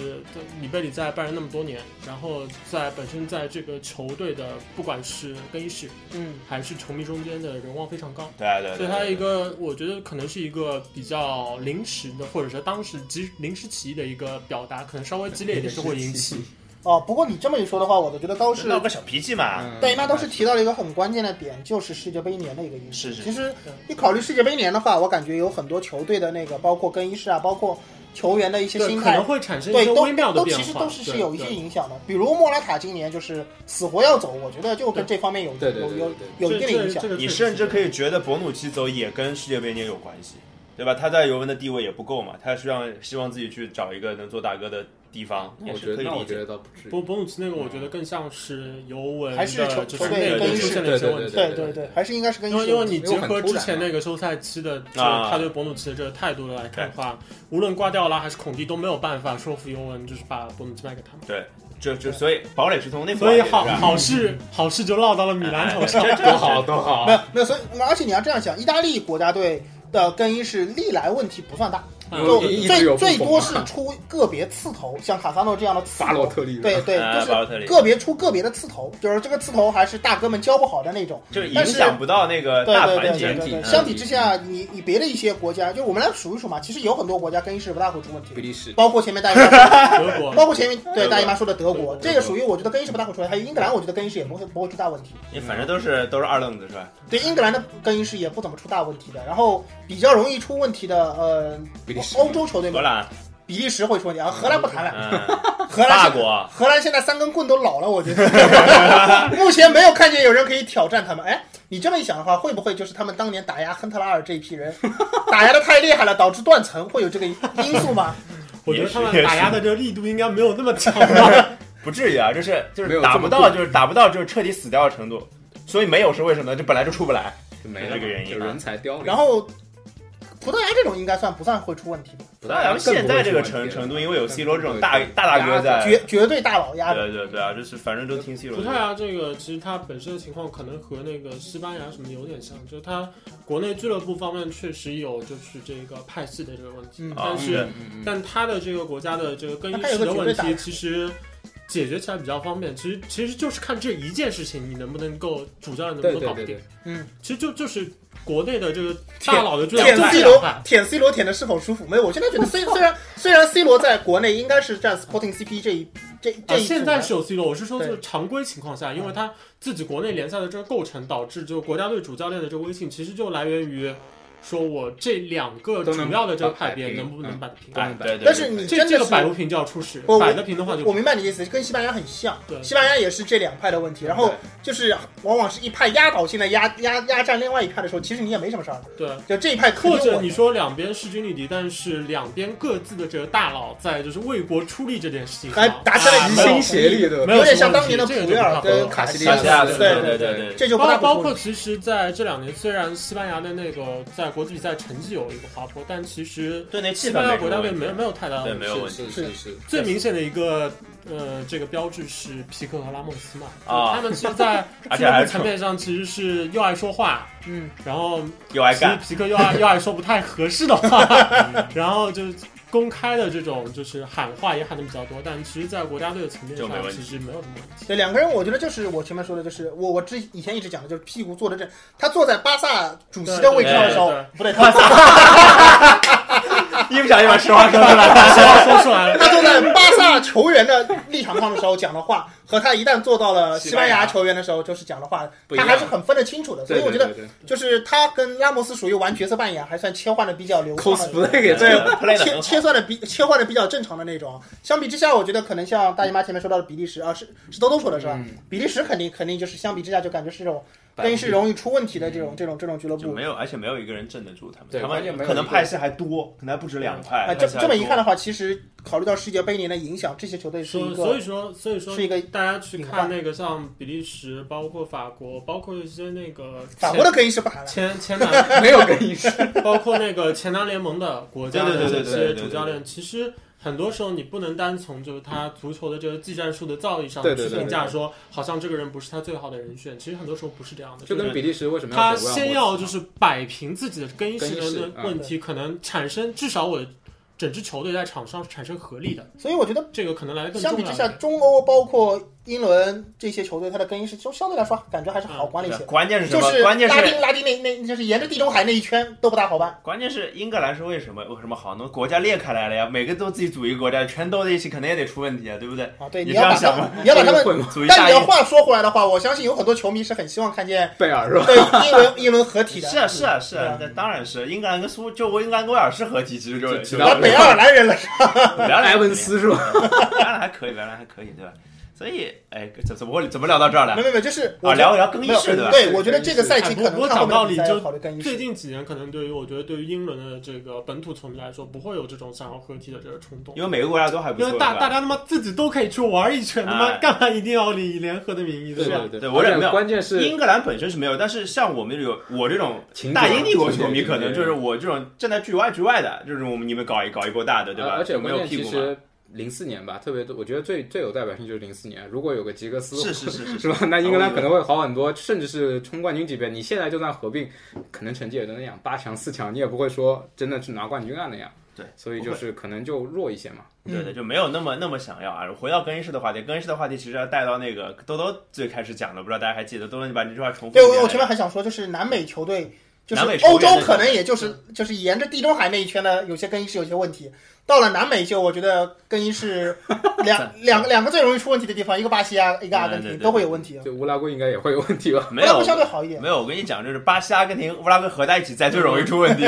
Speaker 4: 里贝里在拜仁那么多年，然后在本身在这个球队的不管是更衣室
Speaker 2: 嗯
Speaker 4: 还是球迷中间的人望非常高，
Speaker 1: 对对对，
Speaker 4: 所以他
Speaker 1: 对
Speaker 4: 一个我觉得可能是一个比较临时的，或者是当时即临时起意的一个表达，可能稍微激烈一点就会引起。
Speaker 2: 哦，不过你这么一说的话，我觉得倒是
Speaker 1: 闹个小脾气嘛，
Speaker 3: 嗯
Speaker 2: 戴姨妈倒是提到了一个很关键的点，就是世界杯年的一个因素。
Speaker 1: 是是
Speaker 2: 其实一考虑世界杯年的话，我感觉有很多球队的那个，包括更衣室啊，包括球员的一些
Speaker 4: 对，
Speaker 2: 心
Speaker 4: 可
Speaker 2: 态
Speaker 4: 能，会产生一
Speaker 2: 对，
Speaker 4: 些微妙
Speaker 2: 都都
Speaker 4: 的变
Speaker 2: 其
Speaker 4: 化。
Speaker 2: 实都是是
Speaker 4: 对
Speaker 2: 有一些
Speaker 4: 对
Speaker 2: 影响的。比如莫拉塔今年就是死活要走，我觉得就跟这方面有
Speaker 3: 对对对对
Speaker 2: 有
Speaker 3: 对
Speaker 2: 有有一
Speaker 4: 这
Speaker 2: 定的
Speaker 4: 这
Speaker 2: 影响
Speaker 4: 这。个
Speaker 1: 你
Speaker 4: 确实
Speaker 1: 甚至
Speaker 4: 是
Speaker 1: 可以觉得博努奇走也跟世界杯年有关系，对吧？他在尤文的地位也不够嘛，他实际上希望自己去找一个能做大哥的地方，也
Speaker 3: 哎我
Speaker 1: 是
Speaker 3: 觉
Speaker 1: 可
Speaker 3: 得
Speaker 1: 以
Speaker 3: 那
Speaker 1: 理
Speaker 3: 我觉
Speaker 1: 解。
Speaker 3: 得倒不至于。
Speaker 4: 博博努奇那个，我觉得更像是尤文
Speaker 2: 还是球
Speaker 4: 的，就是
Speaker 2: 球队
Speaker 4: 内
Speaker 1: 更
Speaker 4: 部
Speaker 1: 衣
Speaker 4: 出
Speaker 1: 室
Speaker 4: 现了
Speaker 3: 对
Speaker 4: 一些
Speaker 3: 对
Speaker 4: 问题。
Speaker 2: 对
Speaker 3: 对
Speaker 2: 对
Speaker 3: 对
Speaker 2: 对，还是应该是跟
Speaker 4: 因为因为你
Speaker 3: 因
Speaker 4: 结
Speaker 3: 为很突
Speaker 4: 合
Speaker 3: 然
Speaker 4: 之前
Speaker 3: 嘛
Speaker 4: 那个休赛期的，就是
Speaker 1: 啊
Speaker 4: 他对博努奇的这个态度来看的话，无论瓜迪奥拉还是孔蒂都没有办法说服尤文，就是把博努奇卖给他们。
Speaker 1: 对，就就所以堡垒是从那
Speaker 4: 所以好
Speaker 1: 好
Speaker 4: 好事好事就落到了米兰 头上。
Speaker 3: 多好多好
Speaker 2: 没，有没有，所以而且你要这样想，意大利国家队的更衣室历来问题不算大，
Speaker 4: 嗯
Speaker 3: 有
Speaker 2: 就
Speaker 3: 一直有
Speaker 2: 最
Speaker 3: 不
Speaker 2: 最
Speaker 3: 同啊
Speaker 2: 多是出个别刺头，像卡萨诺这样的刺
Speaker 3: 法洛
Speaker 2: 头。
Speaker 3: 特利，
Speaker 2: 对对，
Speaker 1: 啊
Speaker 2: 就
Speaker 1: 巴洛特利
Speaker 2: 是个别出个别的刺头，就是这个刺头还是大哥们教不好的那种。
Speaker 1: 就是影
Speaker 2: 但是
Speaker 1: 响不到那个
Speaker 2: 对
Speaker 1: 大
Speaker 2: 对
Speaker 1: 团
Speaker 2: 对
Speaker 1: 结
Speaker 2: 对
Speaker 3: 体
Speaker 2: 对对，
Speaker 3: 嗯
Speaker 2: 相比之下，你你别的一些国家，就我们来数一数嘛，其实有很多国家跟意识不大会出问
Speaker 3: 比
Speaker 2: 题，
Speaker 3: 利时，
Speaker 2: 包括前面大姨妈说的，
Speaker 4: 德国
Speaker 2: 包括前面对
Speaker 1: 国
Speaker 2: 大姨妈说的德国，
Speaker 4: 对
Speaker 2: 这个属于我觉得跟意识不大会出问题，还有英格兰，我觉得跟意识也不会不会出大问题。
Speaker 1: 你反正都是都是二愣子是吧？
Speaker 2: 对英格兰的更衣室也不怎么出大问题的，然后比较容易出问题的，呃
Speaker 3: 比利，时
Speaker 2: 欧洲球队
Speaker 1: 荷
Speaker 2: 嘛，
Speaker 1: 兰，
Speaker 2: 比利时会出问题，啊，荷兰不谈了，
Speaker 1: 嗯，
Speaker 2: 荷兰
Speaker 1: 法
Speaker 2: 现
Speaker 1: 国，
Speaker 2: 荷兰现在三根棍都老了，我觉得 目前没有看见有人可以挑战他们。哎，你这么一想的话，会不会就是他们当年打压亨特拉尔这一批人，打压的太厉害了，导致断层，会有这个因素 吗？
Speaker 4: 我觉得他们
Speaker 1: 也是
Speaker 4: 打压的这个力度应该没有那么强吧？
Speaker 1: 不至于啊，就是就
Speaker 3: 没
Speaker 1: 是
Speaker 3: 有
Speaker 1: 打
Speaker 3: 这
Speaker 1: 不
Speaker 3: 么
Speaker 1: 到，
Speaker 3: 过
Speaker 1: 就是打不到，就是彻底死掉的程度。所以没有是为什么呢？就本来就出不来。
Speaker 3: 就没了嘛，
Speaker 1: 这个原因啊
Speaker 3: 就人才凋零。
Speaker 2: 然后葡萄牙这种应该算不算会出问题吧？
Speaker 1: 葡萄牙现在这个程程度，因为有 C 罗这种大大大哥
Speaker 4: 呃
Speaker 1: 在，
Speaker 2: 绝绝对大佬压着。
Speaker 1: 对对对啊，就是反正都听 C 罗
Speaker 4: 葡萄
Speaker 1: 的。
Speaker 4: 牙这个其实它本身的情况可能和那个西班牙什么有点像，就是它国内俱乐部方面确实有就是这个派系的这个问题，
Speaker 2: 嗯
Speaker 4: 但是、
Speaker 1: 啊
Speaker 3: 嗯，
Speaker 4: 但它的这个国家的这个更衣
Speaker 2: 它有个
Speaker 4: 室的
Speaker 2: 绝对
Speaker 4: 问
Speaker 2: 打
Speaker 4: 题其实。解决起来比较方便，其实其实就是看这一件事情，你能不能够主教练能
Speaker 3: 对
Speaker 4: 不能
Speaker 3: 对
Speaker 4: 搞定
Speaker 3: 对。对，
Speaker 4: 其实就就是国内的这个
Speaker 2: 舔
Speaker 4: 大佬的俱乐
Speaker 2: 舔
Speaker 4: 部就
Speaker 2: C
Speaker 4: 这两
Speaker 2: 罗
Speaker 4: 派，，
Speaker 2: 舔 C 罗舔的是否舒服？没有，我现在觉得 C 虽然虽然 C 罗在国内应该是占 Sporting CP 这一这这
Speaker 4: 啊，
Speaker 2: 一组的、
Speaker 4: 现在是有 C 罗，我是说
Speaker 2: 对嗯
Speaker 4: 就是常规情况下，因为他自己国内联赛的这个构成，导致就国家队主教练的这个威信，其实就来源于说我这两个
Speaker 3: 都能
Speaker 4: 主要的这个
Speaker 3: 摆
Speaker 4: 派别
Speaker 3: 平
Speaker 4: 能不能
Speaker 3: 嗯
Speaker 4: 摆得平？
Speaker 1: 哎，对对对。
Speaker 2: 但是你
Speaker 4: 这
Speaker 2: 真
Speaker 4: 这
Speaker 2: 的
Speaker 4: 个
Speaker 2: 是
Speaker 4: 摆不平就要出事，
Speaker 2: 我
Speaker 4: 摆得平的话就
Speaker 2: 我明白你的意思，跟西班牙很像。
Speaker 4: 对
Speaker 2: 西班牙也是这两派的问题，然后就是往往是一派压倒性的压压压占另外一派的时候，其实你也没什么事儿，
Speaker 4: 对。
Speaker 2: 就这一派
Speaker 4: 或
Speaker 2: 肯定
Speaker 4: 者
Speaker 2: 稳
Speaker 4: 你说两边势均力敌，但是两边各自的这个大佬在就是为国出力这件事情上
Speaker 2: 还达成了
Speaker 4: 啊
Speaker 2: 一
Speaker 3: 齐
Speaker 4: 没有
Speaker 2: 致
Speaker 3: 心协力的，
Speaker 4: 没有
Speaker 2: 有点
Speaker 4: 什
Speaker 2: 像
Speaker 4: 么
Speaker 2: 当
Speaker 4: 问
Speaker 2: 年的
Speaker 4: 题
Speaker 2: 普
Speaker 4: 这个
Speaker 2: 约
Speaker 4: 就
Speaker 2: 尔
Speaker 4: 不太
Speaker 2: 跟
Speaker 4: 好
Speaker 2: 卡
Speaker 3: 西
Speaker 2: 西
Speaker 3: 利亚
Speaker 2: 利亚
Speaker 1: 斯
Speaker 2: 斯，
Speaker 1: 对对
Speaker 2: 对
Speaker 1: 对对
Speaker 2: 这就不
Speaker 4: 包
Speaker 2: 大
Speaker 4: 包
Speaker 2: 不
Speaker 4: 括
Speaker 2: 通。
Speaker 4: 其实在这两年，虽然西班牙的那个在国际比赛成绩有一个滑坡，但其实
Speaker 1: 对那
Speaker 4: 西
Speaker 1: 气氛
Speaker 4: 班牙
Speaker 1: 没
Speaker 4: 国家队没有没有太大的
Speaker 1: 对
Speaker 4: 问
Speaker 1: 没
Speaker 4: 题
Speaker 1: 有。问题
Speaker 3: 是是是，
Speaker 4: 最明显的一个呃，这个标志是皮克和拉莫斯嘛，
Speaker 1: 啊
Speaker 4: 就他们其实，在
Speaker 1: 而
Speaker 4: 俱
Speaker 1: 且还
Speaker 4: 乐部
Speaker 1: 是
Speaker 4: 层面上其实是又爱说话，
Speaker 2: 嗯，
Speaker 4: 然后
Speaker 1: 又爱
Speaker 4: 其实
Speaker 1: 干，
Speaker 4: 皮克又爱 又爱说不太合适 的话，然后就公开的这种就是喊话也喊的比较多，但其实，在国家队的层面
Speaker 1: 就没
Speaker 4: 上
Speaker 1: 问题
Speaker 4: 其实没有什么问题。
Speaker 2: 对两个人，我觉得就是我前面说的，就是我我之以前一直讲的，就是屁股坐得正。他坐在巴萨主席的位置上的时候
Speaker 4: 对对对，
Speaker 2: 不对，他
Speaker 1: 一不小心把实话说出来了。
Speaker 4: 实话 说出来了，
Speaker 2: 他坐在巴萨球员的立场上的时候讲的话，和他一旦做到了西班牙球员的时候就是讲的话，
Speaker 3: 不一
Speaker 2: 他
Speaker 3: 样
Speaker 2: 还是很分得清楚的。所以我觉得，
Speaker 3: 对对对
Speaker 2: 就是他跟拉莫斯属于玩角色扮演，还算切换的比较流畅的。
Speaker 3: cosplay 也
Speaker 1: 对
Speaker 3: 这
Speaker 1: 对
Speaker 3: 样，
Speaker 1: ，play 的
Speaker 2: 切
Speaker 1: 很
Speaker 2: 切
Speaker 1: 好。
Speaker 2: 算的比切换的比较正常的那种，相比之下，我觉得可能像大姨妈前面说到的比利时啊，是是兜兜说的是吧？
Speaker 3: 嗯
Speaker 2: 比利时肯定肯定就是相比之下就感觉是这种更衣室容易出问题的这种这种这种俱乐
Speaker 1: 就
Speaker 2: 部
Speaker 1: 没。有，而且没有一个人镇得住他们。
Speaker 3: 对
Speaker 1: 他
Speaker 3: 关键
Speaker 1: 们
Speaker 3: 没有
Speaker 1: 可能
Speaker 3: 一个
Speaker 1: 派系还多，可能还不止两派。
Speaker 2: 哎，这
Speaker 1: 派系还
Speaker 2: 这么一
Speaker 1: 多
Speaker 2: 看的话，其实考虑到世界杯年的影响，这些球队是
Speaker 4: 所
Speaker 2: 一
Speaker 4: 所
Speaker 2: 个
Speaker 4: 以说所以说
Speaker 2: 是一个
Speaker 4: 大家去
Speaker 2: 隐
Speaker 4: 看
Speaker 2: 患
Speaker 4: 那个像比利时，包括法国，包括一些那个
Speaker 2: 法国的更衣室不谈了。
Speaker 4: 前前南
Speaker 3: 没有更衣室，
Speaker 4: 包括那个前南联盟的国家的
Speaker 1: 对对对
Speaker 4: 这
Speaker 1: 对对对
Speaker 4: 些
Speaker 1: 对
Speaker 4: 主教练，其实很多时候你不能单从就是他足球的这个技战术的造诣上
Speaker 3: 对
Speaker 4: 去
Speaker 3: 对对对
Speaker 4: 评价说，好像这个人不是他最好的人选。其实很多时候不是这样的，
Speaker 3: 就跟比利时为什么
Speaker 4: 他
Speaker 3: 要选
Speaker 4: 先
Speaker 3: 维奥
Speaker 4: 要
Speaker 3: 莫
Speaker 4: 就
Speaker 3: 斯
Speaker 4: 是摆平自己的更衣室
Speaker 3: 更衣室
Speaker 4: 的问题，可能产生至少我整支球队在场上产生合力的，
Speaker 2: 所以我觉得
Speaker 4: 这个可能来的更重
Speaker 2: 相
Speaker 4: 要
Speaker 2: 比
Speaker 4: 一
Speaker 2: 之
Speaker 4: 点。
Speaker 2: 下，中欧包括英伦这些球队，它的更衣室就相对来说感觉还是好管理一些。
Speaker 1: 关嗯键是什
Speaker 2: 就
Speaker 1: 么？
Speaker 2: 是
Speaker 1: 关键
Speaker 2: 拉
Speaker 1: 是
Speaker 2: 丁拉丁那那，就是沿着地中海那一圈都不大好办。
Speaker 1: 关键是英格兰是为什么为什么好呢？国家裂开来了呀，每个都自己组一个国家，全斗在一起，肯定也得出问题啊，对不 对？
Speaker 2: 啊，对，
Speaker 1: 你
Speaker 2: 你要把
Speaker 1: 这样想
Speaker 2: 他们，你要把他们
Speaker 3: 会吗？
Speaker 1: 组一
Speaker 2: 但
Speaker 1: 大
Speaker 2: 你
Speaker 1: 一
Speaker 2: 的。话说回来的话，我相信有很多球迷是很希望 看见
Speaker 3: 贝尔是吧？
Speaker 2: 对英伦英伦合体的，
Speaker 1: 是啊是啊是啊，那当然是英格兰跟苏就英格兰跟威尔士合体，其实就
Speaker 3: 就
Speaker 1: 就
Speaker 3: 知
Speaker 2: 把
Speaker 3: 道
Speaker 2: 北爱尔兰人了。
Speaker 1: 聊
Speaker 3: 莱文斯是吧？
Speaker 1: 原来还可以，原来还可以，对吧？所以，哎，怎怎么会怎么聊到这儿了？
Speaker 2: 没没没，就是我
Speaker 1: 啊，
Speaker 2: 觉
Speaker 1: 聊
Speaker 2: 得
Speaker 1: 聊更衣
Speaker 2: 没有
Speaker 1: 室，对吧？啊
Speaker 2: 对，我觉得这个赛季
Speaker 4: 哎不
Speaker 2: 可能
Speaker 4: 不过
Speaker 2: 看后
Speaker 4: 讲
Speaker 2: 面
Speaker 4: 道
Speaker 2: 的
Speaker 4: 理
Speaker 2: 比赛
Speaker 4: 就
Speaker 2: 要考虑更衣
Speaker 4: 最
Speaker 2: 室。
Speaker 4: 近几年，可能对于我觉得对于英伦的这个本土球迷来说，不会有这种想要合体的这个冲动
Speaker 1: 因。为每个国家都还不
Speaker 4: 因
Speaker 1: 错，
Speaker 4: 为
Speaker 1: 对
Speaker 4: 大大
Speaker 1: 吧？
Speaker 4: 家他妈自己都可以去玩一圈，他妈
Speaker 1: 哎
Speaker 4: 干嘛一定要以联合的名义，
Speaker 3: 对
Speaker 4: 吧？
Speaker 3: 对
Speaker 1: 对我忍
Speaker 3: 而
Speaker 1: 不
Speaker 3: 且
Speaker 1: 了
Speaker 3: 关键是
Speaker 1: 英格兰本身是没有，但是像我们有我这种
Speaker 3: 情
Speaker 1: 大
Speaker 3: 况
Speaker 1: 英帝国
Speaker 3: 情节
Speaker 1: 球迷，可能
Speaker 3: 对
Speaker 1: 就是我这种站在局外局外的，就是我们你们搞一搞一锅大的，对吧？
Speaker 3: 呃而且
Speaker 1: 没
Speaker 3: 关
Speaker 1: 有
Speaker 3: 键
Speaker 1: 屁
Speaker 3: 其
Speaker 1: 股嘛。
Speaker 3: 实零四年吧，特别多，我觉得最最有代表性就是零四年。如果有个吉格斯
Speaker 1: 是是 是是
Speaker 3: 是吧？那英格兰可能会好很多，甚至是冲冠军级别。你现在就算合并，可能成绩也就那样，八强、四强你也不会说真的去拿冠军啊那样。
Speaker 1: 对，
Speaker 3: 所以就是可能就弱一些嘛。
Speaker 1: 对 的，就没有那么那么想要啊。回到更衣室的话题，更衣室的话题其实要带到那个兜兜最开始讲的，不知道大家还记得？兜兜，你把这句话重复一
Speaker 2: 对，
Speaker 1: 遍。
Speaker 2: 我我前面还想说，就是南美球队，就是
Speaker 1: 南美球员
Speaker 2: 欧洲可能
Speaker 1: 那个嗯
Speaker 2: 也就是就是沿着地中海那一圈的，有些更衣室有些问题。到了南美就，我觉得更 衣室两两个两个最容易出问题的地方，一个巴西啊，一个阿根
Speaker 1: 对对
Speaker 2: 廷
Speaker 1: 对
Speaker 2: 都会有问题。
Speaker 3: 就乌拉圭应该也会有问题吧？
Speaker 1: 没
Speaker 2: 乌拉
Speaker 1: 有
Speaker 2: 圭相对好一点，
Speaker 1: 没有，我跟你讲，就是巴西、阿根廷、乌拉圭合在一起才最容易出 问题。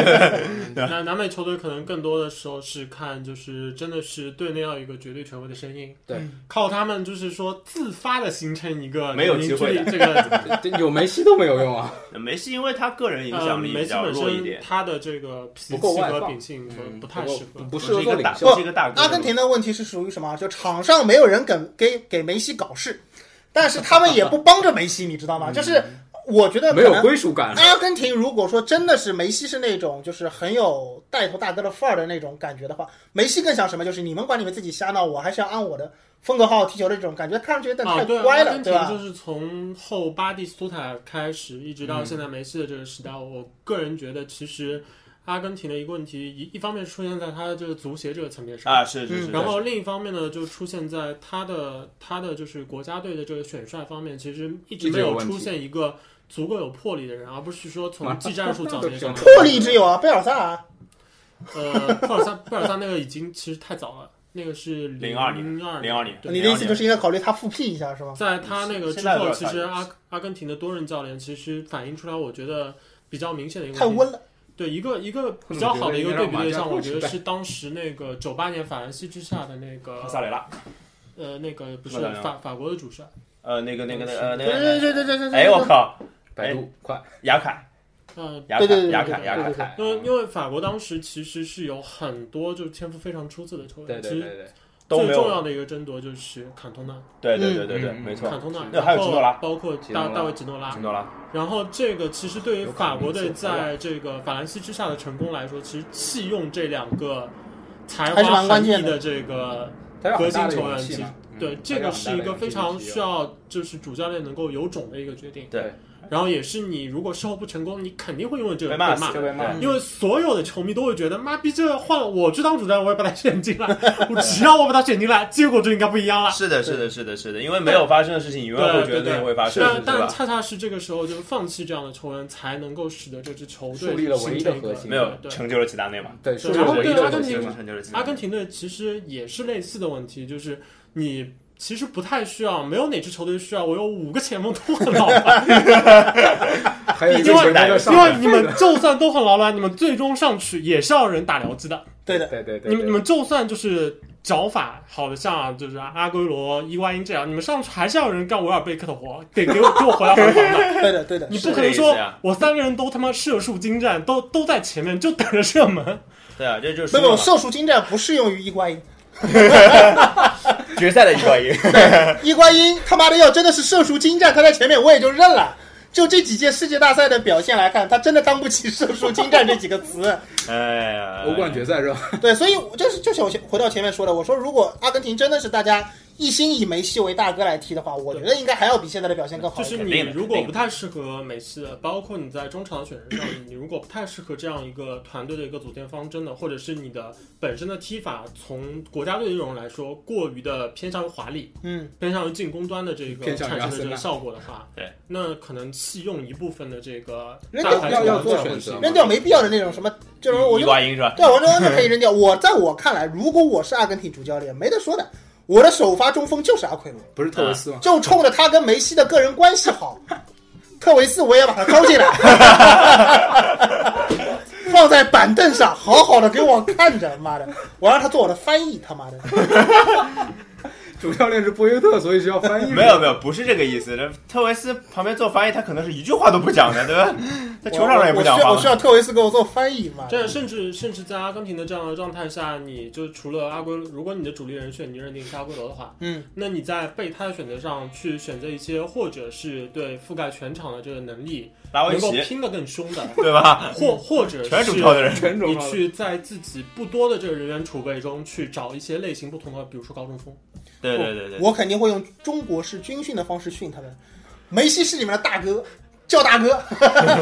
Speaker 4: 南南美球队可能更多的时候是看，就是真的是队内要有一个绝对权威的声音，
Speaker 3: 对，
Speaker 4: 嗯靠他们就是说自发的形成一个
Speaker 1: 没有机会的
Speaker 4: 凝聚力这个
Speaker 3: 这有梅西都没有用啊！
Speaker 1: 梅西因为他个 人影
Speaker 4: 呃，
Speaker 1: 响力
Speaker 4: 梅
Speaker 1: 比
Speaker 4: 西
Speaker 1: 较
Speaker 4: 本
Speaker 1: 弱一点
Speaker 4: 身，他的这个脾
Speaker 3: 不够
Speaker 4: 气
Speaker 3: 外
Speaker 4: 和
Speaker 3: 放
Speaker 4: 秉性呃
Speaker 3: 嗯，
Speaker 4: 不太
Speaker 3: 不
Speaker 4: 适合。
Speaker 3: 不
Speaker 1: 是
Speaker 3: 适合
Speaker 1: 一
Speaker 3: 做
Speaker 1: 个
Speaker 3: 领
Speaker 1: 大，
Speaker 3: 袖。
Speaker 1: 是一个大哥。
Speaker 2: 阿根廷的问题是属于什么？就场上没有人给给给梅西搞事，但是他们也不帮着梅西，你知道吗？就是我觉得可
Speaker 3: 没
Speaker 2: 能
Speaker 3: 有归属感，
Speaker 2: 阿根廷如果说真的是梅西是那种就是很有带头大哥的范儿的那种感觉的话，梅西更像什么？就是你们管你们自己瞎闹，我还是要按我的风格好好踢球的这种感觉，看上去有点
Speaker 4: 啊，
Speaker 2: 太
Speaker 4: 对，
Speaker 2: 乖
Speaker 4: 阿
Speaker 2: 了，
Speaker 4: 根
Speaker 2: 对
Speaker 4: 廷就
Speaker 2: 吧？
Speaker 4: 是从后巴蒂斯图塔开始，一直到现在梅西的这个时代，我个人觉得其实阿根廷的一个问题，一一方面出现在他的这个足协这个层面上。
Speaker 1: 啊，是是是。
Speaker 4: 然后另一方面呢，就出现在他的他的就是国家队的这个选帅方面，其实一直没
Speaker 3: 一直有
Speaker 4: 有
Speaker 3: 问题，
Speaker 4: 出现一个足够有魄力的人，而不是说从技战术角度上
Speaker 2: 魄力之有啊，贝尔萨啊，
Speaker 4: 呃，贝尔萨贝尔萨那个已经其实太早了，那个是
Speaker 1: 02年
Speaker 4: 零二
Speaker 1: 零二年，
Speaker 4: 对
Speaker 2: 你的意思就是应该考虑他复辟一下是吗？
Speaker 4: 在他那个
Speaker 1: 现
Speaker 4: 之
Speaker 1: 在
Speaker 4: 后，
Speaker 1: 的
Speaker 4: 其实阿阿根廷的多任教练其实反映出来，我觉得比较明显的一个
Speaker 2: 太
Speaker 4: 问题。
Speaker 2: 温了，
Speaker 4: 对一个一个比较好的一个对比对象，
Speaker 3: 我
Speaker 4: 我
Speaker 3: 觉
Speaker 4: 觉
Speaker 3: 得应该让马加托取代
Speaker 4: 得是当时那个九八年法兰西之下的那个
Speaker 1: 帕萨雷拉，
Speaker 4: 呃那个不是
Speaker 1: 不得了
Speaker 4: 法法国的主帅，
Speaker 1: 呃，那个那个那个呃那
Speaker 2: 对
Speaker 1: 个那个，
Speaker 2: 对对对对对对，
Speaker 1: 哎，我靠，
Speaker 3: 百度快
Speaker 1: 雅凯，
Speaker 4: 嗯、
Speaker 1: 雅凯
Speaker 2: 对对对，
Speaker 1: 雅凯，雅凯。
Speaker 3: 凯，
Speaker 4: 因为因为法国当时其实是有很多就是天赋非常出色的球
Speaker 3: 对
Speaker 4: 员，
Speaker 3: 对
Speaker 4: 其
Speaker 3: 对
Speaker 4: 实
Speaker 3: 对，
Speaker 1: 都
Speaker 4: 最
Speaker 1: 没
Speaker 4: 重
Speaker 1: 有，
Speaker 4: 要的一个争夺就是坎通纳，
Speaker 1: 对对对对对，
Speaker 3: 嗯
Speaker 1: 没错，
Speaker 4: 坎通纳，
Speaker 1: 那还有吉诺拉
Speaker 4: 然后包括
Speaker 3: 吉诺
Speaker 4: 大
Speaker 3: 拉
Speaker 4: 大卫吉诺拉
Speaker 1: 听，到了，
Speaker 4: 然后这个其实对于
Speaker 3: 有可能
Speaker 4: 法国队
Speaker 3: 是
Speaker 4: 在这个法兰西之下的成功来说，其实弃用这两个才
Speaker 2: 还是
Speaker 4: 华
Speaker 2: 蛮关
Speaker 4: 横溢
Speaker 2: 键的
Speaker 4: 的这个
Speaker 3: 他要
Speaker 4: 核
Speaker 3: 很
Speaker 4: 心
Speaker 3: 大的
Speaker 4: 球
Speaker 3: 勇
Speaker 4: 员，
Speaker 3: 气
Speaker 4: 其实
Speaker 3: 嘛。嗯
Speaker 4: 对这个是一个非常
Speaker 3: 啊
Speaker 4: 需。要就是主教练能够有种的一个决定。
Speaker 1: 对，
Speaker 4: 然后也是你如果事后不成功，你肯定会因为这个
Speaker 1: 被
Speaker 4: 被
Speaker 1: 骂
Speaker 4: 骂。
Speaker 1: 死，
Speaker 3: 就被骂嗯
Speaker 1: 对
Speaker 4: 因为所有的球迷都会觉得，妈逼，这换我去当主教练，我也把他选进来，我只要我把他选进来，结果就应该不一样了。
Speaker 1: 是的，是的，是的，是的，因为没有发生的事情，永远
Speaker 4: 对
Speaker 1: 会
Speaker 4: 对
Speaker 1: 觉得那
Speaker 4: 对，
Speaker 1: 些会发生，
Speaker 4: 但
Speaker 1: 是
Speaker 4: 但
Speaker 1: 吧？
Speaker 4: 恰恰是这个时候，就是放弃这样的球员，才能够使得这支球队
Speaker 3: 树立了唯
Speaker 4: 形
Speaker 3: 一的
Speaker 4: 成一
Speaker 3: 核
Speaker 4: 个
Speaker 3: 心
Speaker 1: 没有
Speaker 4: 对
Speaker 1: 成就了齐达内嘛？
Speaker 3: 对，
Speaker 4: 对
Speaker 3: 数
Speaker 4: 然后
Speaker 3: 唯一
Speaker 4: 嗯对
Speaker 3: 的
Speaker 4: 阿根
Speaker 3: 核
Speaker 4: 廷
Speaker 3: 心
Speaker 1: 是
Speaker 3: 嘛，
Speaker 1: 成就了齐达
Speaker 4: 阿
Speaker 1: 内
Speaker 4: 根。廷队其实也是类似的问题，就是你其实不太需要，没有哪支球队需要我有五个前锋都很老板，
Speaker 3: 还有一
Speaker 4: 因
Speaker 3: 个
Speaker 4: 为
Speaker 3: 球员就上
Speaker 4: 因为
Speaker 3: 来
Speaker 4: 你们就算都很老板，你们最终上去也是要人打僚机的。
Speaker 2: 对的，
Speaker 3: 对对对，
Speaker 4: 你们你们就算就是脚法好的像就是阿圭罗、伊瓜因这样，你们上去还是要有人干维尔贝克的活，得给我给我回来 还房的。
Speaker 2: 对的对的，
Speaker 4: 你
Speaker 1: 是
Speaker 4: 不
Speaker 1: 这
Speaker 4: 可
Speaker 1: 个
Speaker 4: 能
Speaker 1: 意思
Speaker 4: 说
Speaker 1: 呀
Speaker 4: 我三个人都他妈射术精湛，都都在前面就等着射门。
Speaker 1: 对啊，这就是输
Speaker 2: 没
Speaker 1: 了
Speaker 2: 有
Speaker 1: 嘛
Speaker 2: 射术精湛不适用于伊瓜因，
Speaker 1: 决赛的一个赢。
Speaker 2: 伊瓜因他妈的要真的是射术精湛，他在前面我也就认了。就这几届世界大赛的表现来看，他真的当不起“射术精湛”这几个词。
Speaker 1: 哎呀，
Speaker 3: 欧冠决赛是吧？
Speaker 2: 对，所以我就是就是我前回到前面说的，我说如果阿根廷真的是大家一心以梅西为大哥来踢的话，我觉得应该还要比现在的表现更好
Speaker 4: 就
Speaker 2: 一点。
Speaker 4: 是
Speaker 1: 肯
Speaker 4: 你
Speaker 1: 定的
Speaker 4: 如
Speaker 1: 肯
Speaker 4: 果
Speaker 1: 定
Speaker 4: 不太适合梅西的，包括你在中场选人上，你如果不太适合这样一个团队的一个组建方针的，或者是你的本身的踢法，从国家队这种来说，过于的偏向于华丽，
Speaker 2: 嗯，
Speaker 4: 偏向于进攻端的这个
Speaker 3: 偏向于
Speaker 4: 产生的
Speaker 3: 阿森
Speaker 4: 这
Speaker 3: 纳
Speaker 4: 个效果的话，
Speaker 1: 对，
Speaker 4: 那可能弃用一部分的这个
Speaker 2: 扔
Speaker 4: 大
Speaker 2: 掉
Speaker 4: 牌
Speaker 2: 要
Speaker 4: 球
Speaker 2: 要
Speaker 4: 员
Speaker 3: 做
Speaker 4: 才会
Speaker 3: 选
Speaker 4: 是
Speaker 3: 择
Speaker 4: 一个
Speaker 2: 扔掉没必要的那种什么，就是我
Speaker 1: 伊
Speaker 2: 就
Speaker 1: 瓜因是吧？
Speaker 2: 对我就可以扔掉。我在我看来，如果我是阿根廷主教练，没得说的，我的首发中锋就是阿奎罗，
Speaker 3: 不是特维斯吗？
Speaker 2: 就冲着他跟梅西的个人关系好，特维斯我也把他招进来， 放在板凳上，好好的给我看着，妈的，我让他做我的翻译，他妈的。
Speaker 3: 主教练是波约特，所以需要翻译。
Speaker 1: 没有没有，不是这个意思。这特维斯旁边做翻译，他可能是一句话都不讲的，对吧？在球场上也不讲
Speaker 2: 我需要我
Speaker 1: 话
Speaker 2: 需。要特维斯给我做翻译嘛？
Speaker 4: 这甚至甚至在阿根廷的这样的状态下，你就除了阿圭，如果你的主力人选你认定是阿圭罗的话，
Speaker 2: 嗯，
Speaker 4: 那你在备胎的选择上去选择一些或者是对覆盖全场的这个能力
Speaker 1: 拉维
Speaker 4: 能够
Speaker 1: 奇，
Speaker 4: 拼得更凶 的，
Speaker 1: 对吧？
Speaker 4: 或或者
Speaker 1: 全是主超
Speaker 4: 是
Speaker 1: 的人。
Speaker 3: 全啊中
Speaker 4: 你去在自己不多的这个人员储备中去找一些类型不同的，比如说高中锋，
Speaker 1: 对对对对，
Speaker 2: 我肯定会用中国式军训的方式训他们。梅西是你们的大哥，叫大哥，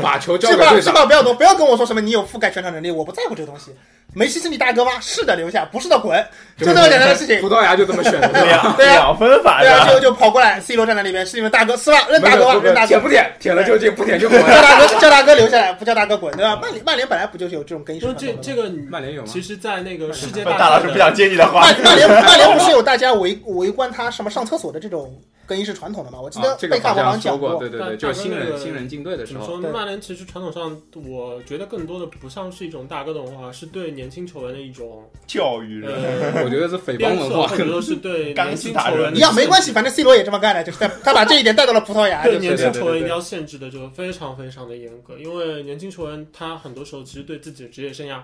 Speaker 3: 把球交
Speaker 2: 是
Speaker 3: 给
Speaker 2: 吧？
Speaker 3: 队
Speaker 2: 是
Speaker 3: 长，
Speaker 2: 吧？不要多，不要跟我说什么你有覆盖全场能力，我不在乎这个东西。梅西是你大哥吗？是的，留下；不是的，滚，就这么简单的事情
Speaker 3: 葡。萄牙就这么选的， 对吧？
Speaker 1: 两
Speaker 2: 对啊
Speaker 1: 两分法
Speaker 2: 对啊，就
Speaker 1: 的，
Speaker 2: 就跑过来，C 罗站在那边，是你们大哥是吧？认
Speaker 3: 没
Speaker 2: 大
Speaker 3: 有
Speaker 2: 哥吧，
Speaker 3: 不不
Speaker 2: 认大哥
Speaker 3: 舔不。舔？舔了就进，不舔就滚。啊
Speaker 2: 叫大哥，叫大哥留下来，不叫大哥滚，对吧？曼联曼联本来不就是有这种更衣室
Speaker 4: 就
Speaker 2: 传统
Speaker 4: 这
Speaker 2: 的吗？
Speaker 4: 这个你
Speaker 3: 曼联有吗
Speaker 4: 其实，在那个世 界
Speaker 1: 大老师
Speaker 4: 赛
Speaker 1: 不想
Speaker 4: 的
Speaker 1: 接你 的话。
Speaker 2: 曼曼联曼联不是有大家围围观他什么上厕所的这种更衣室传统的吗？我记
Speaker 3: 啊
Speaker 2: 得
Speaker 3: 这
Speaker 2: 贝
Speaker 3: 个
Speaker 2: 克汉
Speaker 3: 好
Speaker 2: 姆好
Speaker 3: 像
Speaker 2: 像
Speaker 3: 说
Speaker 2: 讲
Speaker 3: 过，对对对，
Speaker 4: 但
Speaker 3: 就是新
Speaker 4: 大哥那
Speaker 3: 人
Speaker 4: 个
Speaker 3: 新人进队的
Speaker 4: 怎
Speaker 3: 时
Speaker 4: 么
Speaker 3: 候，
Speaker 4: 说
Speaker 2: 对
Speaker 4: 呢？曼联其实传统上，我觉得更多的不像是一种大哥的文化，是对年轻球员的一种
Speaker 1: 教育人，
Speaker 4: 呃
Speaker 3: 我觉得是匪帮
Speaker 4: 鞭
Speaker 3: 文
Speaker 4: 策，
Speaker 3: 化
Speaker 4: 或。者说是 对年轻球员
Speaker 2: 一
Speaker 1: 一
Speaker 2: 样没关
Speaker 4: 系。
Speaker 2: 系，反正 C 罗也这么干的，就是他他把这一点带到了葡萄牙， 就
Speaker 4: 对
Speaker 2: 是
Speaker 4: 年轻球员一定要限制的就非常非常的严格，因为年轻球员他很多时候其实对自己的职业生涯，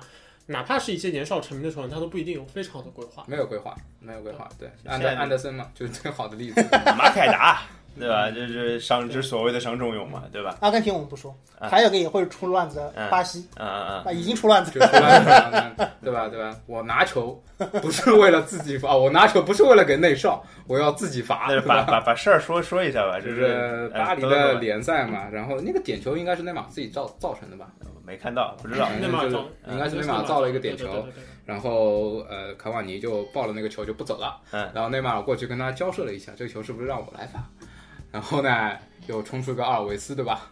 Speaker 4: 哪怕是一些年少成名的球员，他都不一定有非常好的规划。
Speaker 3: 没有规划，没有规划，对，
Speaker 1: 现在
Speaker 3: 安德安德森嘛，就是最好的例子。
Speaker 1: 马凯达，对吧？就是伤，就是所谓的伤仲永嘛，对吧？
Speaker 2: 阿根廷我们不说，
Speaker 1: 啊
Speaker 2: 还有个也会出乱子的
Speaker 1: 嗯
Speaker 2: 巴西
Speaker 1: 嗯嗯
Speaker 2: 啊，已经出乱子
Speaker 3: 就出来了，嗯对吧？对吧？我拿球不是为了自己罚，我拿球不是为了给内哨，我要自己罚，
Speaker 1: 嗯，那
Speaker 3: 对
Speaker 1: 就把
Speaker 3: 吧？
Speaker 1: 把把事儿说说一下吧，就
Speaker 3: 就是是巴黎
Speaker 1: 哎等
Speaker 3: 的
Speaker 1: 等
Speaker 3: 联赛嘛，然后那个点球应该是内马尔自己造造成的吧？
Speaker 1: 没看到，不知
Speaker 3: 嗯
Speaker 1: 道。
Speaker 4: 内马尔造，
Speaker 3: 应
Speaker 1: 啊
Speaker 3: 该是内马尔造了一个点球
Speaker 4: 对对对对对
Speaker 3: 然后呃，卡瓦尼就抱了那个球就不走了，
Speaker 1: 嗯
Speaker 3: 然后内马尔过去跟他交涉了一下，这个球是不是让我来罚？然后呢，又冲出一个阿尔维斯，对吧？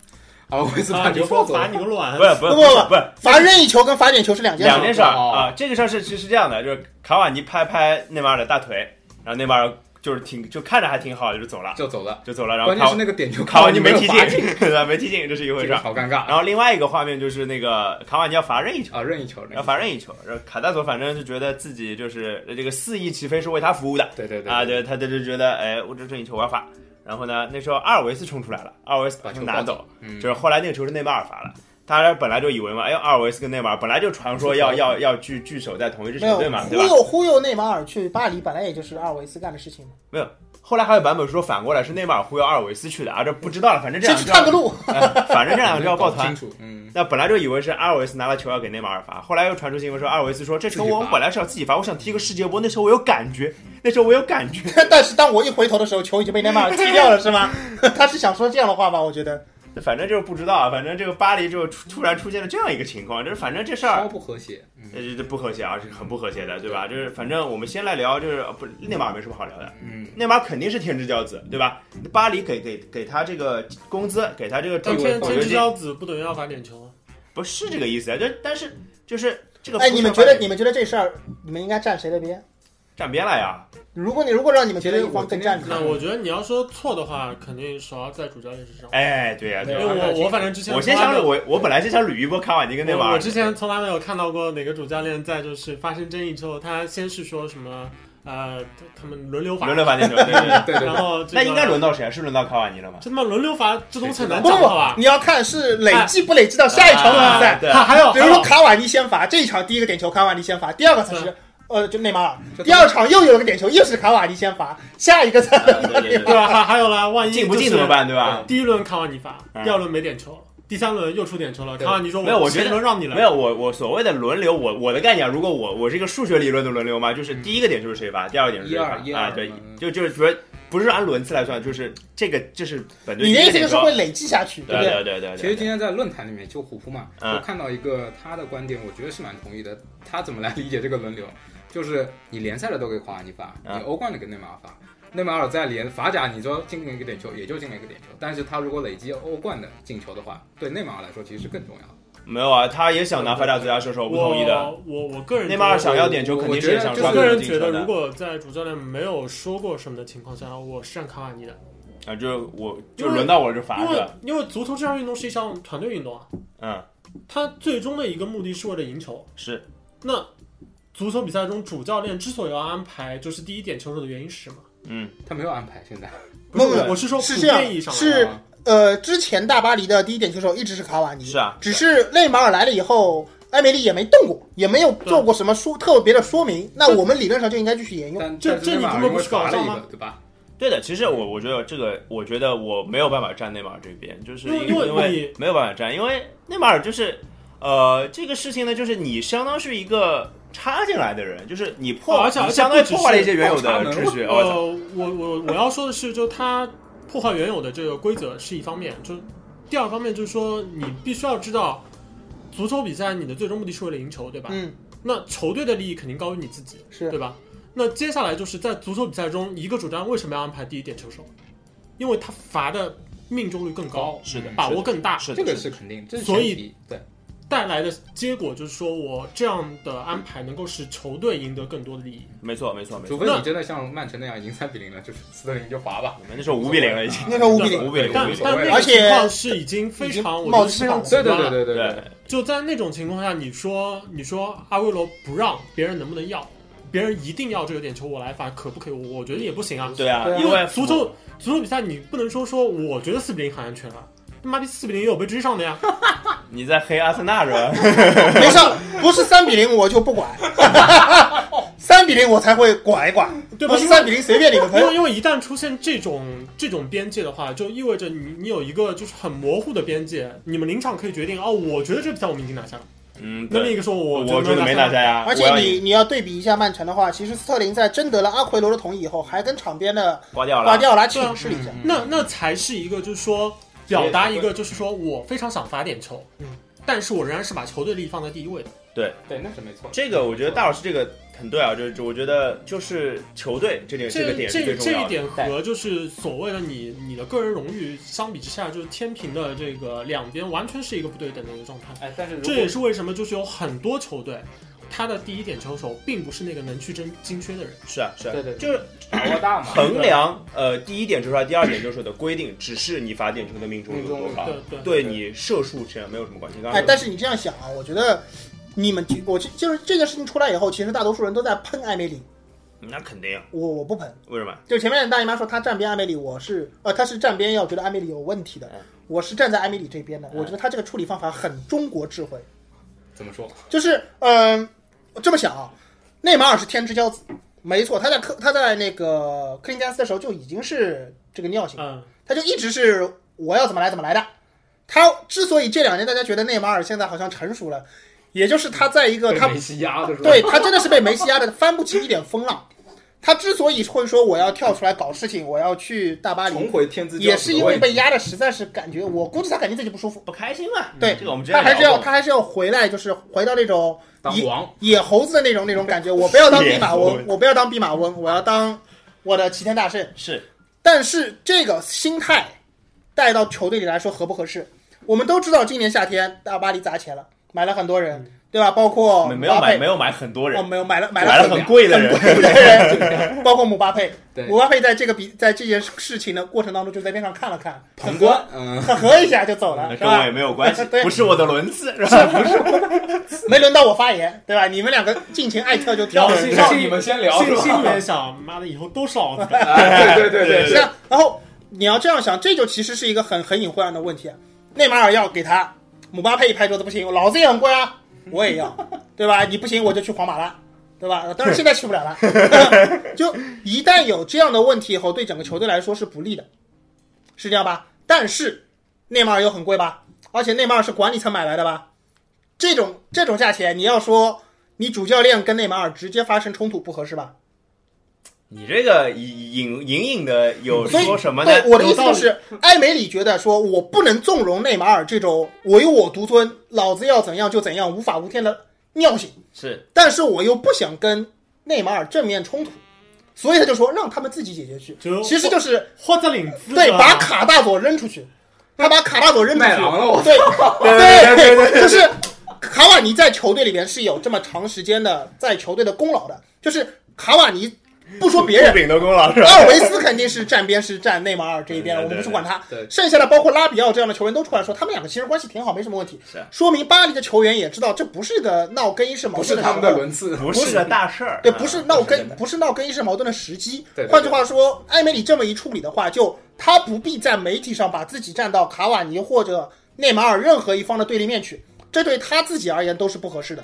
Speaker 3: 阿尔维斯
Speaker 4: 啊，
Speaker 3: 把
Speaker 4: 你
Speaker 3: 球抱
Speaker 4: 说
Speaker 3: 走
Speaker 4: 罚
Speaker 3: 了，
Speaker 4: 你个卵，
Speaker 1: 不是不是
Speaker 2: 不不
Speaker 1: 不是
Speaker 2: 罚任意球跟罚点球是两件
Speaker 1: 两
Speaker 2: 事。
Speaker 1: 件事儿
Speaker 3: 哦
Speaker 1: 啊，这个事儿是是是这样的，就是卡瓦尼拍拍内马尔的大腿，然后内马尔就是挺就看着还挺好，就是走了
Speaker 3: 就走了。
Speaker 1: 就走了，然后
Speaker 3: 关键
Speaker 1: 卡
Speaker 3: 是那个点球
Speaker 1: 卡
Speaker 3: 卡
Speaker 1: 瓦
Speaker 3: 瓦
Speaker 1: 尼
Speaker 3: 尼
Speaker 1: 没
Speaker 3: 有
Speaker 1: 踢
Speaker 3: 罚
Speaker 1: 进， 对吧？没踢进，这是一回
Speaker 3: 这
Speaker 1: 事
Speaker 3: 个
Speaker 1: 儿。
Speaker 3: 好尴尬。
Speaker 1: 然后另外一个画面就是那个卡瓦尼要罚任意球。
Speaker 3: 啊，任意球，任意
Speaker 1: 要
Speaker 3: 球
Speaker 1: 罚任意球，然后卡大佐反正就觉得自己就是这个肆意起飞是为他服务的，
Speaker 3: 对对对
Speaker 1: 啊，对，他就就觉得，哎，我这任意球我要罚。然后呢，那时候阿尔维斯冲出来了，阿尔维斯把球拿走，
Speaker 3: 嗯
Speaker 1: 就是后来那个球是内马尔罚了。大家本来就以为嘛，哎呦，阿尔维斯跟内马尔本来就传说要要要聚聚首在同一支球
Speaker 2: 没有
Speaker 1: 队嘛，
Speaker 2: 忽
Speaker 1: 对吧？
Speaker 2: 悠忽悠内马尔去巴黎，本来也就是阿尔维斯干的事情嘛，
Speaker 1: 没有。后来还有版本说反过来是内马尔忽悠阿尔维斯去的啊，这不知道了，反正这
Speaker 2: 先
Speaker 1: 两
Speaker 2: 去
Speaker 1: 支
Speaker 2: 探个路。
Speaker 1: 哎反正这两支要抱 团
Speaker 3: 清。楚，嗯，
Speaker 1: 那本来就以为是阿尔维斯拿了球要给内马尔罚，后来又传出新闻说阿尔维斯说这球我
Speaker 3: 自己罚
Speaker 1: 本来是要自己罚，我想踢个世界波，那时候我有感觉， 那时候我有感觉，
Speaker 2: 但是当我一回头的时候，球已经被内马尔踢掉了，是吗？他是想说这样的话吧？我觉得
Speaker 1: 反正就是不知道啊，反正这个巴黎就突突然出现了这样一个情况，就是反正这事
Speaker 3: 超
Speaker 1: 儿。
Speaker 3: 不和谐，嗯
Speaker 1: 呃，这不和谐啊，是很不和谐的，对吧？就是反正我们先来聊，就是呃不内马尔没什么好聊的，
Speaker 3: 嗯，
Speaker 1: 内马尔肯定是天之骄子，对吧？巴黎给给给他这个工资，给他这个
Speaker 4: 但
Speaker 1: 转会
Speaker 4: 天
Speaker 1: 保
Speaker 4: 天
Speaker 1: 留
Speaker 4: 之
Speaker 1: 金，
Speaker 4: 骄子不等于要罚点球啊？
Speaker 1: 不是这个意思啊。就但是就是这个，
Speaker 2: 哎，你们觉得你们觉得这事儿，你们应该站谁的边？
Speaker 1: 站边了啊呀？
Speaker 2: 如果你如果让你们觉得
Speaker 3: 其
Speaker 2: 一
Speaker 3: 实我
Speaker 2: 方更
Speaker 3: 今天
Speaker 2: 占理，
Speaker 4: 那我觉得你要说错的话，肯定首要在主教练身上。
Speaker 1: 哎，对呀、对
Speaker 4: 因
Speaker 1: 呀、
Speaker 4: 为我我反正之前
Speaker 1: 我先
Speaker 4: 从来
Speaker 1: 想
Speaker 4: 没有
Speaker 1: 我我本来先想捋一波卡瓦尼跟内马
Speaker 4: 我
Speaker 1: 尔
Speaker 4: 我，之前从来没有看到过哪个主教练在就是发生争议之后，他先是说什么呃，他他们轮流罚，
Speaker 1: 轮流罚进球， 对对对。
Speaker 3: 对对
Speaker 4: 然
Speaker 3: 对，
Speaker 4: 后、这
Speaker 1: 那
Speaker 4: 个、
Speaker 1: 应该轮到谁啊？是轮到卡瓦尼了 吗？
Speaker 4: 这他妈轮流罚，这东西很难
Speaker 2: 不
Speaker 4: 讲
Speaker 2: 不
Speaker 4: 好
Speaker 2: 不
Speaker 4: 吧，？
Speaker 2: 你要看是累计不累积到下一场比
Speaker 1: 啊
Speaker 2: 赛。
Speaker 1: 对
Speaker 4: 他还有
Speaker 2: 比如说
Speaker 4: 还
Speaker 2: 卡瓦尼先罚这一场第一个点球，卡瓦尼先罚，第二个才是
Speaker 4: 对
Speaker 2: 呃就内马尔，
Speaker 3: 这
Speaker 2: 第二场又有一个点球，又是卡瓦尼先罚，下一个才
Speaker 1: 啊对对
Speaker 4: 有
Speaker 1: 对
Speaker 4: 对吧？还还有了，万一
Speaker 1: 进不进怎么？办，对吧？
Speaker 4: 第一轮卡瓦尼罚，
Speaker 1: 嗯
Speaker 4: 第二轮没点球了，第三轮又出点球了，
Speaker 3: 对
Speaker 4: 卡瓦尼说
Speaker 1: 没有我觉得
Speaker 4: 前轮让你来，
Speaker 1: 没有，我我所谓的轮流，我我的概念啊，如果我我是一个数学理论的轮流嘛，
Speaker 4: 嗯
Speaker 1: 就是第一个点就是谁罚，第二个点是谁罚
Speaker 3: 一二
Speaker 1: 啊，
Speaker 3: 一二
Speaker 1: 对，
Speaker 3: 嗯
Speaker 1: 就就是说不是按轮次来算，就是这个这是本队
Speaker 2: 你的
Speaker 1: 第一个
Speaker 2: 意思就
Speaker 1: 点
Speaker 2: 是
Speaker 1: 球
Speaker 2: 会，累积下去，对
Speaker 1: 对
Speaker 2: 不
Speaker 1: 对
Speaker 2: 对？
Speaker 1: 对对对。
Speaker 3: 其实今天在论坛里面，就虎扑嘛，
Speaker 1: 嗯
Speaker 3: 我看到一个他的观点，我觉得是蛮同意的。他怎么来理解这个轮流？就是你联赛的都给夸你罚，
Speaker 1: 嗯
Speaker 3: 你欧冠的给内马尔罚。内马尔在联法甲，你说进了一个点球，也就进了一个点球，但是他如果累积欧冠的进球的话，对内马尔来说其实是更重要的。
Speaker 1: 没有啊，他也想拿法甲最佳射手，我不同意的。
Speaker 4: 我我我个人
Speaker 1: 内马尔
Speaker 4: 觉得
Speaker 1: 想要点球，肯定是也想
Speaker 3: 我
Speaker 1: 抓
Speaker 4: 我
Speaker 1: 住
Speaker 3: 觉
Speaker 4: 个人
Speaker 1: 进
Speaker 4: 觉
Speaker 1: 球
Speaker 4: 得，
Speaker 1: 的
Speaker 4: 如果在主教练没有说过什么的情况下，我是站卡瓦尼的，
Speaker 1: 啊，就我就轮到我就罚
Speaker 4: 因为
Speaker 1: 了，
Speaker 4: 因为足球这项运动是一项团队运动啊，
Speaker 1: 嗯，
Speaker 4: 它最终的一个目的是为了赢球。
Speaker 1: 是
Speaker 4: 那足球比赛中主教练之所以要安排就是第一点球手的原因是什么？
Speaker 1: 嗯，
Speaker 3: 他没有安排，现在
Speaker 4: 不是，
Speaker 2: 不
Speaker 1: 不
Speaker 4: 我我是说
Speaker 2: 是
Speaker 4: 普
Speaker 2: 这样
Speaker 4: 遍意义上来
Speaker 2: 是
Speaker 4: 说
Speaker 3: 啊
Speaker 2: 呃，之前大巴黎的第一点球手一直是卡瓦尼，
Speaker 1: 是啊
Speaker 2: 只是内马尔来了以后，埃梅里也没动过，也没有做过什么说特别的说明。那我们理论上就应该继续沿用。
Speaker 3: 但
Speaker 4: 这
Speaker 3: 但是内马尔因
Speaker 4: 这你不是不
Speaker 3: 为
Speaker 4: 是搞
Speaker 3: 罚了
Speaker 4: 笑
Speaker 3: 一
Speaker 4: 吗
Speaker 3: 个，对吧？
Speaker 1: 对的，其实我我觉得这个，我觉得我没有办法站内马尔这边，就是
Speaker 4: 因为
Speaker 1: 因为
Speaker 4: 因为你
Speaker 1: 没有办法站，因为内马尔就是，呃，这个事情呢，就是你相当是一个插进来的人，就是你破，
Speaker 4: 哦而且
Speaker 1: 你相当于
Speaker 4: 而且不只
Speaker 1: 破
Speaker 4: 是
Speaker 1: 坏了一些原有的
Speaker 3: 爆插门
Speaker 1: 秩序。我操，
Speaker 4: 呃，我我我要说的是，就他破坏原有的这个规则是一方面，就第二方面就是说，你必须要知道，足球比赛你的最终目的是为了赢球，对吧？
Speaker 2: 嗯，
Speaker 4: 那球队的利益肯定高于你自己，
Speaker 2: 是
Speaker 4: 对吧？那接下来就是在足球比赛中，一个主战为什么要安排第一点球手？因为他罚的命中率更高，
Speaker 6: 嗯是的，
Speaker 4: 把握更大，
Speaker 6: 是的，
Speaker 3: 这个
Speaker 6: 是
Speaker 3: 是肯定，这是
Speaker 4: 所以
Speaker 3: 前提对，
Speaker 4: 带来的结果就是说我这样的安排能够使球队赢得更多的利益。
Speaker 1: 没错没错没
Speaker 3: 除
Speaker 1: 错，
Speaker 3: 非
Speaker 4: 那
Speaker 3: 你真的像曼城那样赢三比零了，就是斯特林就罚吧。
Speaker 1: 我们那时候五比零了已经，
Speaker 2: 那时候五比零，
Speaker 1: 五比零
Speaker 4: 但
Speaker 1: 五比零，
Speaker 4: 但那
Speaker 2: 而
Speaker 4: 个
Speaker 2: 且
Speaker 4: 情况是已经非常，
Speaker 2: 已经
Speaker 4: 我觉
Speaker 2: 冒
Speaker 4: 得
Speaker 2: 出
Speaker 4: 非常
Speaker 2: 这
Speaker 4: 极
Speaker 3: 对
Speaker 4: 端
Speaker 3: 对
Speaker 4: 了。
Speaker 3: 对对对
Speaker 1: 对
Speaker 3: 对，，
Speaker 4: 就在那种情况下，你说你说阿圭罗不让别人能不能要？别人一定要这个点球，我来罚，可不可以？我觉得也不行啊。
Speaker 1: 对啊
Speaker 2: 对，啊
Speaker 1: 因为
Speaker 4: 足球足球比赛，你不能说说我觉得四比零很安全了，他妈逼四比零也有被追上的呀。
Speaker 1: 你在黑阿森纳是吧？
Speaker 2: 没事， 不是三比零我就不 管，三比零我才会管一管，
Speaker 4: 对吧
Speaker 2: 不是三比零随便你们
Speaker 1: 哎
Speaker 4: 因为
Speaker 2: 喷。
Speaker 4: 因为一旦出现这种这种边界的话，就意味着你你有一个就是很模糊的边界，你们临场可以决定哦，我觉得这比赛我们已经拿下了。
Speaker 1: 嗯，
Speaker 4: 那另一
Speaker 1: 对，
Speaker 4: 个说我
Speaker 1: 我觉得没拿
Speaker 4: 拿
Speaker 1: 下呀，
Speaker 2: 而
Speaker 1: 我
Speaker 2: 且
Speaker 1: 要
Speaker 2: 你
Speaker 1: 赢
Speaker 2: 你要对比一下曼城的话，其实斯特林在征得了阿奎罗的同意以后，还跟场边的
Speaker 1: 挂掉了，嗯
Speaker 2: 瓜迪奥拉
Speaker 4: 对啊
Speaker 2: 请示了一下。
Speaker 4: 那那才是一个，就是说表达一个，就是说我非常想罚点球，
Speaker 2: 嗯
Speaker 4: 但是我仍然是把球队利益放在第一位的。
Speaker 3: 对，那是没错。
Speaker 1: 这个我觉得大老师这个很对啊，就就我觉得就是球队这点个
Speaker 4: 这
Speaker 1: 点是
Speaker 4: 这
Speaker 1: 最重
Speaker 4: 这
Speaker 1: 要
Speaker 4: 一
Speaker 1: 的。
Speaker 4: 点和就是所谓的你你的个人荣誉相比之下，就是天平的这个两边完全是一个不对等的一个状态。
Speaker 3: 哎，但是如
Speaker 4: 这
Speaker 3: 果
Speaker 4: 也是为什么就是有很多球队，他的第一点球手并不是那个能去争金靴的人。
Speaker 1: 是啊是啊
Speaker 3: 对，对，
Speaker 1: 就是
Speaker 3: 把握大嘛，
Speaker 1: 衡量呃第一点球和第二点球手的规定，只是你罚点球的命中率有多高
Speaker 4: 对，对
Speaker 1: 啊对你射术其实没有什么关系。刚刚
Speaker 2: 哎，但是你这样想啊，我觉得你们我就就是这件事情出来以后，其实大多数人都在喷艾梅里，
Speaker 1: 那肯定，啊
Speaker 2: 我我不喷。
Speaker 1: 为什么？
Speaker 2: 就前面大姨妈说她站边艾梅里，我是呃，她是站边要觉得艾梅里有问题的
Speaker 1: 嗯，
Speaker 2: 我是站在艾梅里这边的。
Speaker 1: 嗯
Speaker 2: 我觉得她这个处理方法很中国智慧，
Speaker 3: 怎么说？
Speaker 2: 就是嗯、我这么想啊，内马尔是天之骄子，没错，他在科他在那个克林加斯的时候就已经是这个尿性，
Speaker 4: 嗯，
Speaker 2: 他就一直是我要怎么来怎么来的。他之所以这两年大家觉得内马尔现在好像成熟了，也就是他在一个
Speaker 3: 被
Speaker 2: 他
Speaker 3: 梅西压的是吧？
Speaker 2: 对他真的是被梅西压的翻不起一点风浪。他之所以会说我要跳出来搞事情，我要去大巴黎
Speaker 3: 重，回天之骄子的
Speaker 2: 也是因为
Speaker 3: 位置
Speaker 2: 被压的实在是感觉，我估计他感觉自己不舒服。
Speaker 1: 不开心嘛？
Speaker 2: 对
Speaker 1: 这个我们之
Speaker 2: 他
Speaker 1: 前
Speaker 2: 还是
Speaker 1: 聊
Speaker 2: 要
Speaker 1: 过
Speaker 2: 他还是要回来，就是回到那种
Speaker 3: 当
Speaker 2: 野
Speaker 3: 王，
Speaker 2: 野猴子的那种那种感觉。我不要当弼马
Speaker 1: 野猴
Speaker 2: 温
Speaker 1: 子，
Speaker 2: 我不要当弼马温，我要当我的齐天大圣。
Speaker 1: 是
Speaker 2: 但是这个心态带到球队里来说合不合适？我们都知道，今年夏天大巴黎砸钱了，买了很多人，对吧？包括
Speaker 1: 嗯没没
Speaker 2: 姆
Speaker 1: 有
Speaker 2: 巴
Speaker 1: 买
Speaker 2: 佩
Speaker 1: 没有买很多人
Speaker 2: 哦，，没有买了买
Speaker 1: 买
Speaker 2: 了
Speaker 1: 了很贵的人，
Speaker 2: 很贵 的人，包括姆巴佩。
Speaker 3: 对
Speaker 2: 姆巴佩在这个比在这件事情的过程当中，就在边上看了看，
Speaker 3: 旁
Speaker 2: 呵
Speaker 3: 观
Speaker 2: 呵，
Speaker 3: 嗯，
Speaker 2: 呵呵一下就走了，
Speaker 1: 那
Speaker 2: 是
Speaker 1: 跟我也
Speaker 2: 吧？
Speaker 1: 没 有关系，
Speaker 2: 对
Speaker 1: 不是我的轮次，是吧？
Speaker 2: 没轮到我发言，对吧？你们两个尽情爱跳就跳，
Speaker 4: 然后
Speaker 2: 是
Speaker 4: 信
Speaker 2: 吧
Speaker 3: 信你们先聊
Speaker 4: 心
Speaker 3: 是吧？
Speaker 4: 心里面想，妈的，以后都 是老子的。
Speaker 3: 哎对对对
Speaker 2: 是啊。然后你要这样想，这就其实是一个很很隐晦暗的问题。内马尔要给他，姆巴佩一拍桌子不行，老子也很贵 啊，我也要，对吧？你不行我就去皇马了。对吧？当然现在去不了了。 就一旦有这样的问题以后，对整个球队来说是不利的，是这样吧？但是内马尔又很贵吧？而且内马尔是管理层买来的吧？这种这种价钱，你要说你主教练跟内马尔直接发生冲突不合适吧？
Speaker 1: 你这个隐隐隐隐的有
Speaker 2: 所以
Speaker 1: 说什么呢？
Speaker 2: 对，我的意思
Speaker 1: 有道
Speaker 2: 就
Speaker 1: 理
Speaker 2: 是，埃梅里觉得说我不能纵容内马尔这种唯我独尊，老子要怎样就怎样，无法无天的尿性。
Speaker 1: 是
Speaker 2: 但是我又不想跟内马尔正面冲突，所以他就说让他们自己解决去
Speaker 4: 就。
Speaker 2: 其实就是
Speaker 4: 豁着领子
Speaker 2: 对，
Speaker 4: 的
Speaker 2: 把卡大佐扔出去，他把卡大佐扔出去，
Speaker 3: 卖狼了我
Speaker 2: 对
Speaker 1: 对对对
Speaker 2: 对，就是卡瓦尼在球队里面是有这么长时间的在球队的功劳的，就是卡瓦尼不说别人
Speaker 1: 不。秉的功劳 是吧？
Speaker 2: 奥维斯肯定是站边是站内马尔这一边了，
Speaker 1: 对对对
Speaker 2: 我们不去管他
Speaker 3: 对。
Speaker 2: 剩下的包括拉比奥这样的球员都出来说，他们两个其实关系挺好，没什么问题
Speaker 3: 啊
Speaker 1: 是。
Speaker 2: 说明巴黎的球员也知道这不是个闹更衣室矛
Speaker 3: 不是
Speaker 2: 盾的时
Speaker 3: 他
Speaker 2: 候
Speaker 3: 们的轮啊次，
Speaker 1: 不是个大事儿，啊
Speaker 2: 对，不是闹
Speaker 1: 跟
Speaker 2: 更不是闹更衣室矛盾的时机
Speaker 3: 对对。对
Speaker 2: 换句话说，埃梅里这么一处理的话，就他不必在媒体上把自己站到卡瓦尼或者内马尔任何一方的对立面去，这对他自己而言都是不合适的。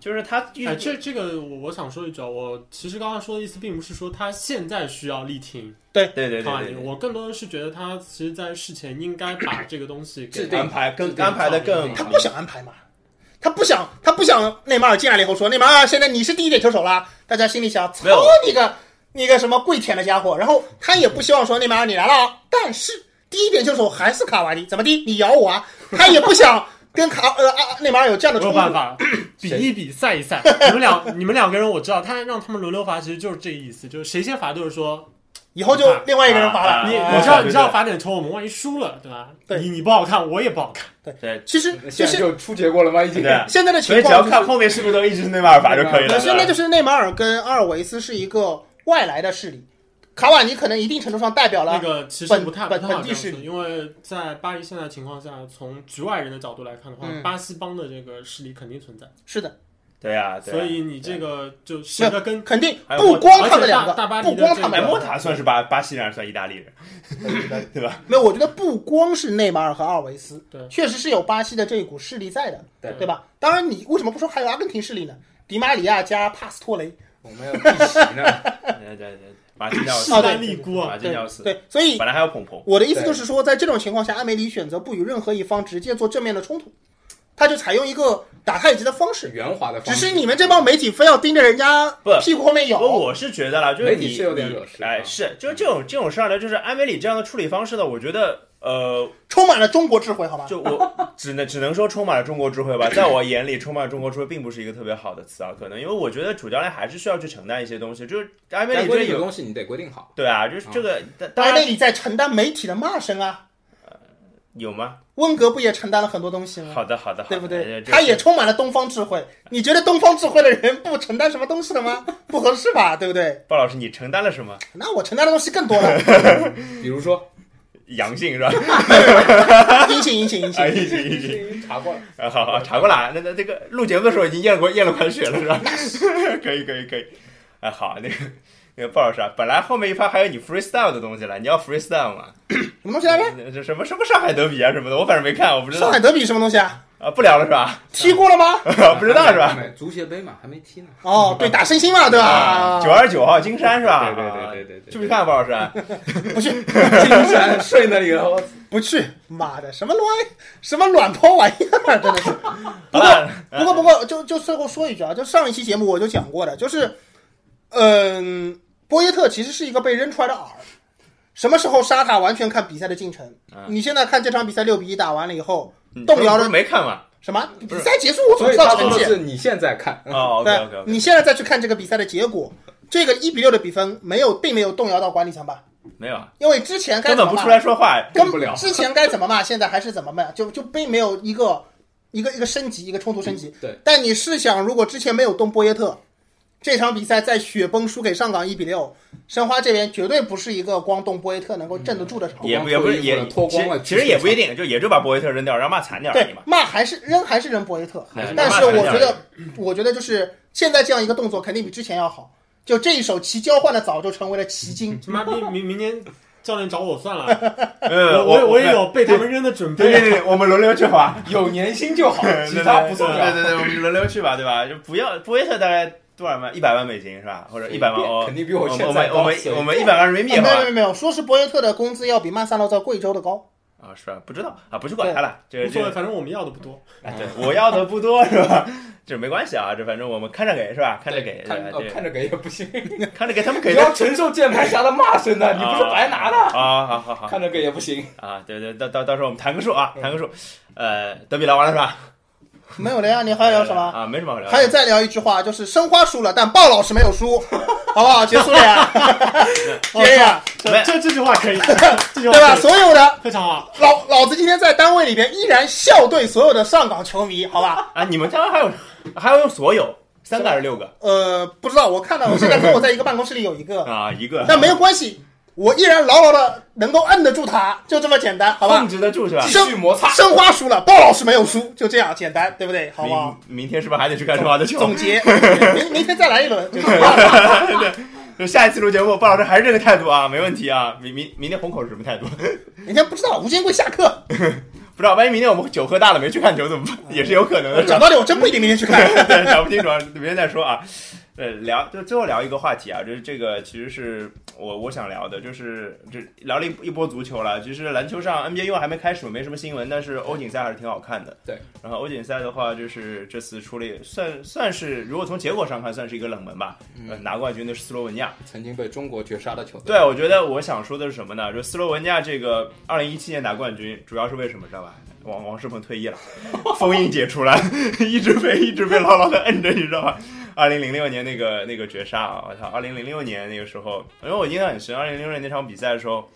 Speaker 1: 就是他
Speaker 4: 哎，这这个我我想说一句啊，我其实刚刚说的意思并不是说他现在需要力挺
Speaker 1: 对对对
Speaker 4: 卡瓦尼，
Speaker 1: 对对
Speaker 4: 我更多的是觉得他其实，在事前应该把这个东西
Speaker 3: 制
Speaker 4: 给
Speaker 3: 定
Speaker 1: 安排更
Speaker 4: 对
Speaker 1: 安排的更
Speaker 2: 他不想安排嘛，他不想，他不想内马尔进来了以后说内马尔啊现在你是第一点球手啦，大家心里想操
Speaker 1: 没有
Speaker 2: 你个你个什么跪舔的家伙，然后他也不希望说内马尔你来了啊，但是第一点球手还是卡瓦尼，怎么的你咬我啊，他也不想。跟卡呃啊内马尔有这样的
Speaker 4: 没
Speaker 2: 冲
Speaker 4: 有
Speaker 2: 突
Speaker 4: 办，法，比一比，赛一 赛。你们两你们两个人我知道，他让他们轮流罚，其实就是这意思，就是谁先罚都是说
Speaker 2: 以后就另外一个人罚
Speaker 1: 啊
Speaker 2: 了。
Speaker 4: 你
Speaker 1: 啊
Speaker 4: 你知道
Speaker 1: 对对
Speaker 4: 你知道罚点球，我们万一输了，对吧？
Speaker 2: 对
Speaker 4: 你你不好看，我也不好看。
Speaker 1: 对
Speaker 2: 其实就
Speaker 3: 现在
Speaker 2: 是
Speaker 3: 就出结果了吗？已经
Speaker 1: 对，
Speaker 2: 现在的
Speaker 1: 所以
Speaker 2: 情
Speaker 1: 只要
Speaker 2: 况就是
Speaker 1: 看后面是不是都一直是内马尔罚就可以了。
Speaker 2: 那现在就是是内马尔跟阿尔维斯是一个外来的势力，卡瓦尼可能一定程度上代表
Speaker 4: 那
Speaker 2: 了，
Speaker 4: 个其实
Speaker 2: 本
Speaker 4: 不太
Speaker 2: 本
Speaker 4: 不太好
Speaker 2: 本
Speaker 4: 这
Speaker 2: 地
Speaker 4: 样
Speaker 2: 势
Speaker 4: 说，
Speaker 2: 力
Speaker 4: 因为在巴黎现在情况下，从局外人的角度来看的话，
Speaker 2: 嗯
Speaker 4: 巴西帮的这个势力肯定存在，
Speaker 2: 是的，
Speaker 1: 对啊，对啊
Speaker 4: 所以你这个就谁的跟
Speaker 2: 肯定
Speaker 1: 还有
Speaker 2: 不光他们两
Speaker 4: 而且大大巴
Speaker 2: 个，
Speaker 4: 黎的
Speaker 2: 不光他们
Speaker 1: 哎，
Speaker 2: 两
Speaker 1: 莫
Speaker 2: 个，
Speaker 1: 塔算是巴巴西人还是算意大利人？对吧？
Speaker 2: 没有，我觉得不光是内马尔和阿尔维斯，
Speaker 4: 对
Speaker 2: 确实是有巴西的这一股势力在的，
Speaker 3: 对
Speaker 2: 对吧？当然，你为什么不说还有阿根廷势力呢？迪马里亚加帕斯托雷，
Speaker 3: 我们要逆袭呢。
Speaker 1: 对对对，马丁内奥斯
Speaker 4: 势
Speaker 2: 啊，
Speaker 4: 单
Speaker 2: 对
Speaker 4: 力孤啊
Speaker 1: 马，丁
Speaker 2: 对
Speaker 1: 内奥斯，
Speaker 2: 对，所以
Speaker 1: 本来还有捧捧，
Speaker 2: 我的意思就是说，在这种情况下，艾梅里选择不与任何一方直接做正面的冲突，他就采用一个打太极的方式。
Speaker 3: 圆滑的
Speaker 2: 只
Speaker 3: 方式，
Speaker 2: 是你们这帮媒体非要盯着人家
Speaker 1: 不
Speaker 2: 屁股后面
Speaker 1: 不，
Speaker 2: 咬，
Speaker 1: 我是觉得啦，就是
Speaker 3: 媒
Speaker 1: 你
Speaker 3: 体是有点惹事
Speaker 1: 你哎，
Speaker 3: 啊
Speaker 1: 是，就是这种这种事儿呢，就是安梅里这样的处理方式呢，我觉得，呃，
Speaker 2: 充满了中国智慧，好吧？
Speaker 1: 就我只能只能说充满了中国智慧吧，在我眼里，充满中国智慧并不是一个特别好的词啊，可能因为我觉得主教练还是需要去承担一些东西，就是安梅
Speaker 3: 该
Speaker 1: 里
Speaker 3: 规
Speaker 1: 这
Speaker 3: 定的
Speaker 1: 有。
Speaker 3: 东西你得规定好。
Speaker 1: 对啊，就是这个，当当
Speaker 2: 艾梅
Speaker 1: 然
Speaker 2: 里在承担媒体的骂声啊，
Speaker 1: 有吗？
Speaker 2: 温格不也承担了很多东西吗？
Speaker 1: 好的，好的，好的
Speaker 2: 对不对？
Speaker 1: 哎这
Speaker 2: 他也充满了东方智慧。你觉得东方智慧的人不承担什么东西了吗？ 不合适吧，对不对？
Speaker 1: 鲍老师，你承担了什么？
Speaker 2: 那我承担的东西更多 了。
Speaker 3: 比如说，
Speaker 1: 阳性是吧？
Speaker 2: 阴性，阴性，阴
Speaker 1: 啊，
Speaker 2: 性。
Speaker 1: 已经已经，
Speaker 3: 查过了，
Speaker 1: 啊，好好查过了啊。那那那个录节目的时候已经验过验了管血了是吧？ 可以可以可以。啊，好，那个那个鲍老师啊，本来后面一趴还有你 freestyle 的东西了，你要 freestyle 吗？
Speaker 2: 什么东西来着？
Speaker 1: 这什么什么上海德比啊什么的，我反正没看，我不知
Speaker 2: 上
Speaker 1: 道
Speaker 2: 海德比什么东西啊？
Speaker 1: 啊，不聊了是吧？
Speaker 2: 踢过了吗？
Speaker 1: 不知道是吧？
Speaker 3: 没？足协杯嘛，还没踢呢。
Speaker 2: 哦，对，打身心嘛，对吧？
Speaker 1: 啊九二九号金山是吧？啊
Speaker 3: 对对对对对对
Speaker 1: 去不去看鲍老师？
Speaker 2: 不去，
Speaker 3: 金山睡那里了，
Speaker 2: 不去，妈的，什么乱，什么卵泡玩意儿，真的 是。
Speaker 1: 不过
Speaker 2: 不过不过，就就最后说一句啊，就上一期节目我就讲过的，就是，嗯，波耶特其实是一个被扔出来的饵。什么时候杀他，完全看比赛的进程。你现在看这场比赛六比一打完了以后，
Speaker 1: 嗯
Speaker 2: 动摇了
Speaker 1: 没看嘛？
Speaker 2: 什么？比
Speaker 1: 是
Speaker 2: 赛结束我怎
Speaker 3: 所
Speaker 2: 么
Speaker 3: 以
Speaker 2: 知
Speaker 3: 他
Speaker 2: 道
Speaker 3: 说
Speaker 2: 成
Speaker 3: 的
Speaker 2: 绩？
Speaker 3: 是你现在看，
Speaker 1: 哦，OK
Speaker 2: 对
Speaker 1: OK，
Speaker 2: 你现在再去看这个比赛的结果，这个一比六的比分没有，并没有动摇到管理层吧？
Speaker 1: 没有，啊，
Speaker 2: 因为之前该
Speaker 1: 根
Speaker 2: 怎
Speaker 1: 本
Speaker 2: 么
Speaker 1: 不
Speaker 2: 骂
Speaker 1: 出来说话，
Speaker 2: 根
Speaker 3: 动不了
Speaker 2: 之前该怎么骂， 现在还是怎么骂，就就并没有一个一个一个升级，一个冲突升级。
Speaker 3: 嗯对，
Speaker 2: 但你试想，如果之前没有动波耶特，这场比赛在雪崩输给上港一比六，申花这边绝对不是一个光动波耶特能够镇得住的场。
Speaker 3: 嗯
Speaker 1: 也不也不是也
Speaker 3: 脱光了
Speaker 1: 其实其实也不一定，就也就把博维特扔掉，让骂惨
Speaker 3: 嗯
Speaker 1: 点而已
Speaker 2: 对
Speaker 1: 嘛，。
Speaker 2: 骂还是扔还是扔博耶特
Speaker 1: 还是，
Speaker 2: 但
Speaker 1: 骂
Speaker 2: 是我
Speaker 1: 还是
Speaker 2: 觉
Speaker 1: 骂
Speaker 2: 得，我觉得就是现在这样一个动作肯定比之前要好。就这一手棋交换的早就成为了棋
Speaker 3: 嗯
Speaker 2: 经，
Speaker 4: 他妈明明明年教练找我 算了，
Speaker 1: 呃，
Speaker 4: 我我也我也
Speaker 1: 们
Speaker 4: 有被他们扔的准
Speaker 1: 对
Speaker 4: 备啊
Speaker 1: 对。对，对我们轮流去滑，
Speaker 3: 有年薪就好， 其
Speaker 1: 对
Speaker 3: 他不重
Speaker 1: 对
Speaker 3: 要。
Speaker 1: 对对，我们轮流去吧，对吧？就不要博维特大概多少万？一百万美金是吧？或者一百万哦，
Speaker 3: 肯定比
Speaker 1: 我
Speaker 3: 我
Speaker 1: 们
Speaker 3: 现
Speaker 1: 我
Speaker 3: 在
Speaker 1: 们
Speaker 3: 高
Speaker 1: 我们
Speaker 3: 随
Speaker 1: 我
Speaker 3: 便
Speaker 1: 们一百万人民
Speaker 2: 没
Speaker 1: 币
Speaker 2: 有
Speaker 1: 好
Speaker 2: 啊没
Speaker 1: 吧
Speaker 2: 有？没有，说是博耶特的工资要比曼萨诺在贵州的高，
Speaker 1: 啊，是吧？不知道啊，不去管他了，这
Speaker 4: 无所谓，
Speaker 1: 这
Speaker 4: 反正我们要的不多。
Speaker 1: 哎 对，我要的不多是吧？ 这没关系啊，这反正我们看着给是吧？看着给，
Speaker 3: 看
Speaker 1: 对吧
Speaker 3: 呃看着给也不行，
Speaker 1: 这看着给他们
Speaker 3: 你
Speaker 1: 给的
Speaker 3: 要承受键盘侠的骂声呢，你不是白拿的。
Speaker 1: 啊，好好好
Speaker 3: 看着给也不行，
Speaker 1: 啊，对对，到到到时候我们谈个数啊，谈个数，呃，德比聊完了是吧？
Speaker 2: 没有了呀，你还要聊什么？
Speaker 1: 啊？没什么好聊的。
Speaker 2: 还有再聊一句话，就是申花输了，但鲍老师没有输，好不好？结束了呀，这样
Speaker 4: 这
Speaker 1: 没
Speaker 4: 这这句话可以，这句话
Speaker 2: 对吧？
Speaker 4: 可以
Speaker 2: 所有的
Speaker 4: 非常好。
Speaker 2: 老老子今天在单位里边依然笑对所有的上港球迷，好吧？
Speaker 1: 啊，你们当然还有还要用所有三个还是六个
Speaker 2: 呃，不知道，我看到我现在跟我在一个办公室里有 一个，
Speaker 1: 啊？一个，
Speaker 2: 但没有关系，我依然牢牢的能够摁得住他，就这么简单，好吧
Speaker 1: 控？制得住是吧
Speaker 3: 继？
Speaker 2: 申
Speaker 3: 续摩擦。
Speaker 2: 申花输了，鲍老师没有输，就这样简单，对不对？好不好？
Speaker 1: 明明天是不是还得去看申花的球？
Speaker 2: 总结，明明天再来一轮，就这 样
Speaker 1: 就下一次录节目，鲍老师还是这个态度啊，没问题啊。明明明天虹口是什么态度？
Speaker 2: 明天不知道，吴金贵下课。
Speaker 1: 不知道，万一明天我们酒喝大了没去看球怎么办？也是有可能的，是吧
Speaker 2: 讲道理，我真不一定明天去看。
Speaker 1: 对，讲不清楚，啊，明天再说啊。对，聊就最后聊一个话题啊，就是这个其实是我我想聊的，就是这聊了一一波足球了。其实篮球上 NBA 因为还没开始，没什么新闻，但是欧锦赛还是挺好看的。
Speaker 3: 对，
Speaker 1: 然后欧锦赛的话，就是这次出了一算算是如果从结果上看，算是一个冷门吧。呃，拿冠军的是斯洛文尼亚。
Speaker 3: 曾经被中国绝杀的球队，
Speaker 1: 对，我觉得我想说的是什么呢？就斯洛文尼亚这个二零一七年拿冠军，主要是为什么知道吧？王王仕鹏退役了，封印解除了， 一直被一直被牢牢的摁着，你知道吧？二零零六年那个那个绝杀啊！我操，二零零六年那个时候，因为我印象很深，二零零六年那场比赛的时候，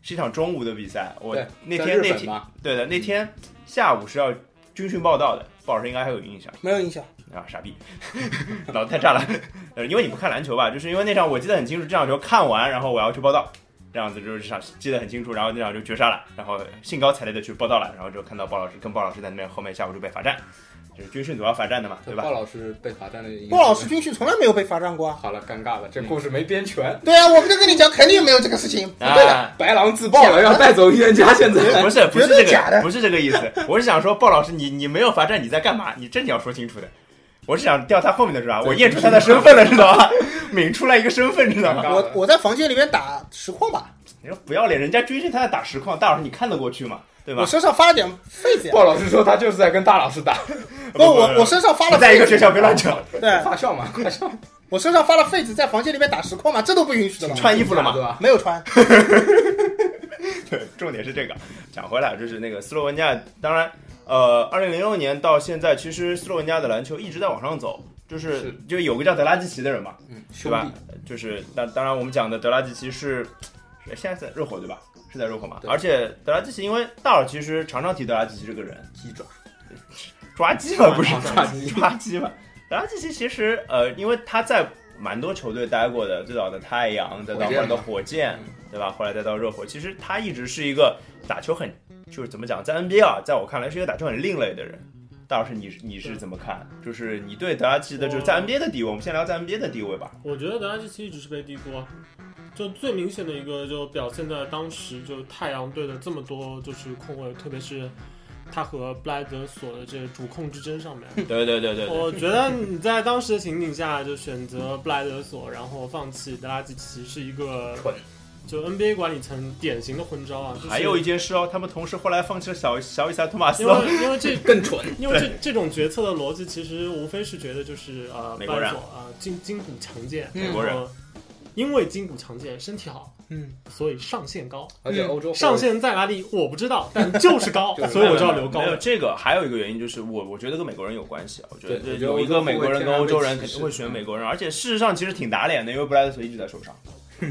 Speaker 1: 是一场中午的比赛，我
Speaker 3: 对
Speaker 1: 那
Speaker 3: 在
Speaker 1: 天
Speaker 3: 日
Speaker 1: 那
Speaker 3: 本
Speaker 1: 天
Speaker 3: 嘛
Speaker 1: 对的那天下午是要军训报道的，鲍老师应该还有印象。
Speaker 2: 没有印象。
Speaker 1: 啊，傻逼， 脑子太炸了。呃，因为你不看篮球吧，就是因为那场我记得很清楚，这场球看完，然后我要去报道，这样子就是这场记得很清楚，然后那场就绝杀了，然后兴高采烈的去报道了，然后就看到鲍老师跟鲍老师在那边后面下午就被罚站，就是军训总要罚站的嘛，对吧
Speaker 3: 鲍？老师被罚站的影响，
Speaker 2: 鲍老师军训从来没有被罚站过啊。
Speaker 3: 好了，尴尬了，这故事没编全，
Speaker 2: 对啊，我不就跟你讲，肯定没有这个事情。
Speaker 1: 啊，
Speaker 3: 白狼自爆了，要带走预言家，现在
Speaker 1: 不 是不是
Speaker 2: 绝对
Speaker 1: 这
Speaker 2: 假
Speaker 1: 个
Speaker 2: 的
Speaker 1: 不是这个意思，我是想说鲍老师你你没有罚站你在干嘛？你这你要说清楚的。我是想调他后面的是吧？我验出他的身份了，知道吧？ 抿出来一个身份，知道
Speaker 3: 尴
Speaker 1: 吗
Speaker 3: 尬？
Speaker 2: 我我在房间里面打实况吧，
Speaker 1: 你说不要脸，人家军训他在打实况，大老师你看得过去吗？对吧
Speaker 2: 我？身上发了点痱子呀。
Speaker 3: 鲍老师说他就是在跟大老师打，
Speaker 1: 不
Speaker 2: 啊不，我我身上发了
Speaker 1: 不在一个
Speaker 2: 痱子
Speaker 1: 学校，别乱扯。
Speaker 2: 对
Speaker 3: 发笑嘛，快笑，
Speaker 2: 我身上发了痱子，在房间里面打实况嘛，这都不允许的嘛。
Speaker 1: 穿衣服了
Speaker 3: 对
Speaker 1: 吗？
Speaker 3: 吧？
Speaker 2: 没有穿，
Speaker 1: 对，重点是这个。讲回来，就是那个斯洛文尼亚，当然，呃，二零零六年到现在，其实斯洛文尼亚的篮球一直在往上走，就是
Speaker 3: 是
Speaker 1: 就有个叫德拉季奇的人嘛，
Speaker 3: 嗯，
Speaker 1: 对
Speaker 3: 兄
Speaker 1: 吧
Speaker 3: 弟，？
Speaker 1: 就是当当然我们讲的德拉季奇是是现在在热火对吧？是在热火嘛？
Speaker 3: 对
Speaker 1: 而且德拉季奇，因为大佬其实常常提德拉季奇这个人，
Speaker 3: 鸡爪，
Speaker 1: 抓鸡嘛，不是
Speaker 3: 抓鸡
Speaker 1: 抓鸡嘛。德拉季奇其实呃，因为他在蛮多球队待过的，最早的太阳，再到后
Speaker 3: 火箭
Speaker 1: 来的
Speaker 3: 嘛
Speaker 1: 火箭，对吧？后来再到热火，其实他一直是一个打球很，就是怎么讲，在 NBA 啊，在我看来是一个打球很另类的人。大老师，你你是怎么看？就是你对德拉季奇的，就是在
Speaker 4: 我
Speaker 1: NBA 的地位，我们先聊在 NBA 的地位吧。
Speaker 4: 我觉得德拉季奇一直是被低估啊，就最明显的一个就表现在当时就太阳队的这么多就是控卫，特别是他和布莱德索的这个主控之争 上面。
Speaker 1: 对对对对对，
Speaker 4: 我觉得你在当时的情景下就选择布莱德索，然后放弃德拉季奇是一个
Speaker 3: 蠢
Speaker 4: 就 NBA 管理层典型的昏招啊。就是
Speaker 1: 还有一件事哦，他们同时后来放弃了小小伊萨托马斯
Speaker 4: 因
Speaker 1: 哦，
Speaker 4: 为因为这
Speaker 3: 更蠢，
Speaker 4: 因为这这种决策的逻辑，其实无非是觉得就是呃，
Speaker 1: 美国人
Speaker 4: 布莱索呃，筋筋骨强健，
Speaker 2: 美
Speaker 1: 国人
Speaker 4: 然后因为筋骨强健，身体好，
Speaker 2: 嗯，
Speaker 4: 所以上限高。
Speaker 3: 而且欧洲
Speaker 4: 上限在哪里我不知道，但就是 高
Speaker 3: 就，是
Speaker 4: 所以我就要留高
Speaker 1: 没。有这个，还有一个原因就是我我觉得跟美国人有关系啊。我觉得
Speaker 3: 对
Speaker 1: 这
Speaker 3: 我
Speaker 1: 有
Speaker 3: 觉得
Speaker 1: 一个
Speaker 3: 欧洲
Speaker 1: 美国人
Speaker 3: 会
Speaker 1: 跟欧洲人
Speaker 3: 天然被
Speaker 1: 肯
Speaker 3: 歧视
Speaker 1: 定会
Speaker 4: 嗯
Speaker 1: 选美国人，而且事实上其实挺打脸的，因为布莱德索一直在受伤，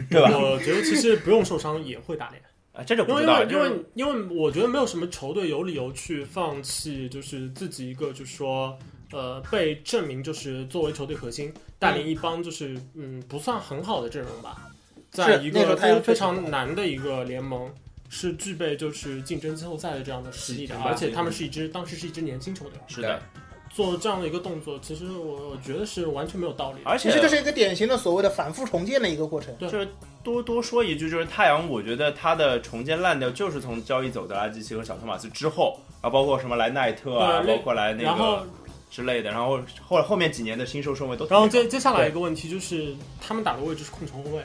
Speaker 1: 对吧？
Speaker 4: 我觉得其实不用受伤也会打脸，
Speaker 1: 啊，这就
Speaker 4: 因
Speaker 1: 不
Speaker 4: 为
Speaker 1: 知
Speaker 4: 因
Speaker 1: 道了。
Speaker 4: 为因
Speaker 1: 就是
Speaker 4: 为因为我觉得没有什么球队有理由去放弃，就是自己一个就是说呃被证明就是作为球队核心带领一帮就是嗯不算很好的阵容吧，在一
Speaker 2: 那时
Speaker 4: 个
Speaker 2: 候太阳
Speaker 4: 非非
Speaker 2: 确实
Speaker 4: 常难的一个联盟。是具备就是竞争季后赛的这样的实力的，
Speaker 3: 是
Speaker 4: 而且他们是一支当时是一支年轻球队，
Speaker 1: 是的，
Speaker 4: 做这样的一个动作，其实我我觉得是完全没有道理的。
Speaker 1: 而
Speaker 2: 其
Speaker 1: 且
Speaker 2: 实就是一个典型的所谓的反复重建的一个过程。
Speaker 1: 多多说一句，就是太阳，我觉得它的重建烂掉，就是从交易走德拉季奇和小托马斯之后，啊，包括什么来奈特啊，
Speaker 4: 对
Speaker 1: 包括来那
Speaker 4: 然后
Speaker 1: 个之类的，然后后后面几年的新秀顺位都挺
Speaker 4: 然后
Speaker 1: 好
Speaker 4: 接接下来一个问题就是，他们打的位置是控球后卫。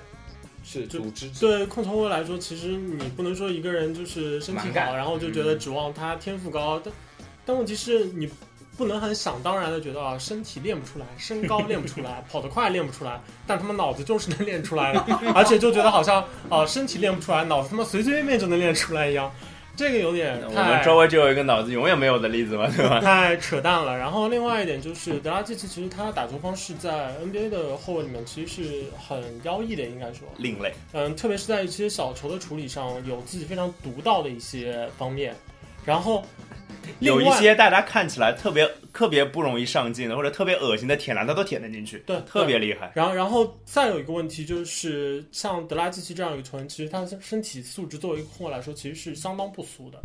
Speaker 3: 是组织
Speaker 4: 对控球后卫来说，其实你不能说一个人就是身
Speaker 3: 蛮
Speaker 4: 体好，
Speaker 3: 干
Speaker 4: 然后就觉
Speaker 1: 嗯
Speaker 4: 得指望他天赋高，但但问题是你不能很想当然的觉得啊，身体练不出来，身高练不出来， 跑得快练不出来，但他们脑子就是能练出来的，而且就觉得好像啊、身体练不出来，脑子他妈随随便便就能练出来一样，这个有点
Speaker 1: 我
Speaker 4: 太。
Speaker 1: 们周围就有一个脑子永远没有的例子嘛，对吧？
Speaker 4: 太扯淡了。然后另外一点就是，德拉季奇其实他打球方式在 NBA 的后卫里面其实是很妖异的，应该说，
Speaker 1: 另类，
Speaker 4: 嗯，特别是在一些小球的处理上，有自己非常独到的一些方面。然后，另
Speaker 1: 有
Speaker 4: 外
Speaker 1: 一些大家看起来特别特别不容易上进的，或者特别恶心的铁篮，他都舔得进去，
Speaker 4: 对
Speaker 1: 特别厉害。
Speaker 4: 然后，然后再有一个问题就是，像德拉季奇这样一个球员，其实他的身体素质作为一个控卫来说，其实是相当不俗的，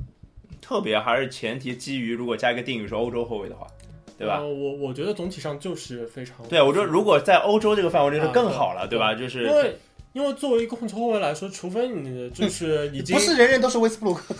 Speaker 1: 特别还是前提基于，如果加一个定语是欧洲后卫的话，对吧？啊
Speaker 4: 呃我我觉得总体上就是非常
Speaker 1: 对，我觉得如果在欧洲这个范围内是更好了，
Speaker 4: 嗯
Speaker 1: 对吧？就是
Speaker 4: 因为因为作为一个控球后卫来说，除非你就是 已经
Speaker 2: 不是人人都是威斯布鲁克，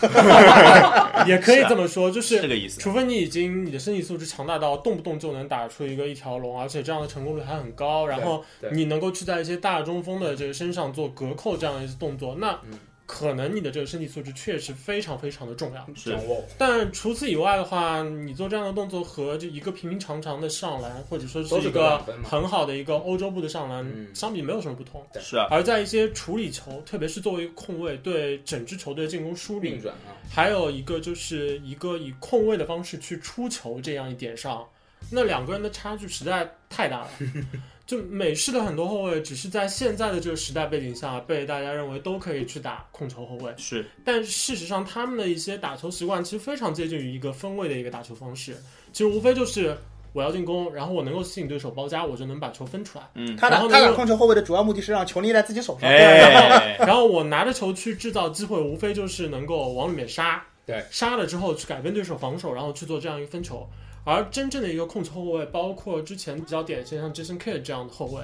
Speaker 4: 也可以这么说，就是
Speaker 1: 啊这
Speaker 4: 是
Speaker 1: 个意思。
Speaker 4: 除非你已经你的身体素质强大到动不动就能打出一个一条龙，而且这样的成功率还很高，然后
Speaker 3: 对
Speaker 4: 你能够去在一些大中锋的这个身上做隔扣这样的一些动作，那
Speaker 3: 嗯
Speaker 4: 可能你的这个身体素质确实非常非常的重要。
Speaker 1: 是
Speaker 3: 掌握
Speaker 4: 但除此以外的话，你做这样的动作和就一个平平常常的上篮，或者说
Speaker 3: 都是
Speaker 4: 一
Speaker 3: 得
Speaker 4: 个
Speaker 3: 两分嘛
Speaker 4: 很好的一个欧洲步的上篮
Speaker 3: 嗯
Speaker 4: 相比没有什么不同。
Speaker 1: 是啊，
Speaker 4: 而在一些处理球，特别是作为一个控卫，对整支球队进攻梳理
Speaker 3: 运，转啊，
Speaker 4: 还有一个就是一个以控卫的方式去出球这样一点上，那两个人的差距实在太大了。就美式的很多后卫，只是在现在的这个时代背景下，被大家认为都可以去打控球后卫，
Speaker 1: 是
Speaker 4: 但事实上他们的一些打球习惯其实非常接近于一个分位的一个打球方式，其实无非就是我要进攻，然后我能够吸引对手包夹，我就能把球分出来。
Speaker 1: 嗯，
Speaker 2: 他
Speaker 4: 然
Speaker 2: 打
Speaker 4: 后呢
Speaker 2: 他打
Speaker 4: 又
Speaker 2: 控球后卫的主要目的是让球捏在自己手
Speaker 4: 啊
Speaker 2: 上。
Speaker 1: 哎，
Speaker 4: 然后我拿着球去制造机会，无非就是能够往里面杀，
Speaker 3: 对，
Speaker 4: 杀了之后去改变对手防守，然后去做这样一个分球。而真正的一个控球后卫，包括之前比较典型像 Jason Kidd 这样的后卫，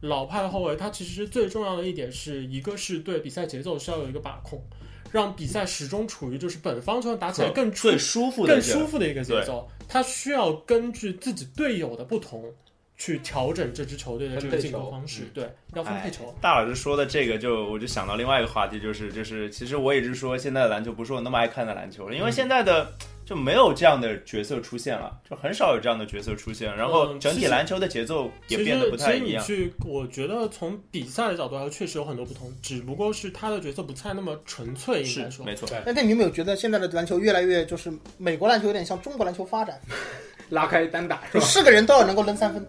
Speaker 4: 老派的后卫，他其实最重要的一点是一个是对比赛节奏是要有一个把控，让比赛始终处于就是本方球员打起来更出
Speaker 1: 最舒服的
Speaker 4: 更
Speaker 1: 一个
Speaker 4: 舒服的一个节奏，他需要根据自己队友的不同去调整这支球队的这
Speaker 3: 分
Speaker 4: 个
Speaker 3: 配
Speaker 4: 进攻
Speaker 3: 球
Speaker 4: 方式，
Speaker 3: 嗯
Speaker 4: 对，要分配
Speaker 1: 哎
Speaker 4: 球。
Speaker 1: 大老师说的这个就，我就想到另外一个话题，就是就是，其实我一直说现在的篮球不是我那么爱看的篮球了，
Speaker 4: 嗯
Speaker 1: 因为现在的就没有这样的角色出现了，就很少有这样的角色出现，然后
Speaker 4: 嗯
Speaker 1: 整
Speaker 4: 其
Speaker 1: 体
Speaker 4: 实
Speaker 1: 篮球的节奏
Speaker 4: 其
Speaker 1: 也
Speaker 4: 实，
Speaker 1: 变得不太
Speaker 4: 其
Speaker 1: 一样。
Speaker 4: 实你去，我觉得从比赛的角度来说，确实有很多不同，只不过是他的角色不太那么纯粹，应
Speaker 1: 是
Speaker 4: 该，说。
Speaker 1: 没错，
Speaker 3: 对
Speaker 2: 那那你有没有觉得现在的篮球越来越就是美国篮球有点向中国篮球发展，
Speaker 3: 拉开单打是
Speaker 2: 就
Speaker 3: 吧？
Speaker 2: 是个人都要能够扔三分，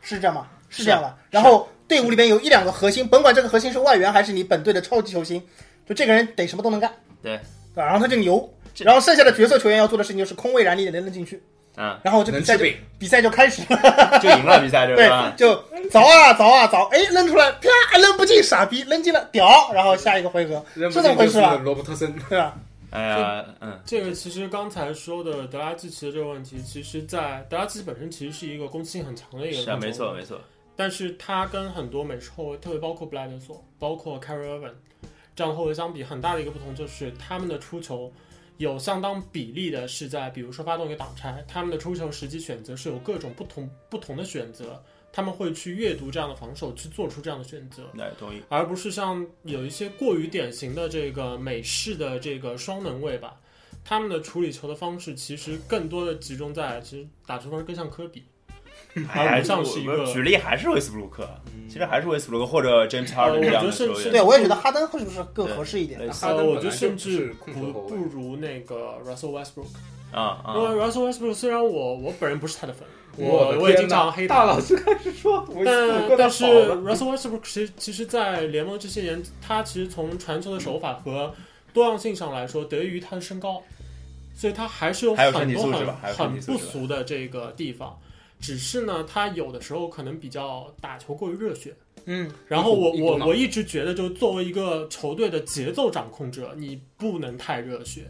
Speaker 2: 是这样吗？
Speaker 3: 啊
Speaker 2: 是这样吧？然后队伍里边有一两个核心，甭管这个核心是外援还是你本队的超级球星，就这个人得什么都能干，
Speaker 1: 对
Speaker 2: 对吧，然后他就牛。
Speaker 1: 这
Speaker 2: 然后剩下的角色球员要做的事情就是空位燃你也能扔进去，
Speaker 1: 嗯，
Speaker 2: 然后这
Speaker 3: 能
Speaker 2: 比赛
Speaker 3: 吃
Speaker 2: 就
Speaker 3: 饼，
Speaker 2: 比赛就开始 了。
Speaker 1: 就赢了比赛，对
Speaker 2: 对
Speaker 1: 吧，？
Speaker 2: 就凿啊凿啊凿，哎，扔出来，啪，扔不进，傻逼，扔进了，屌，然后下一个回合，
Speaker 3: 扔
Speaker 2: 是
Speaker 3: 不
Speaker 2: 这么
Speaker 3: 进
Speaker 2: 回
Speaker 3: 就
Speaker 2: 事啊
Speaker 3: 是
Speaker 2: 吧？
Speaker 3: 罗伯特森，
Speaker 2: 对吧？
Speaker 1: 哎呀，嗯，
Speaker 4: 这个其实刚才说的德拉季奇的这个问题，其实在德拉季奇本身其实是一个攻击性很强的一个
Speaker 1: 是啊，
Speaker 4: 控球
Speaker 1: 没错
Speaker 4: 后卫
Speaker 1: 没错，
Speaker 4: 但是他跟很多美式后卫，特别包括布莱德索、包括凯瑞· r 文这样的后卫相比，很大的一个不同就是他们的出球有相当比例的是在，比如说发动一个挡拆，他们的出球时机选择是有各种不同不同的选择，他们会去阅读这样的防守，去做出这样的选择。
Speaker 1: 那同意，
Speaker 4: 而不是像有一些过于典型的这个美式的这个双能卫吧，他们的处理球的方式其实更多的集中在，其实打球方式更像科比，而
Speaker 1: 哎还
Speaker 4: 不嗯像是一个嗯
Speaker 1: 举例还是威斯布鲁克，其实还是威斯布鲁克或者 James Harden
Speaker 4: 呃我
Speaker 1: 这
Speaker 4: 觉
Speaker 1: 样
Speaker 4: 得
Speaker 1: 的
Speaker 4: 是
Speaker 1: 球
Speaker 4: 是
Speaker 1: 员，
Speaker 2: 对，我也觉得哈登是不是更合适一点？
Speaker 1: 类似
Speaker 3: 哈登
Speaker 4: 呃，
Speaker 3: 本来
Speaker 4: 我觉得甚
Speaker 3: 就不
Speaker 4: 至
Speaker 3: 是控球
Speaker 4: 不
Speaker 3: 后卫
Speaker 4: 不如那个 Russell Westbrook，、
Speaker 1: 啊啊
Speaker 4: 因，为 Russell Westbrook 虽然我我本人不是他的粉，
Speaker 3: 我
Speaker 4: 我我也经常黑
Speaker 3: 大
Speaker 4: 他，
Speaker 3: 老师开始说维斯布鲁克
Speaker 4: 但
Speaker 3: 的
Speaker 4: 但是
Speaker 3: 好了，
Speaker 4: Russell Westbrook 其实其实，在联盟这些年，他其实从传球的手法和多样性上来说，得益于他的身高，所以他还是有
Speaker 1: 还有
Speaker 4: 很
Speaker 1: 身体
Speaker 4: 多
Speaker 1: 素质
Speaker 4: 很
Speaker 1: 吧还有身
Speaker 4: 很
Speaker 1: 体素
Speaker 4: 不
Speaker 1: 质吧
Speaker 4: 俗的这个地方。只是呢，他有的时候可能比较打球过于热血。
Speaker 2: 嗯，
Speaker 4: 然后我
Speaker 3: 一股一股
Speaker 4: 我
Speaker 3: 脑
Speaker 4: 我一直觉得，就作为一个球队的节奏掌控者，你不能太热血。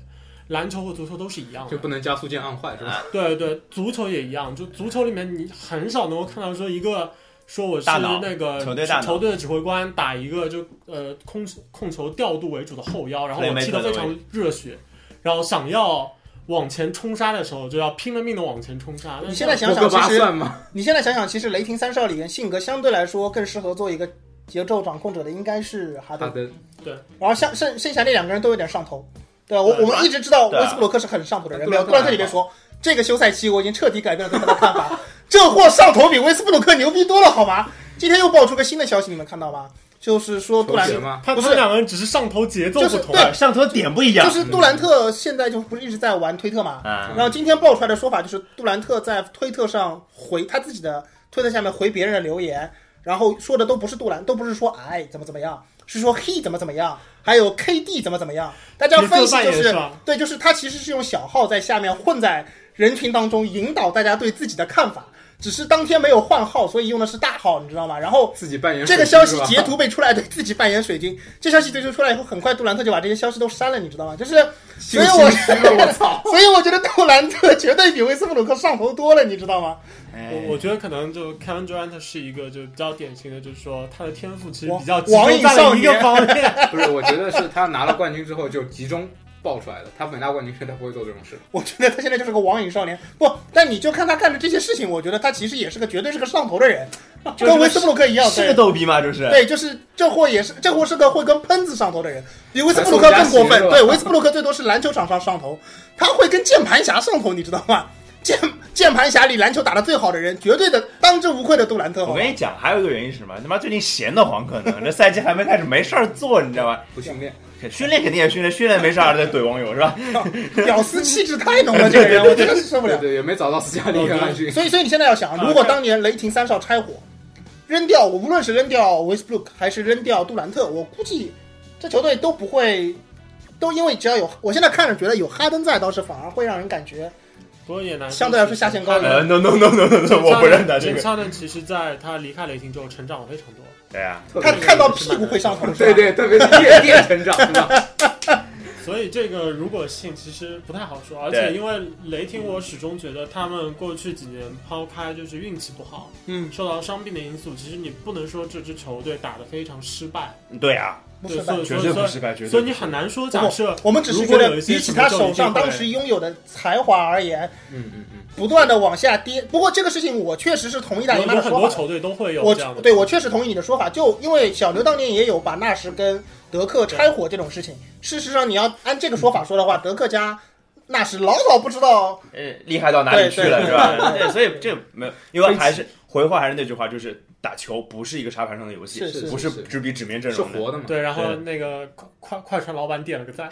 Speaker 4: 篮球和足球都是一样的，
Speaker 3: 就不能加速键按坏是吧？
Speaker 4: 对对，足球也一样，就足球里面你很少能够看到说一个说我是
Speaker 1: 大脑
Speaker 4: 那个
Speaker 1: 球队大脑
Speaker 4: 球队的指挥官打一个就呃控控球调度为主的后腰，然后
Speaker 1: Playmaker
Speaker 4: 我踢得非常热血，然后想要往前冲杀的时候就要拼了命的往前冲杀。但
Speaker 2: 你
Speaker 4: 是
Speaker 2: 现在想
Speaker 3: 博格
Speaker 2: 想，其
Speaker 3: 巴
Speaker 2: 实
Speaker 3: 算吗？
Speaker 2: 你现在想想，其实雷霆三少里面性格相对来说更适合做一个节奏掌控者的，应该是哈
Speaker 3: 哈
Speaker 2: 登。
Speaker 3: 登，
Speaker 2: 然后像剩剩下那两个人都有点上头，对吧？我我们一直知道
Speaker 1: 对啊
Speaker 2: 威斯布鲁克是很上头的人，
Speaker 3: 杜
Speaker 2: 没有
Speaker 3: 兰
Speaker 2: 杜
Speaker 3: 特
Speaker 2: 兰特里面说，这个休赛期我已经彻底改变了对他的看法， 这货上头比威斯布鲁克牛逼多了，好吗？今天又爆出个新的消息，你们看到吗？就是说杜兰
Speaker 3: 球鞋吗
Speaker 4: 他
Speaker 2: 不是
Speaker 4: 他们两个人只是上头节奏不同，
Speaker 2: 就是对
Speaker 1: 上头点不一样
Speaker 2: 就，是杜兰特现在就不是一直在玩推特嘛？
Speaker 1: 啊，
Speaker 2: 然后今天爆出来的说法就是，杜兰特在推特上回他自己的推特下面回别人的留言，然后说的都不是杜兰，都不是说哎怎么怎么样，是说 he 怎么怎么样，还有 KD 怎么怎么样。大家分析
Speaker 4: 角色扮
Speaker 2: 就
Speaker 4: 演
Speaker 2: 是
Speaker 4: 是
Speaker 1: 啊
Speaker 4: 吧
Speaker 2: 对，就是他其实是用小号在下面混在人群当中引导大家对自己的看法。只是当天没有换号，所以用的是大号，你知道吗？然后
Speaker 3: 自己扮演
Speaker 2: 这个
Speaker 3: 水
Speaker 2: 消
Speaker 3: 军
Speaker 2: 息
Speaker 3: 是吧
Speaker 2: 截图被出来，对自己扮演水晶。这消息截图出来以后，很快杜兰特就把这些消息都删了，你知道吗？就是，所以我，
Speaker 3: 我操！
Speaker 2: 所以我觉得杜兰特绝对比威斯布鲁克上头多了，你知道吗？
Speaker 1: 哎
Speaker 4: 我我觉得可能就 Kevin Durant 是一个就比较典型的，就是说他的天赋其实
Speaker 2: 王
Speaker 4: 比较集
Speaker 2: 王
Speaker 4: 中
Speaker 2: 以
Speaker 4: 在
Speaker 2: 少
Speaker 4: 了一
Speaker 2: 年
Speaker 4: 个方面。
Speaker 3: 不是，我觉得是他拿了冠军之后就集中爆出来的。他没拿冠军前他不会做这种事。
Speaker 2: 我觉得他现在就是个网瘾少年。不，但你就看他干的这些事情，我觉得他其实也是个绝对是个上头的人，
Speaker 1: 就是
Speaker 2: 跟威斯布鲁克一样，
Speaker 1: 是
Speaker 2: 对
Speaker 1: 个逗逼吗？就是
Speaker 2: 对，就是这货也是，这货是个会跟喷子上头的人，比维斯布鲁克更过
Speaker 3: 还
Speaker 2: 分
Speaker 3: 是个。
Speaker 2: 对，维斯布鲁克最多是篮球场上上头，他会跟键盘侠上头，你知道吗？键键盘侠里篮球打得最好的人，绝对的当之无愧的杜兰特。哦好
Speaker 1: 我
Speaker 2: 吧
Speaker 1: 跟你讲，还有一个原因是什么？他妈最近闲得慌，可能这赛季还没开始，没事儿做，你知道吧？
Speaker 3: 不训练，
Speaker 1: 训练肯定也训练，训练没事儿在怼网友是吧？
Speaker 2: 屌丝气质太浓了，这个人我真的是受不
Speaker 3: 对啊
Speaker 2: 了。
Speaker 3: 对，也没找到斯嘉丽跟安逊。
Speaker 2: 所以，所以你现在要想，啊如果当年雷霆三少拆伙，扔掉我，无论是扔掉 Westbrook 还是扔掉杜兰特，我估计这球队都不会，都因为只要有，我现在看着觉得有哈登在，倒是反而会让人感觉
Speaker 4: 不过也难说，
Speaker 2: 相对来说下限高一点
Speaker 1: 呃，no no no no no，no，我不 认他这
Speaker 4: 简
Speaker 1: 个。
Speaker 4: 超呢，其实在他离开雷霆之后成长了非常多。
Speaker 1: 对啊，
Speaker 3: 特别
Speaker 2: 他
Speaker 3: 是
Speaker 2: 看到屁股会上头，是吧
Speaker 3: 对。对，特别是夜店成长，是吧？
Speaker 4: 所以这个如果信其实不太好说，而且因为雷霆，我始终觉得他们过去几年抛开就是运气不好，
Speaker 2: 嗯，
Speaker 4: 受到伤病的因素，其实你不能说这支球队打得非常失败，
Speaker 1: 对啊，
Speaker 2: 不
Speaker 4: 对
Speaker 2: 是
Speaker 4: 所以
Speaker 1: 绝
Speaker 4: 所
Speaker 1: 对
Speaker 4: 以
Speaker 1: 不失败，绝对不失败。
Speaker 4: 所以你很难说假设
Speaker 2: 我们只是
Speaker 4: 如
Speaker 2: 觉
Speaker 4: 果
Speaker 2: 得
Speaker 4: 有一些
Speaker 2: 比起他手上
Speaker 4: 什么
Speaker 2: 当
Speaker 4: 就
Speaker 2: 时
Speaker 4: 一定
Speaker 2: 拥有的才华而言，
Speaker 3: 嗯嗯嗯，
Speaker 2: 不断的往下跌。不过这个事情我确实是同意大姨
Speaker 4: 会
Speaker 2: 妈
Speaker 4: 有
Speaker 2: 的
Speaker 4: 很
Speaker 2: 说
Speaker 4: 多
Speaker 2: 法。
Speaker 4: 球队都会有
Speaker 2: 我
Speaker 4: 这样的。
Speaker 2: 对我确实同意你的说法，就因为小牛当年也有把纳什跟德克拆伙这种事情。事实上，你要按这个说法说的话，德克加纳什老早不知道，
Speaker 1: 呃，厉害到哪里去了
Speaker 2: 对
Speaker 1: 是吧？对，所以这没有，因为还是回话还是那句话，就是打球不是一个沙盘上的游戏，
Speaker 2: 是是
Speaker 1: 不
Speaker 3: 是
Speaker 1: 只比纸面阵
Speaker 3: 是
Speaker 1: 容
Speaker 3: 活的嘛？
Speaker 4: 对，然后
Speaker 1: 对
Speaker 4: 那个快快快船老板点了个赞，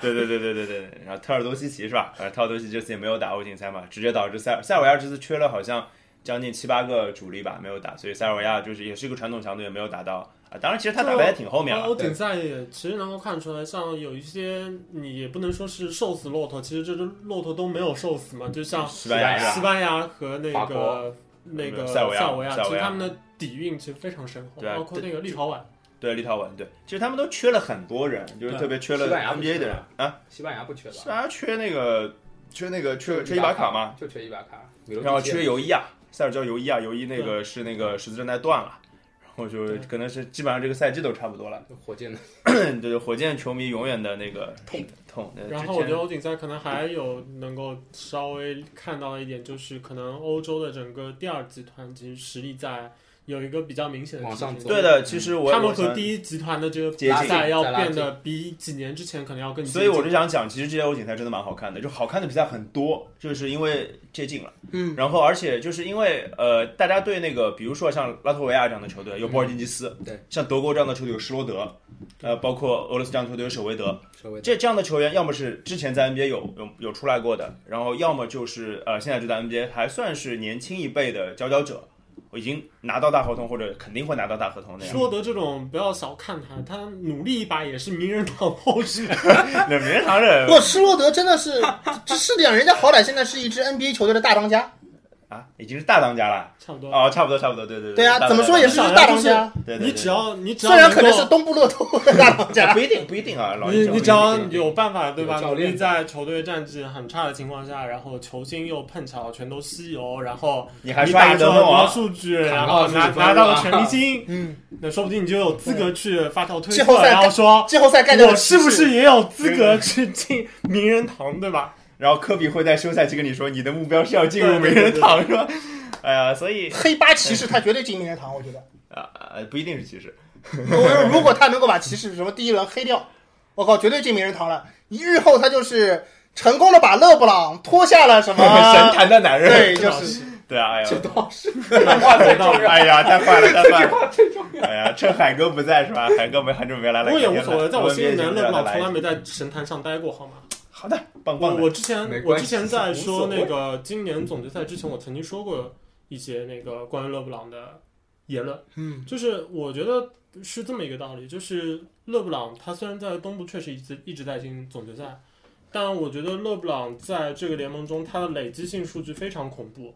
Speaker 1: 对对对对对对。然后特尔多西奇是吧？呃，特尔多西奇这次也没有打欧锦赛嘛，直接导致塞尔塞尔维亚这次缺了好像将近七八个主力吧，没有打，所以塞尔维亚就是也是一个传统强队，也没有打到啊。当然，其实他打败也挺后面
Speaker 4: 欧
Speaker 1: 了。
Speaker 4: 锦赛也其实能够看出来，像有一些你也不能说是瘦死骆驼，其实这只骆驼都没有瘦死嘛，就像
Speaker 1: 西班牙是吧嗯
Speaker 4: 西班牙和那
Speaker 3: 法
Speaker 4: 个
Speaker 3: 国
Speaker 4: 那个
Speaker 1: 塞尔维亚
Speaker 4: 维亚，
Speaker 1: 塞尔维亚
Speaker 4: 其实他们的底蕴其实非常深厚，
Speaker 1: 对啊
Speaker 4: 包括那个立陶宛，
Speaker 1: 对，立陶宛对，其实他们都缺了很多人，就是
Speaker 4: 对
Speaker 1: 特别缺了
Speaker 3: 西班牙不缺
Speaker 1: NBA 的人
Speaker 3: 吧
Speaker 1: 啊，
Speaker 3: 西班牙不缺
Speaker 1: 西
Speaker 3: 吧？
Speaker 1: 班牙缺那个缺那个缺缺伊巴卡嘛，
Speaker 3: 就缺伊巴卡，米罗蒂奇
Speaker 1: 然后缺尤伊啊，塞尔乔尤伊啊，尤伊那个是那个十字韧带断了，然后就
Speaker 4: 对
Speaker 1: 可能是基本上这个赛季都差不多了。
Speaker 3: 火箭的，
Speaker 1: 对，火箭球迷永远的那个痛痛。呃
Speaker 4: 然
Speaker 1: 之
Speaker 4: 后我
Speaker 1: 前
Speaker 4: 觉得欧锦赛可能还有能够稍微看到一点，就是可能欧洲的整个第二集团其实实力在有一个比较明显的
Speaker 3: 往
Speaker 4: 提升
Speaker 3: 上走
Speaker 1: 对的，其实我
Speaker 4: 嗯他们
Speaker 1: 我
Speaker 4: 和
Speaker 1: 想
Speaker 4: 第一集团的这个
Speaker 1: 接
Speaker 4: 比
Speaker 1: 近
Speaker 4: 赛要
Speaker 3: 再拉
Speaker 4: 变
Speaker 3: 近
Speaker 4: 得比几年之前可能要更接
Speaker 1: 所以我
Speaker 4: 近
Speaker 1: 就想讲，其实这届欧锦赛真的蛮好看的，就好看的比赛很多，就是因为接近了，
Speaker 2: 嗯，
Speaker 1: 然后而且就是因为呃，大家对那个比如说像拉脱维亚这样的球队有波尔津吉斯，
Speaker 4: 嗯
Speaker 3: 对，
Speaker 1: 像德国这样的球队有施罗德，呃，包括俄罗斯这样的球队有舍维德，
Speaker 3: 稍微
Speaker 1: 这这样的球员要么是之前在 NBA 有有有出来过的，然后要么就是呃现在就在 NBA 还算是年轻一辈的佼佼者，已经拿到大合同或者肯定会拿到大合同那
Speaker 4: 施
Speaker 1: 样。
Speaker 4: 罗德这种不要小看他，他努力一把也是名人堂候选人。
Speaker 1: 那名人堂人
Speaker 2: 不，施罗德真的是，这是这样，人家好歹现在是一支 NBA 球队的大当家，
Speaker 1: 啊，已经是大当家了。
Speaker 4: 差不多。
Speaker 1: 哦，差不多，差不多，对对对
Speaker 2: 对
Speaker 1: 对
Speaker 2: 啊，怎么说也是一支大当家，
Speaker 1: 对对对
Speaker 4: 你只要你只要
Speaker 2: 虽然
Speaker 4: 能
Speaker 2: 可能
Speaker 4: 够
Speaker 2: 是东部乐透的大当
Speaker 1: 啊
Speaker 2: 家
Speaker 1: 不，一定不一定啊，老
Speaker 4: 你
Speaker 1: 鹰这种
Speaker 4: 你只要有办法对吧？
Speaker 3: 有教
Speaker 4: 努
Speaker 3: 练
Speaker 4: 力在球队战绩很差的情况下，然后球星又碰巧全都西游，然后
Speaker 1: 你还
Speaker 4: 你
Speaker 1: 刷一
Speaker 4: 打
Speaker 1: 啊
Speaker 4: 出
Speaker 1: 得
Speaker 4: 了
Speaker 1: 分
Speaker 4: 很多
Speaker 1: 王，
Speaker 4: 数据，
Speaker 3: 扛
Speaker 4: 然
Speaker 3: 到
Speaker 4: 后
Speaker 3: 数据
Speaker 4: 拿
Speaker 3: 分
Speaker 4: 拿到
Speaker 3: 了
Speaker 4: 了权利金，
Speaker 2: 嗯，
Speaker 4: 那说不定你就有资格去发条推
Speaker 2: 季后
Speaker 4: 特，
Speaker 2: 赛
Speaker 4: 然后说
Speaker 2: 季后赛干掉
Speaker 4: 我
Speaker 2: 了
Speaker 4: 是不
Speaker 2: 骑士
Speaker 4: 是也有资格去进名人堂，对吧？
Speaker 1: 然后科比会在休赛期跟你说，你的目标是要进入名
Speaker 4: 对对对
Speaker 1: 人堂，是吧？哎呀，所以
Speaker 2: 黑八骑士他绝对进名人堂，我觉得。
Speaker 1: 啊，呃不一定是骑士，
Speaker 2: 我如果他能够把骑士什么第一轮黑掉，我靠，绝对进名人堂了。一日后他就是成功的把勒布朗拖下了 什
Speaker 1: 神
Speaker 2: 么？
Speaker 1: 坛的男人，
Speaker 2: 对，
Speaker 4: 这
Speaker 2: 就
Speaker 4: 倒
Speaker 2: 是
Speaker 1: 啊 对啊，哎呀，
Speaker 3: 倒是
Speaker 1: 哎呀，太坏了，太坏了！哎呀，趁海哥不在是吧？海哥没，海哥没来
Speaker 4: 不
Speaker 1: 了。
Speaker 4: 过也无所谓，在我心里
Speaker 1: 面，
Speaker 4: 面，勒布朗从来
Speaker 1: 来。
Speaker 4: 没在神坛上待过，好吗？
Speaker 1: 好的，棒
Speaker 4: 我
Speaker 1: 棒的。
Speaker 4: 我之前
Speaker 3: 没
Speaker 4: 我
Speaker 3: 关
Speaker 4: 之
Speaker 3: 系
Speaker 4: 前在说
Speaker 3: 无所谓
Speaker 4: 那个今年总决赛之前，我曾经说过一些那个关于勒布朗的言论，
Speaker 2: 嗯，
Speaker 4: 就是我觉得是这么一个道理，就是勒布朗他虽然在东部确实一直一直在进总决赛，但我觉得勒布朗在这个联盟中他的累积性数据非常恐怖。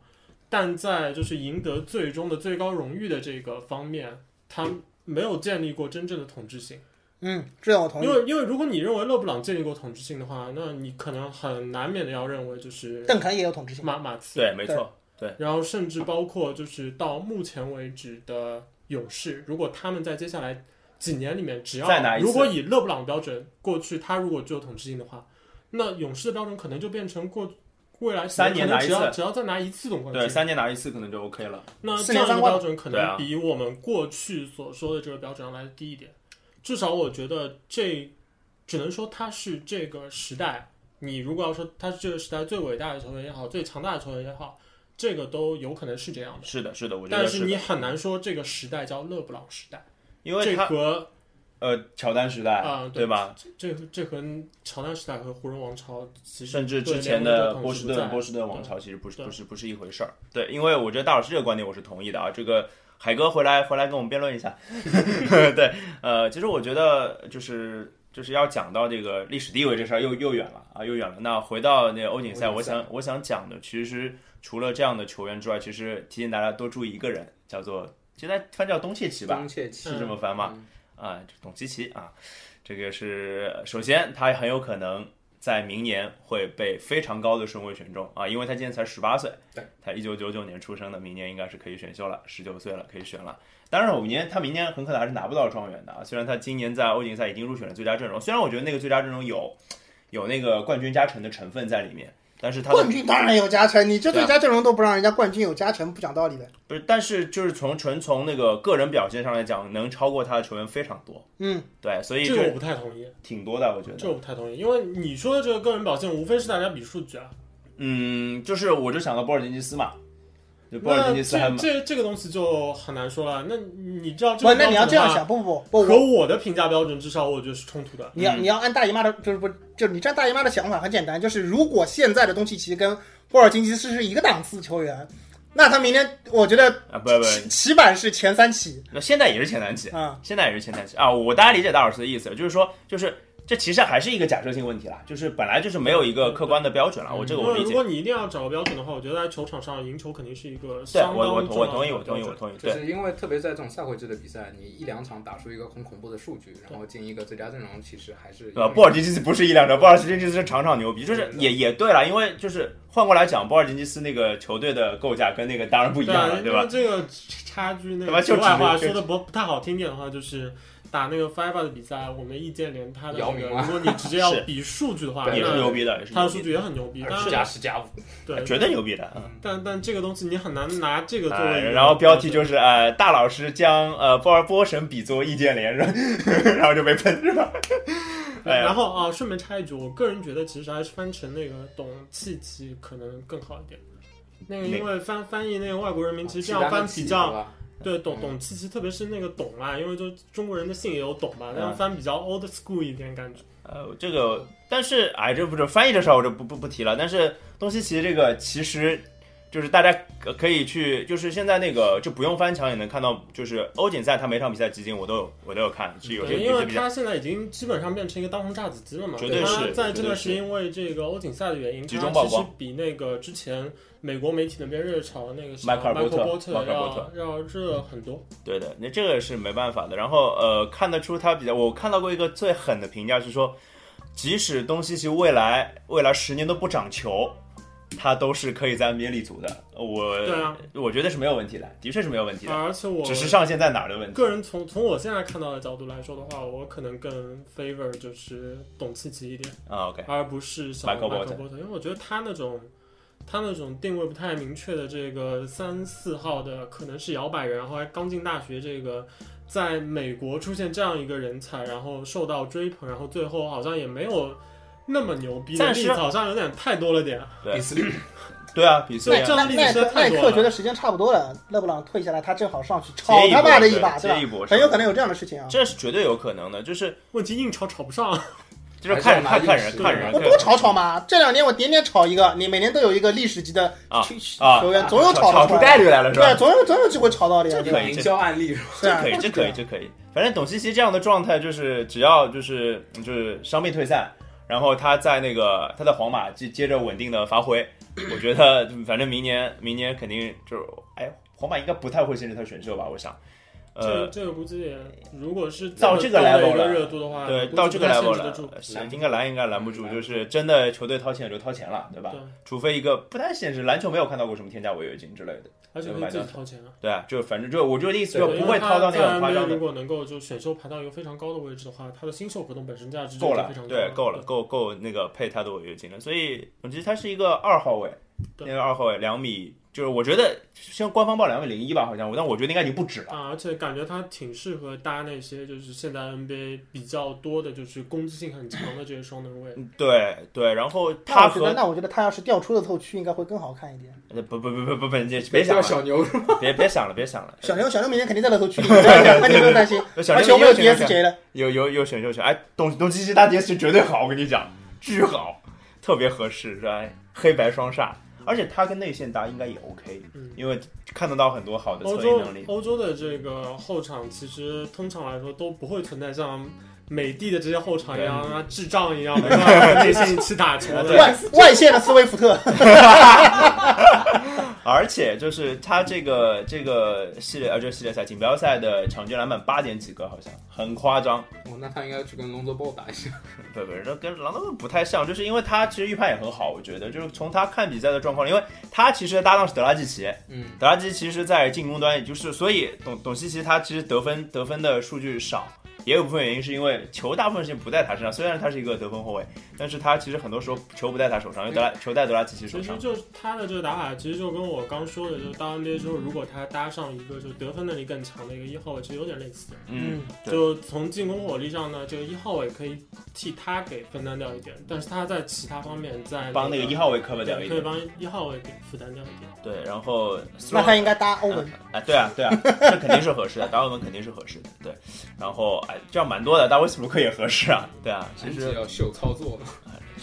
Speaker 4: 但在就是赢得最终的最高荣誉的这个方面，他没有建立过真正的统治性。
Speaker 2: 嗯，这点我同意
Speaker 4: 因。为因为如果你认为勒布朗建立过统治性的话，那你可能很难免的要认为就是
Speaker 2: 邓肯也有统治性，
Speaker 4: 马马刺，
Speaker 1: 对，没错，
Speaker 4: 然后甚至包括就是到目前为止的勇士，如果他们在接下来几年里面，只
Speaker 1: 再拿
Speaker 4: 要
Speaker 1: 一次
Speaker 4: 如果以勒布朗标准，过去他如果具有统治性的话，那勇士的标准可能就变成过未来几
Speaker 1: 三年
Speaker 4: 可能
Speaker 1: 拿一
Speaker 4: 只要
Speaker 1: 次
Speaker 4: 只要再拿一次总冠
Speaker 1: 对，
Speaker 4: 军，
Speaker 1: 三年拿一次可能就 OK 了。
Speaker 4: 那
Speaker 2: 四
Speaker 4: 这
Speaker 2: 年
Speaker 4: 样的
Speaker 2: 三冠
Speaker 4: 标准可
Speaker 1: 对啊
Speaker 4: 能比我们过去所说的这个标准要来的低一点。至少我觉得这只能说他是这个时代，你如果要说他是这个时代最伟大的球员也好，最强大的球员也好，这个都有可能是这样的。
Speaker 1: 是的，是的，我觉
Speaker 4: 但
Speaker 1: 得
Speaker 4: 是
Speaker 1: 的
Speaker 4: 你很难说这个时代叫勒布朗时代，
Speaker 1: 因为
Speaker 4: 这
Speaker 1: 他
Speaker 4: 和
Speaker 1: 呃乔丹时代
Speaker 4: 啊
Speaker 1: 对吧？
Speaker 4: 这和这和乔丹时代和湖人王朝其实
Speaker 1: 甚至
Speaker 4: 对
Speaker 1: 之前
Speaker 4: 联盟
Speaker 1: 的
Speaker 4: 统
Speaker 1: 波
Speaker 4: 治
Speaker 1: 士
Speaker 4: 不
Speaker 1: 顿
Speaker 4: 在
Speaker 1: 波士顿王
Speaker 4: 对
Speaker 1: 朝其实不是
Speaker 4: 对
Speaker 1: 不是不是一回事儿。对，因为我觉得大老师这个观点我是同意的啊。这个海哥回来回来跟我们辩论一 下。对，呃，其实我觉得就是就是要讲到这个历史地位这事儿又又远了啊，又远了。那回到那个欧锦赛，
Speaker 3: 欧锦
Speaker 1: 我
Speaker 3: 赛
Speaker 1: 想我想讲的其实除了这样的球员之外，其实提醒大家多注意一个人，叫做现在翻叫东契奇吧，
Speaker 3: 东契奇
Speaker 1: 是这么翻吗？
Speaker 3: 嗯
Speaker 1: 啊，这董琪琪啊，这个是呃首先他很有可能在明年会被非常高的顺位选中啊，因为他今年才十八岁，
Speaker 3: 对，
Speaker 1: 他一九九九年出生的，明年应该是可以选秀了，十九岁了可以选了。当然，我明年他明年很可能还是拿不到状元的啊，虽然他今年在欧锦赛已经入选了最佳阵容，虽然我觉得那个最佳阵容有有那个冠军加成的成分在里面，但是他的
Speaker 2: 冠军当然有加成，你这
Speaker 1: 对啊
Speaker 2: 最佳阵容都不让人家冠军有加成，不讲道理的。
Speaker 1: 不是，但是就是从纯从那个个人表现上来讲，能超过他的球员非常多，
Speaker 2: 嗯，
Speaker 1: 哎对，所以
Speaker 4: 这
Speaker 1: 就
Speaker 4: 个我不太同意，
Speaker 1: 挺多的，我觉得
Speaker 4: 这。个我不太同意，因为你说的这个个人表现无非是大家比数据啊，
Speaker 1: 嗯，就是我就想到波尔津吉斯嘛，就波尔
Speaker 4: 那
Speaker 1: 津吉斯还
Speaker 4: 这
Speaker 1: 蛮
Speaker 4: 这这个东西就很难说了。那你知道这
Speaker 2: 不，
Speaker 4: 个
Speaker 2: 那你要
Speaker 4: 标准的
Speaker 2: 这样
Speaker 4: 话
Speaker 2: 想，，不不不，
Speaker 4: 和
Speaker 2: 我
Speaker 4: 我的评价标准至少我觉得是冲突的。
Speaker 2: 你要
Speaker 1: 嗯
Speaker 2: 你要按大姨妈的，就是不就是你站大姨妈的想法很简单，就是如果现在的东契奇跟霍尔金吉斯是一个档次球员，那他明天我觉得
Speaker 1: 啊，不不，
Speaker 2: 起起板是前三起
Speaker 1: 那现在也是前南期，
Speaker 2: 啊。
Speaker 1: 现在也是前南期啊。我大家理解大老师的意思，就是说，就是这其实还是一个假设性问题啦，就是本来就是没有一个客观的标准了，我这个
Speaker 4: 因
Speaker 1: 我
Speaker 4: 为
Speaker 1: 理
Speaker 4: 嗯如
Speaker 1: 解。
Speaker 4: 果你一定要找个标准的话，我觉得在球场上赢球肯定是一个
Speaker 1: 对，
Speaker 4: 相
Speaker 1: 我我
Speaker 4: 当重
Speaker 1: 我
Speaker 4: 要
Speaker 1: 同意，我
Speaker 4: 的
Speaker 1: 同
Speaker 4: 标
Speaker 1: 意，我
Speaker 4: 准。
Speaker 1: 同意。对，
Speaker 3: 就是因为特别在这种赛会制的比赛，你一两场打出一个很恐怖的数据，然后进一个最佳阵容，其实还是
Speaker 4: 嗯
Speaker 1: 呃，波尔津吉斯不是一两场，波尔津吉斯是场场牛逼，就是
Speaker 3: 对
Speaker 1: 也也对了，因为就是换过来讲，波尔津吉斯那个球队的构架跟那个当然不一
Speaker 4: 对
Speaker 1: 样
Speaker 4: 啊
Speaker 1: 了，，对
Speaker 4: 因
Speaker 1: 吧
Speaker 4: 为？这个差距，那
Speaker 1: 对吧
Speaker 4: 个
Speaker 1: 就
Speaker 4: 题外话
Speaker 1: 只是
Speaker 4: 说的不不太好听点的话，就是打那个 FIBA 的比赛，我们易建联他的
Speaker 3: 姚
Speaker 4: 那
Speaker 3: 明
Speaker 4: 个，
Speaker 3: 啊
Speaker 4: 如果你直接 要
Speaker 1: 是
Speaker 4: 比数据的话，
Speaker 3: 对
Speaker 1: 也是
Speaker 4: 那
Speaker 1: 牛逼的，也是
Speaker 4: 他
Speaker 1: 牛
Speaker 4: 的数
Speaker 1: 逼
Speaker 4: 据
Speaker 1: 的，
Speaker 4: 也很牛逼，但
Speaker 3: 二十
Speaker 4: 是
Speaker 3: 加十加五，
Speaker 4: 对，
Speaker 1: 绝对牛逼的。嗯
Speaker 4: 但但这个东西你很难拿这个作
Speaker 1: 哎
Speaker 4: 为一个，
Speaker 1: 然后标题就是呃，大老师将呃波尔波神比作易建联，是吧 然后就被喷是吧？哎呀
Speaker 4: 然后啊，顺便插一句，我个人觉得其实还是翻成那个董契奇可能更好一点。那个
Speaker 1: 哪
Speaker 4: 因为翻翻译那个外国人名，其实
Speaker 3: 契
Speaker 4: 这样
Speaker 3: 丹的
Speaker 4: 翻
Speaker 3: 契
Speaker 4: 比较
Speaker 3: 吧
Speaker 4: 对董
Speaker 3: 嗯
Speaker 4: 董契奇，特别是那个董啊，因为就中国人的姓也有董嘛，那
Speaker 1: 嗯
Speaker 4: 样翻比较 old school 一点感觉。
Speaker 1: 呃，这个但是哎，这不是翻译这事儿我就不不不提了。但是东契奇这个其实就是大家可可以去，就是现在那个就不用翻墙也能看到，就是欧锦赛他每场比赛集锦我都有我都有看，是有些
Speaker 4: 对，因
Speaker 1: 有
Speaker 4: 为
Speaker 1: 些比赛
Speaker 4: 他现在已经基本上变成一个当红炸子鸡了嘛。
Speaker 1: 绝对
Speaker 4: 他
Speaker 1: 是
Speaker 4: 在
Speaker 1: 绝对
Speaker 4: 这段
Speaker 1: 是
Speaker 4: 是因为这个欧锦赛的原因，
Speaker 1: 集
Speaker 4: 他
Speaker 1: 中曝
Speaker 4: 其实
Speaker 1: 光
Speaker 4: 比那个之前美国媒体那边热炒的那个
Speaker 1: 迈克尔
Speaker 4: 波
Speaker 1: 波特迈克尔波
Speaker 4: 要要热很多。
Speaker 1: 对的，那这个是没办法的。然后呃，看得出他比较，我看到过一个最狠的评价是说，即使东契奇未来未来十年都不长球，他都是可以在 NBA 立足的。我
Speaker 4: 对啊，
Speaker 1: 我觉得是没有问题的，的确是没有问题的，
Speaker 4: 而且我
Speaker 1: 只是上限在哪儿的问题。
Speaker 4: 个人从从我现在看到的角度来说的话，我可能更 favor 就是董契奇一点，
Speaker 1: 啊，OK，
Speaker 4: 而不是像
Speaker 1: Michael
Speaker 4: 克
Speaker 1: Porter
Speaker 4: 波特，因为我觉得他那种他那种定位不太明确的这个三四号的，可能是摇摆人，然后还刚进大学这个。在美国出现这样一个人才，然后受到追捧，然后最后好像也没有那么牛逼的
Speaker 1: 暂时
Speaker 4: 例子，好像有点太多了点。
Speaker 1: 对
Speaker 3: 比斯利
Speaker 1: 对啊，比赛啊，
Speaker 2: 耐克
Speaker 4: 对啊这个例子
Speaker 2: 耐
Speaker 4: 实在
Speaker 2: 克
Speaker 4: 太
Speaker 2: 耐
Speaker 4: 多
Speaker 2: 克
Speaker 4: 了
Speaker 2: 觉得时间差不多了，勒布朗退下来，他正好上去
Speaker 1: 接
Speaker 2: 炒
Speaker 1: 一
Speaker 2: 他
Speaker 1: 波
Speaker 2: 妈的
Speaker 1: 对
Speaker 2: 把，
Speaker 1: 接一
Speaker 2: 对吧？
Speaker 1: 波，
Speaker 2: 很有可能有这样的事情啊！
Speaker 1: 这是绝对有可能的，就是
Speaker 4: 问题硬炒炒不上，
Speaker 1: 就是看
Speaker 3: 还
Speaker 1: 看
Speaker 3: 是要拿
Speaker 1: 看
Speaker 3: 硬
Speaker 1: 人
Speaker 3: 实
Speaker 1: 看人，
Speaker 2: 我
Speaker 1: 看
Speaker 2: 多
Speaker 1: 人
Speaker 2: 炒炒嘛，这两年我点点炒一个，你每年都有一个历史级的
Speaker 1: 啊
Speaker 2: 球
Speaker 1: 啊
Speaker 2: 球员，总有炒
Speaker 1: 炒
Speaker 2: 得
Speaker 1: 出
Speaker 2: 出
Speaker 1: 概
Speaker 2: 来的，
Speaker 1: 率来了是吧
Speaker 2: 对，？总有总有机会炒到的呀，
Speaker 1: 这
Speaker 2: 对
Speaker 1: 可
Speaker 2: 吧
Speaker 1: 以
Speaker 3: 营销 案例，
Speaker 2: 是啊
Speaker 1: 可以，这可以，
Speaker 2: 就
Speaker 1: 这
Speaker 2: 是
Speaker 1: 可以。反正董西西这样的状态，就是只要就是 就是伤病退散，然后他在那个他在皇马接接着稳定的发挥，我觉得反正明年明年肯定就是，哎，皇马应该不太会限制他选秀吧？我想，
Speaker 4: 这
Speaker 1: 呃，
Speaker 4: 这个估计也，如果是
Speaker 1: 到这个
Speaker 4: 么高的
Speaker 1: level
Speaker 4: 一个
Speaker 1: 了
Speaker 4: 热度的话，
Speaker 1: 对，
Speaker 4: 估计
Speaker 1: 到这个
Speaker 4: 不太限
Speaker 1: level
Speaker 4: 制得
Speaker 1: 了
Speaker 4: 住，嗯
Speaker 1: 想应该拦应该拦不住，就是真的球队掏钱也就掏钱了，对吧？
Speaker 4: 对
Speaker 1: 除非一个不太现实，篮球没有看到过什么天价违约金之类的，
Speaker 4: 而且可以自己掏钱啊。
Speaker 1: 对啊，就反正就我就意思就
Speaker 4: 对
Speaker 1: 不会掏到那种夸
Speaker 4: 因为他
Speaker 1: 张
Speaker 4: 如
Speaker 1: 的，
Speaker 4: 果能够就选秀排到一个非常高的位置的话，他的新秀合同本身价值就
Speaker 1: 够
Speaker 4: 已经
Speaker 1: 了
Speaker 4: 非常，高
Speaker 1: 对，够了，。够够那个配他的违约金了。所以总之他是一个二号位，那
Speaker 4: 对
Speaker 1: 个二号位两米，就是我觉得像官方报两米零一吧，好像，但我觉得应该已经不止了。
Speaker 4: 啊，而且感觉他挺适合搭那些就是现在 NBA 比较多的，就是攻击性很强的这些双能位。
Speaker 1: 嗯对对，然后
Speaker 2: 那
Speaker 1: 他
Speaker 2: 我觉得，
Speaker 1: 和
Speaker 2: 那我觉得他要是调出了透区，应该会更好看一点。
Speaker 1: 呃不不不不不不，你别想
Speaker 3: 叫
Speaker 1: 了，
Speaker 3: 小牛，
Speaker 1: 别别想了，别想了。
Speaker 2: 小牛，小牛明年肯定在乐 透区里，啊那你不用担心。
Speaker 1: 小
Speaker 2: 而且
Speaker 1: 牛
Speaker 2: 我们有
Speaker 1: 选秀权
Speaker 2: DSJ 的，
Speaker 1: 有有有选秀权，哎，东东契奇搭 DS 绝对好，我跟你讲，巨好，特别合适，是吧？黑白双煞，而且他跟内线搭应该也 OK，
Speaker 4: 嗯哦
Speaker 1: 因为看得到很多好的
Speaker 4: 欧
Speaker 1: 策应
Speaker 4: 洲
Speaker 1: 能力。
Speaker 4: 欧洲的这个后场其实通常来说都不会存在像美帝的这些后场一样啊智障 一样没办法内线一起打球
Speaker 1: 对
Speaker 4: 的。
Speaker 2: 外外线的斯威夫特，
Speaker 1: 而且就是他这个这个系列，呃，这个系列赛锦标赛的场均篮板八点几个，好像很夸张。
Speaker 3: 哦，那他应该去跟龙泽波打 一下。
Speaker 1: 不不，那跟狼队不太像，就是因为他其实预判也很好，我觉得就是从他看比赛的状况，因为他其实搭档是德拉季奇，
Speaker 3: 嗯，
Speaker 1: 德拉季奇其实在进攻端，也就是所以董董西奇他其实得分得分的数据少，也有部分原因是因为球大部分时间不在他身上，虽然他是一个得分后卫，但是他其实很多时候球不在他手上，因为德拉球在德拉季奇手
Speaker 4: 其实
Speaker 1: 上。
Speaker 4: 就是他的这个打法，其实就跟我刚说的，就是到 NBA 之后，如果他搭上一个就得分能力更强的一个一号位，其实有点类似。
Speaker 1: 嗯，对
Speaker 4: 就从进攻火力上呢，这个一号位可以替他给分担掉一点，但是他在其他方面在、
Speaker 1: 帮那个一
Speaker 4: 号
Speaker 1: 号位 cover 掉
Speaker 4: 对
Speaker 1: 一
Speaker 4: 可以
Speaker 1: 点。
Speaker 4: 帮一号位给负担掉一点。
Speaker 1: 对，然后
Speaker 2: 那他应该搭欧文。
Speaker 1: 哎，对啊，对啊，这肯定是合适的，达尔文肯定是合适的，对。然后哎，这样蛮多的，大卫斯布鲁克也合适啊，对啊，其
Speaker 3: 其
Speaker 1: 实
Speaker 3: 实要秀操作嘛。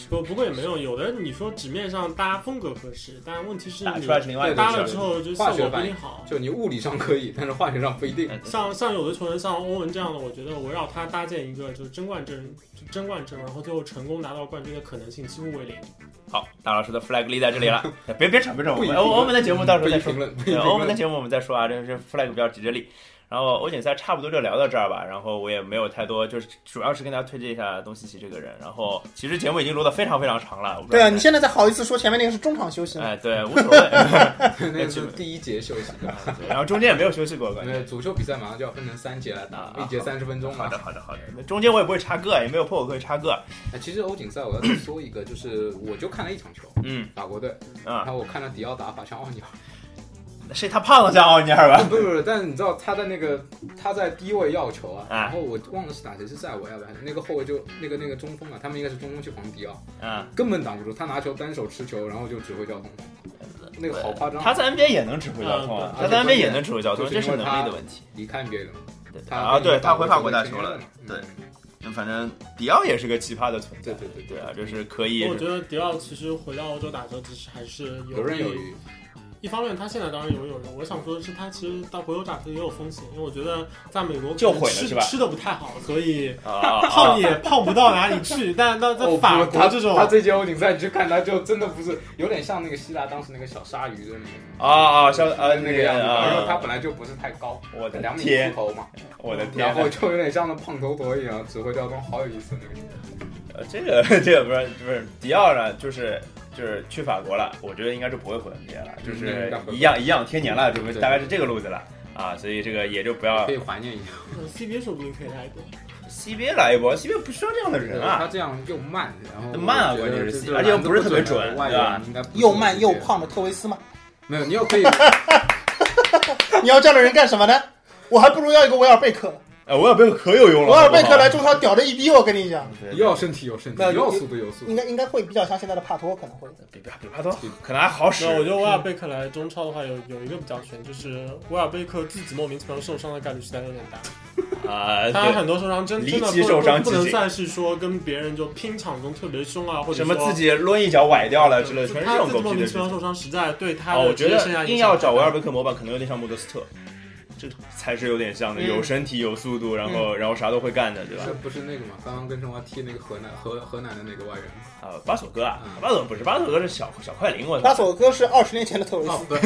Speaker 4: 不不过也没有，有的人你说纸面上搭风格合适，但问题是
Speaker 1: 打
Speaker 4: 你
Speaker 1: 出来是另外一回
Speaker 3: 对
Speaker 4: 搭
Speaker 1: 事
Speaker 4: 了
Speaker 1: 儿
Speaker 4: 之。后就效果不一定好。
Speaker 3: 就你物理上可以，但是化学上不一定。
Speaker 1: 哎
Speaker 4: 像像有的球员，像欧文这样的，我觉得围绕他搭建一个就是争冠阵，就争冠阵容，然后最后成功拿到冠军的可能性几乎为零。
Speaker 1: 好，大老师的 flag 立在这里了，别别吵，别吵，我
Speaker 3: 不
Speaker 1: 们
Speaker 3: 予评论
Speaker 1: 我我们的节目到时候
Speaker 3: 不予
Speaker 1: 再说
Speaker 3: 评。论，不予
Speaker 1: 对，
Speaker 3: 评
Speaker 1: 欧文的
Speaker 3: 论。
Speaker 1: 节目我们再说啊，这这 flag 比较急着立。然后欧锦赛差不多就聊到这儿吧，然后我也没有太多，就是主要是跟大家推荐一下东契奇这个人。然后其实节目已经录得非常非常长了，我不知
Speaker 2: 对
Speaker 1: 道
Speaker 2: 啊，你现在才好意思说前面那个是中场休息吗？
Speaker 1: 哎对无所谓，
Speaker 3: 那是第一节休息，
Speaker 1: 对然后中间也没有休息 过，感
Speaker 3: 因
Speaker 1: 觉
Speaker 3: 为足球比赛马上就要分成三节来打
Speaker 1: 啊，
Speaker 3: 一节三十分钟
Speaker 1: 好
Speaker 3: 嘛
Speaker 1: 的。好的好的，那中间我也不会插啊个，也没有破我可以插个，
Speaker 3: 哎，其实欧锦赛我要再说一个，就是我就看了一场球，
Speaker 1: 嗯
Speaker 3: 法国队，
Speaker 1: 啊
Speaker 3: 然，后我看了迪奥打法像奥尼尔，
Speaker 1: 是他胖了像奥尼尔吧？
Speaker 3: 不不不，但是你知道他在那个他在低位要球啊，
Speaker 1: 哎
Speaker 3: 然后我忘了是打谁是塞维亚吧，那个后卫就那个那个中锋啊，他们应该是中锋去防迪奥，
Speaker 1: 啊，
Speaker 3: 根本挡不住，他拿球单手持球，然后就指挥交通，那个好夸张啊。
Speaker 1: 他在 NBA 也能指挥交通啊，
Speaker 3: 嗯
Speaker 1: 他
Speaker 3: 对
Speaker 1: 在 NBA 也能指挥交通，这
Speaker 3: 就是因为
Speaker 1: 是能力的问题。
Speaker 3: 离开 NBA 了嘛，
Speaker 1: 对
Speaker 3: 他
Speaker 1: 啊，对他回法国
Speaker 3: 大
Speaker 1: 打球了，对
Speaker 3: 对
Speaker 1: 反正迪奥也是个奇葩的存在
Speaker 3: 嗯对，对对
Speaker 1: 对啊，就是可以
Speaker 4: 我觉得迪奥其实回到欧洲打球，其实还是
Speaker 3: 游刃有
Speaker 4: 余。
Speaker 3: 余。
Speaker 4: 一方面，他现在当然游有人，我想说的是，他其实到回头打球也有风险，因为我觉得在美国
Speaker 1: 就毁了
Speaker 4: 吃
Speaker 1: 是吧
Speaker 4: 吃的不太好，所以
Speaker 1: 啊啊啊
Speaker 4: 胖也胖不到哪里去。但那在
Speaker 3: 哦
Speaker 4: 法
Speaker 3: 不
Speaker 4: 国这
Speaker 3: 他他
Speaker 4: 种，
Speaker 3: 这届欧锦赛你去看，他就真的不是有点像那个希腊当时那个小鲨鱼的那个
Speaker 1: 啊啊！像呃
Speaker 3: 那
Speaker 1: 那
Speaker 3: 个
Speaker 1: 个
Speaker 3: 样子吧，因为他
Speaker 1: 啊，
Speaker 3: 本来就不是太高，
Speaker 1: 我的
Speaker 3: 两米
Speaker 1: 天
Speaker 3: 出头嘛，
Speaker 1: 我的天
Speaker 3: 然
Speaker 1: 呐
Speaker 3: 后，就有点像那胖头陀一样，指挥交通，好有意思那个。
Speaker 1: 呃这个 这个不是不是迪奥呢，就是。就是去法国了，我觉得应该是不会回 NBA 了，
Speaker 3: 嗯
Speaker 1: 就是一样一样天年了，准备
Speaker 3: 对
Speaker 1: 大概是这个路子了啊，所以这个也就不要
Speaker 3: 可以怀念一下。
Speaker 4: 嗯 CBA 说不定可以来一波。
Speaker 1: CBA 来一波，CBA 不需要这样的人啊
Speaker 3: 他，这样又慢，然后
Speaker 1: 慢啊
Speaker 3: 我觉得
Speaker 1: 关键是
Speaker 3: 这
Speaker 1: 而且又不是特别准
Speaker 3: 外
Speaker 1: 对吧
Speaker 3: 援应该不是
Speaker 2: 又慢又，胖的特维斯嘛，
Speaker 3: 没有你又可 以，
Speaker 2: 你要这样的人干什么呢？ 我还不如要一个维尔贝克，
Speaker 1: 呃，维尔贝克可有用了，
Speaker 2: 维尔贝
Speaker 1: 好
Speaker 2: 克
Speaker 1: 不好
Speaker 2: 来中超屌的一逼，我跟你讲，
Speaker 1: 对对
Speaker 3: 又要身体有身体，
Speaker 2: 那
Speaker 3: 又要速度有速
Speaker 2: 应
Speaker 3: 度。
Speaker 2: 该应该会比较像现在的帕托，可能会
Speaker 1: 比比比帕多可能还好使
Speaker 4: 那。我觉得维尔贝克来中超的话，有有一个比较悬，就是维尔贝克自己莫名其妙受伤的概率实在有点大。
Speaker 1: 啊，
Speaker 4: 他
Speaker 1: 对，
Speaker 4: 很多受伤真
Speaker 1: 离
Speaker 4: 真的
Speaker 1: 奇
Speaker 4: 不
Speaker 1: 受伤
Speaker 4: 不
Speaker 1: 集
Speaker 4: 能
Speaker 1: 锦
Speaker 4: 算是说跟别人就拼抢中特别凶啊，或者
Speaker 1: 什么
Speaker 4: 说
Speaker 1: 自己抡一脚崴掉了之类的，
Speaker 4: 就
Speaker 1: 全是这
Speaker 4: 他
Speaker 1: 种
Speaker 4: 自己
Speaker 1: 狗
Speaker 4: 莫
Speaker 1: 屁
Speaker 4: 名
Speaker 1: 的
Speaker 4: 其
Speaker 1: 事
Speaker 4: 妙
Speaker 1: 情。
Speaker 4: 受伤，实在对他
Speaker 1: 啊，我
Speaker 4: 的
Speaker 1: 觉
Speaker 4: 职业生涯
Speaker 1: 得
Speaker 4: 影响
Speaker 1: 硬要找
Speaker 4: 太
Speaker 1: 维
Speaker 4: 大
Speaker 1: 尔贝克模板，可能有点像莫德斯特。这才是有点像的，
Speaker 2: 嗯
Speaker 1: 有身体有速度，然后然后啥都会干的，对吧
Speaker 3: 这？不是那个嘛？刚刚跟申花踢那个河南河河南的那个外援，
Speaker 1: 啊，巴索哥啊
Speaker 3: 嗯，
Speaker 1: 巴索不是巴索哥是小小快灵，我
Speaker 2: 拉
Speaker 1: 操，
Speaker 2: 索哥是二十年前的特维斯，
Speaker 3: 哦，不是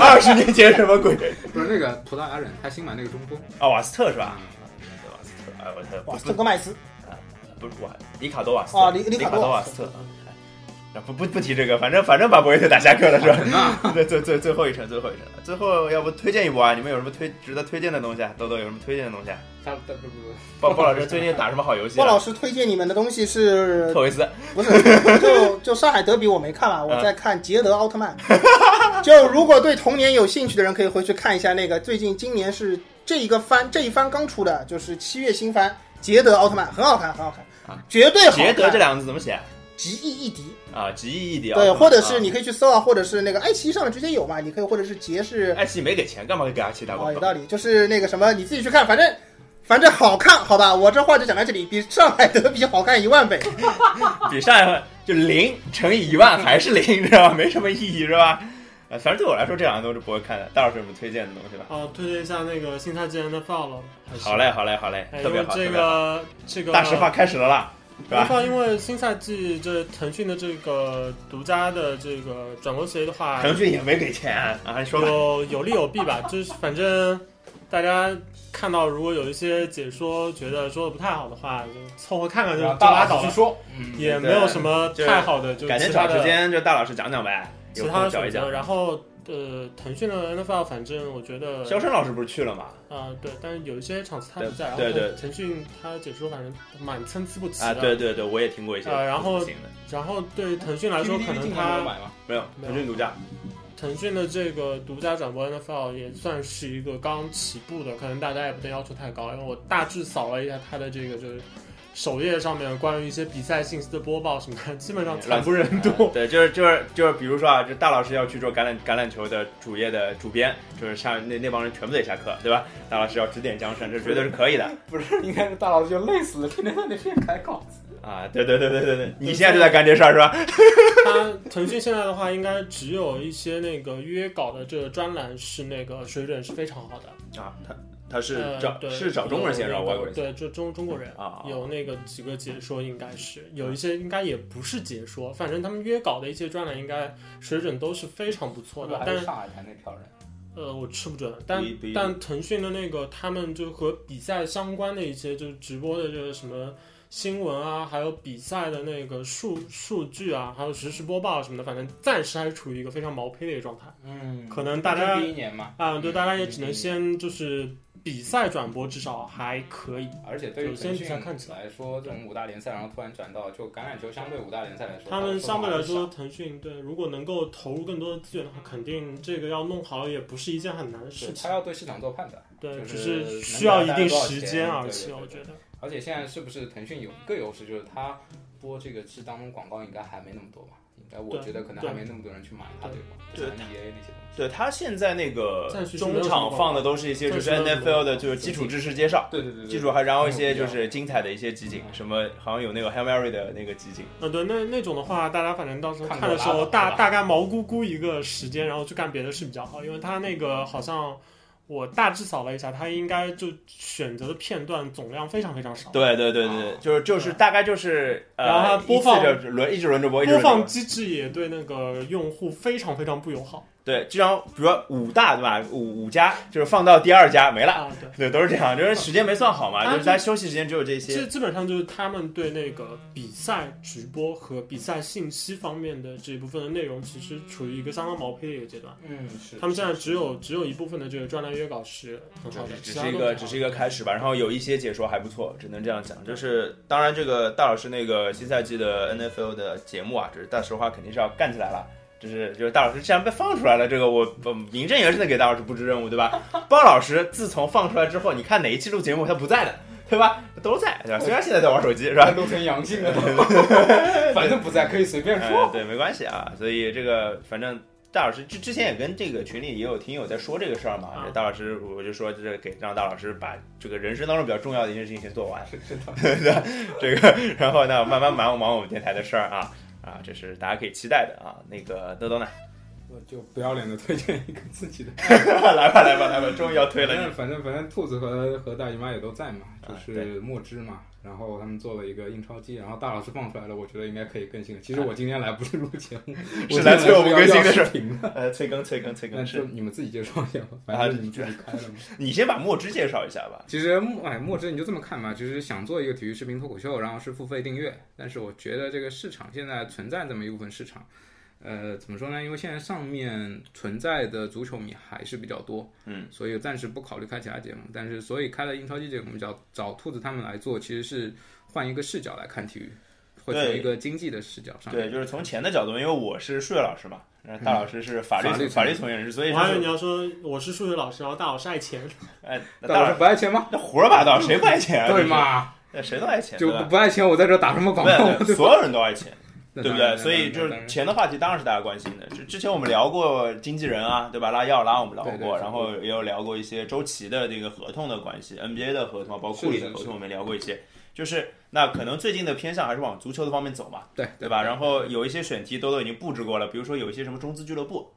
Speaker 1: 二十年前什么鬼？
Speaker 3: 不是那个葡萄牙人，他新买那个中锋，
Speaker 1: 啊，瓦斯特是吧？
Speaker 3: 嗯
Speaker 1: 对瓦斯特，哎，我操，
Speaker 2: 哇，
Speaker 1: 不
Speaker 2: 斯科麦斯，
Speaker 1: 不是瓦里卡多瓦斯特
Speaker 2: 哦里里
Speaker 1: 里
Speaker 2: 卡
Speaker 1: 卡
Speaker 2: 多
Speaker 1: 多
Speaker 2: 瓦
Speaker 1: 瓦
Speaker 2: 斯
Speaker 1: 斯特，哎不不不提这个，反正反正把博耶特打下课了是吧？ 最最最最后一程，最后一程，最后要不推荐一波啊？你们有什么推值得推荐的东西啊？豆豆有什么推荐的东西啊？
Speaker 3: 他他不不
Speaker 1: 鲍鲍老师最近打什么好游戏
Speaker 2: 鲍
Speaker 1: 啊？
Speaker 2: 老师推荐你们的东西是
Speaker 1: 特维斯，嗯
Speaker 2: 不是，就就上海德比我没看完，我在看捷德奥 特曼。就如果对童年有兴趣的人，可以回去看一下那个最近今年是这一个番这一番刚出的，就是七月新番《捷德奥特曼》，很好看，很好看
Speaker 1: 啊，
Speaker 2: 绝对好看。
Speaker 1: 捷德这两个字怎么写啊
Speaker 2: 极易一敌，
Speaker 1: 啊？极易一点，
Speaker 2: 对，
Speaker 1: 啊
Speaker 2: 或者是你
Speaker 1: 啊
Speaker 2: 可以去搜啊，或者是那个爱奇艺上面直接有嘛，你可以或者是捷是
Speaker 1: 爱奇艺没给钱，干嘛给阿奇打
Speaker 2: 哦，
Speaker 1: 广
Speaker 2: 有
Speaker 1: 告
Speaker 2: 道？理，就是那个什么，你自己去看，反正反正好看，好吧，我这话就讲到这里，比上海德 比好看一万倍。
Speaker 1: 比上一回就零乘以一万还是零，知道吧？没什么意义，是吧？呃，反正对我来说这两个都是不会看的。大老师有什么推荐的东西吧？
Speaker 4: 啊，推荐一下那个新菜既然的 follow。
Speaker 1: 好嘞，好嘞，好嘞，
Speaker 4: 哎，
Speaker 1: 特
Speaker 4: 因
Speaker 1: 别
Speaker 4: 为
Speaker 1: 好，
Speaker 4: 这
Speaker 1: 特别好。
Speaker 4: 个这个
Speaker 1: 大实话开始了啦，是
Speaker 4: 的
Speaker 1: 吧？
Speaker 4: 话，因为新赛季这腾讯的这个独家的这个转播协的话，
Speaker 1: 腾讯也没给钱啊，你说吧。
Speaker 4: 有有利有弊吧，就是反正大家看到如果有一些解说觉得说的不太好的话，就凑合看看就
Speaker 3: 不，
Speaker 4: 就拉倒
Speaker 3: 去
Speaker 4: 了，
Speaker 3: 说，
Speaker 4: 也没有什么太好的，就
Speaker 1: 改天
Speaker 4: 其他
Speaker 1: 找时
Speaker 4: 的
Speaker 1: 间就大老师讲讲呗，有
Speaker 4: 其他
Speaker 1: 空
Speaker 4: 的
Speaker 1: 讲一
Speaker 4: 选
Speaker 1: 讲
Speaker 4: 择。。然后呃，腾讯的 NFL 反正我觉得
Speaker 1: 肖申老师不是去了吗？
Speaker 4: 啊，对，但是有一些场次他
Speaker 1: 对
Speaker 4: 不在，然后
Speaker 1: 对对
Speaker 4: 腾讯他解说反正蛮参差不齐
Speaker 1: 啊，
Speaker 4: 的，
Speaker 1: 对对对，我也听过一些。
Speaker 4: 啊然后
Speaker 1: 不行的
Speaker 4: 然后对腾讯来说，可能他
Speaker 3: 买嘛，
Speaker 1: 没有腾讯独家，
Speaker 4: 腾讯的这个独家转播 NFL 也算是一个刚起步的，可能大家也不对要求太高。因为我大致扫了一下它的这个就是首页上面关于一些比赛信息的播报什么的，基本上惨不忍睹。
Speaker 1: 对，就是就是就是，比如说啊，就大老师要去做橄榄橄榄球的主业的主编，就是下那那帮人全部得下课，对吧？大老师要指点江山，这绝对是可以的
Speaker 3: 不是应该是大老师就累死了，天天在那边改稿子。
Speaker 1: 啊！对对对对对对，你现在就在干这事儿是吧？
Speaker 4: 它腾讯现在的话，应该只有一些那个约稿的这个专栏是那个水准是非常好的。
Speaker 1: 啊，他他是
Speaker 4: 呃
Speaker 1: 找
Speaker 4: 对
Speaker 1: 是找中国人先
Speaker 4: 有
Speaker 1: 找
Speaker 4: 那
Speaker 1: 外
Speaker 4: 个
Speaker 1: 国人先
Speaker 4: 对，就中中国人
Speaker 1: 啊啊啊
Speaker 4: 有那个几个解说，应该是有一些应该也不是解说，反正他们约稿的一些专栏，应该水准都是非常不错的。但是
Speaker 3: 上海台那票人，
Speaker 4: 呃，我吃不准，但
Speaker 1: 不一不一定
Speaker 4: 但腾讯的那个他们就和比赛相关的一些就是直播的这个什么。新闻啊，还有比赛的那个数数据啊，还有实时播报啊什么的，反正暂时还是处于一个非常毛坯的一个状态。
Speaker 3: 嗯
Speaker 4: 可能大家
Speaker 3: 第一年嘛，
Speaker 4: 啊、对，大家也只能
Speaker 3: 嗯
Speaker 4: 先就是比赛转播，至少还可以。
Speaker 3: 而且对于
Speaker 4: 首先
Speaker 3: 腾
Speaker 4: 比
Speaker 3: 讯
Speaker 4: 赛看起
Speaker 3: 来说，这种五大联赛，然后突然转到就橄榄球，相对五大联赛来说，
Speaker 4: 他们相对来说，
Speaker 3: 它
Speaker 4: 腾讯对如果能够投入更多的资源的话，肯定这个要弄好也不是一件很难的
Speaker 3: 是
Speaker 4: 事
Speaker 3: 吧，
Speaker 4: 情
Speaker 3: 他。要对市场做判断。
Speaker 4: 对，
Speaker 3: 就
Speaker 4: 只
Speaker 3: 是
Speaker 4: 是
Speaker 3: 能
Speaker 4: 需要
Speaker 3: 给
Speaker 4: 一
Speaker 3: 大家
Speaker 4: 定
Speaker 3: 多少
Speaker 4: 时
Speaker 3: 钱
Speaker 4: 间而
Speaker 3: 对对
Speaker 4: 且，
Speaker 3: 对
Speaker 4: 我觉
Speaker 3: 对
Speaker 4: 得。
Speaker 3: 而且现在是不是腾讯有一个优势，就是它播这个剧当中广告应该还没那么多吧？应该我
Speaker 4: 对
Speaker 3: 觉得可能
Speaker 4: 对
Speaker 3: 还没那么多人去买它，对吧？
Speaker 1: 对
Speaker 3: 像 EA 那些东西。
Speaker 1: 对他现在那个
Speaker 4: 暂时是没有
Speaker 1: 中
Speaker 4: 什么
Speaker 1: 场放的都是一些就是
Speaker 4: 暂时没有什么
Speaker 1: NFL 的就是基础知识介绍，
Speaker 3: 对对对，
Speaker 1: 基础还然后一些就
Speaker 3: 很有
Speaker 1: 是精彩的一些集
Speaker 4: 嗯
Speaker 1: 锦，什么好像有那个 Hail Mary 的那个集锦。
Speaker 4: 呃，对，那那种的话，大家反正到时候
Speaker 3: 看
Speaker 4: 看
Speaker 3: 过
Speaker 4: 的时
Speaker 3: 拉
Speaker 4: 候，
Speaker 3: 倒
Speaker 4: 大
Speaker 3: 吧
Speaker 4: 大概毛估估一个时间，然后去干别的事比较好，因为他那个好像我大致扫了一下，他应该就选择的片段总量非常非常少。
Speaker 1: 对对对对，
Speaker 3: 啊
Speaker 1: 就是就是大概就是
Speaker 4: 哦然后
Speaker 1: 呃
Speaker 4: 它，播放
Speaker 1: 一次就轮一直轮着播，一直
Speaker 4: 播
Speaker 1: 轮着
Speaker 4: 放
Speaker 1: 播。
Speaker 4: 机制也对那个用户非常非常不友好
Speaker 1: 对，就像比如说五大对吧？五五家就是放到第二家没了，
Speaker 4: 啊！
Speaker 1: 对，
Speaker 4: 对，
Speaker 1: 都是这样，就是时间没算好嘛，
Speaker 4: 啊
Speaker 1: 就是大家休息时间只有这
Speaker 4: 基
Speaker 1: 些。
Speaker 4: 基本上就是他们对那个比赛直播和比赛信息方面的这一部分的内容，其实处于一个相当毛坯的一个阶段。
Speaker 3: 嗯是。
Speaker 4: 他们现在只有只有一部分的这个专栏约稿是很好的，
Speaker 1: 只
Speaker 4: 其他
Speaker 1: 是一
Speaker 4: 都
Speaker 1: 个
Speaker 4: 不好
Speaker 1: 只是一个开始吧，然后有一些解说还不错，只能这样讲。就是当然，这个大老师那个新赛季的 NFL 的节目啊，就是大实话肯定是要干起来了。就是就是大老师既然被放出来了，这个我我名正言顺的给大老师布置任务，对吧？包老师自从放出来之后，你看哪一期录节目他不在的，对吧？都在，对吧？虽然现在在玩手机，是吧？
Speaker 3: 都成阳 性了，反正不在，可以随便
Speaker 1: 哎，对，没关系啊。所以这个反正大老师之之前也跟这个群里也有听友在说这个事儿嘛。
Speaker 4: 啊
Speaker 1: 大老师我就说这个给让大老师把这个人生当中比较重要的一件事情先做完， 这个，然后呢慢慢忙忙我们电台的事儿啊啊，这是大家可以期待的啊。那个豆豆呢？
Speaker 3: 我就不要脸的推荐一个自己的，
Speaker 1: 来吧来吧来吧，终于要推
Speaker 3: 反
Speaker 1: 了
Speaker 3: 正
Speaker 1: 你。啊
Speaker 3: 反正反正兔子和和大姨妈也都在嘛，就是墨汁嘛。然后他们做了一个印钞机，然后大老师放出来了，我觉得应该可以更新了。其实我今天来不是录节 目，
Speaker 1: 啊是来催我们更新的
Speaker 3: 的
Speaker 1: 是吧
Speaker 3: 视频的。
Speaker 1: 呃，催更催更催
Speaker 3: 那
Speaker 1: 更，
Speaker 3: 就是你们自己介绍一下吧，反
Speaker 1: 啊
Speaker 3: 正是你们自己开的嘛。
Speaker 1: 你先把墨汁介绍一下吧。
Speaker 3: 其实墨哎墨汁你就这么看嘛，就是想做一个体育视频脱口秀，然后是付费订阅。但是我觉得这个市场现在存在这么一部分市场，呃，怎么说呢？因为现在上面存在的足球迷还是比较多，
Speaker 1: 嗯，
Speaker 3: 所以暂时不考虑开其他节目。但是所以开了英超级节目，找找兔子他们来做，其实是换一个视角来看体育，会从
Speaker 1: 对
Speaker 3: 一个经济的视角上。
Speaker 1: 对，就是从钱的角度，因为我是数学老师嘛，然后大老师是法律
Speaker 3: 法律
Speaker 1: 法律从业人士，所以
Speaker 4: 我还以为你
Speaker 1: 是
Speaker 4: 要说我是数学老师，然后大老师爱钱，
Speaker 1: 哎，那
Speaker 3: 大
Speaker 1: 大老
Speaker 3: 老师
Speaker 1: 师
Speaker 3: 不爱钱吗？
Speaker 1: 那胡说八道，谁不爱钱啊？
Speaker 3: 对
Speaker 1: 这是？
Speaker 3: 嘛，
Speaker 1: 那谁都爱钱，
Speaker 3: 就
Speaker 1: 对吧
Speaker 3: 不不爱钱，我在这打什么广告？
Speaker 1: 对对，所有人都爱 钱，对不
Speaker 3: 那当
Speaker 1: 对？
Speaker 3: 然
Speaker 1: 所以就
Speaker 3: 那当
Speaker 1: 是
Speaker 3: 然
Speaker 1: 钱的话题当然是大家关心的。之之前我们聊过经纪人啊，对吧？拉要拉我们聊
Speaker 3: 对对
Speaker 1: 过，
Speaker 3: 对
Speaker 1: 然后也有聊过一些周琦的这个合同的关系，NBA 的合同啊，包括
Speaker 3: 是
Speaker 1: 库里的
Speaker 3: 是
Speaker 1: 合
Speaker 3: 是
Speaker 1: 同，我们聊过一些。就是那可能最近的偏向还是往足球的方面走嘛，
Speaker 3: 对
Speaker 1: 对吧？然后有一些选题都都已经布置过了，比如说有一些什么中资俱乐部。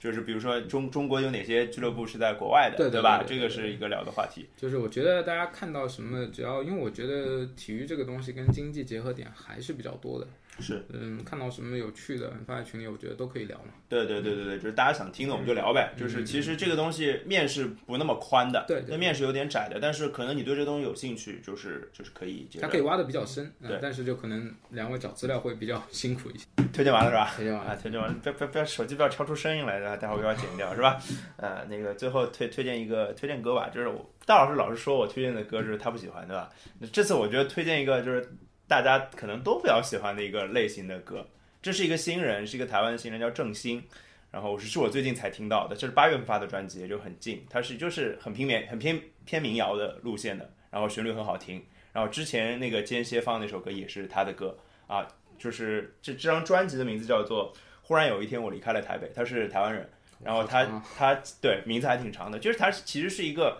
Speaker 1: 就是比如说中中国有哪些俱乐部是在国外的，
Speaker 3: 对对
Speaker 1: 吧？
Speaker 3: 对对
Speaker 1: 这个是一个聊的话题。
Speaker 3: 就是我觉得大家看到什么，只要因为我觉得体育这个东西跟经济结合点还是比较多的。
Speaker 1: 是，
Speaker 3: 嗯，看到什么有趣的，发在群里，我觉得都可以聊嘛。
Speaker 1: 对对对对对，就是大家想听的我们就聊
Speaker 3: 嗯
Speaker 1: 呗。就是其实这个东西面是不那么宽的，
Speaker 3: 对对
Speaker 1: 那面是有点窄的，但是可能你对这东西有兴趣，就是就是可以接着。
Speaker 3: 它可以挖的比较深，
Speaker 1: 对
Speaker 3: 嗯，但是就可能两位找资料会比较辛苦 一些。
Speaker 1: 推荐完了是吧？
Speaker 3: 推荐完了
Speaker 1: 啊，推荐完了，不要不要不要，手机不要敲出声音来，然后待会儿又要剪掉是吧？ 呃，那个最后推推荐一个推荐歌吧，就是我大老师老是说我推荐的歌就是他不喜欢对吧？那这次我觉得推荐一个就是大家可能都比较喜欢的一个类型的歌，这是一个新人，是一个台湾的新人叫郑兴。然后是是我最近才听到的，这是八月份发的专辑，也就很近。它是就是很平民、很偏偏民谣的路线的，然后旋律很好听。然后之前那个间歇放那首歌也是他的歌啊，就是这这张专辑的名字叫做《忽然有一天我离开了台北》，他是台湾人，然后他
Speaker 3: 好长啊
Speaker 1: 他对名字还挺长的，就是他其实是一个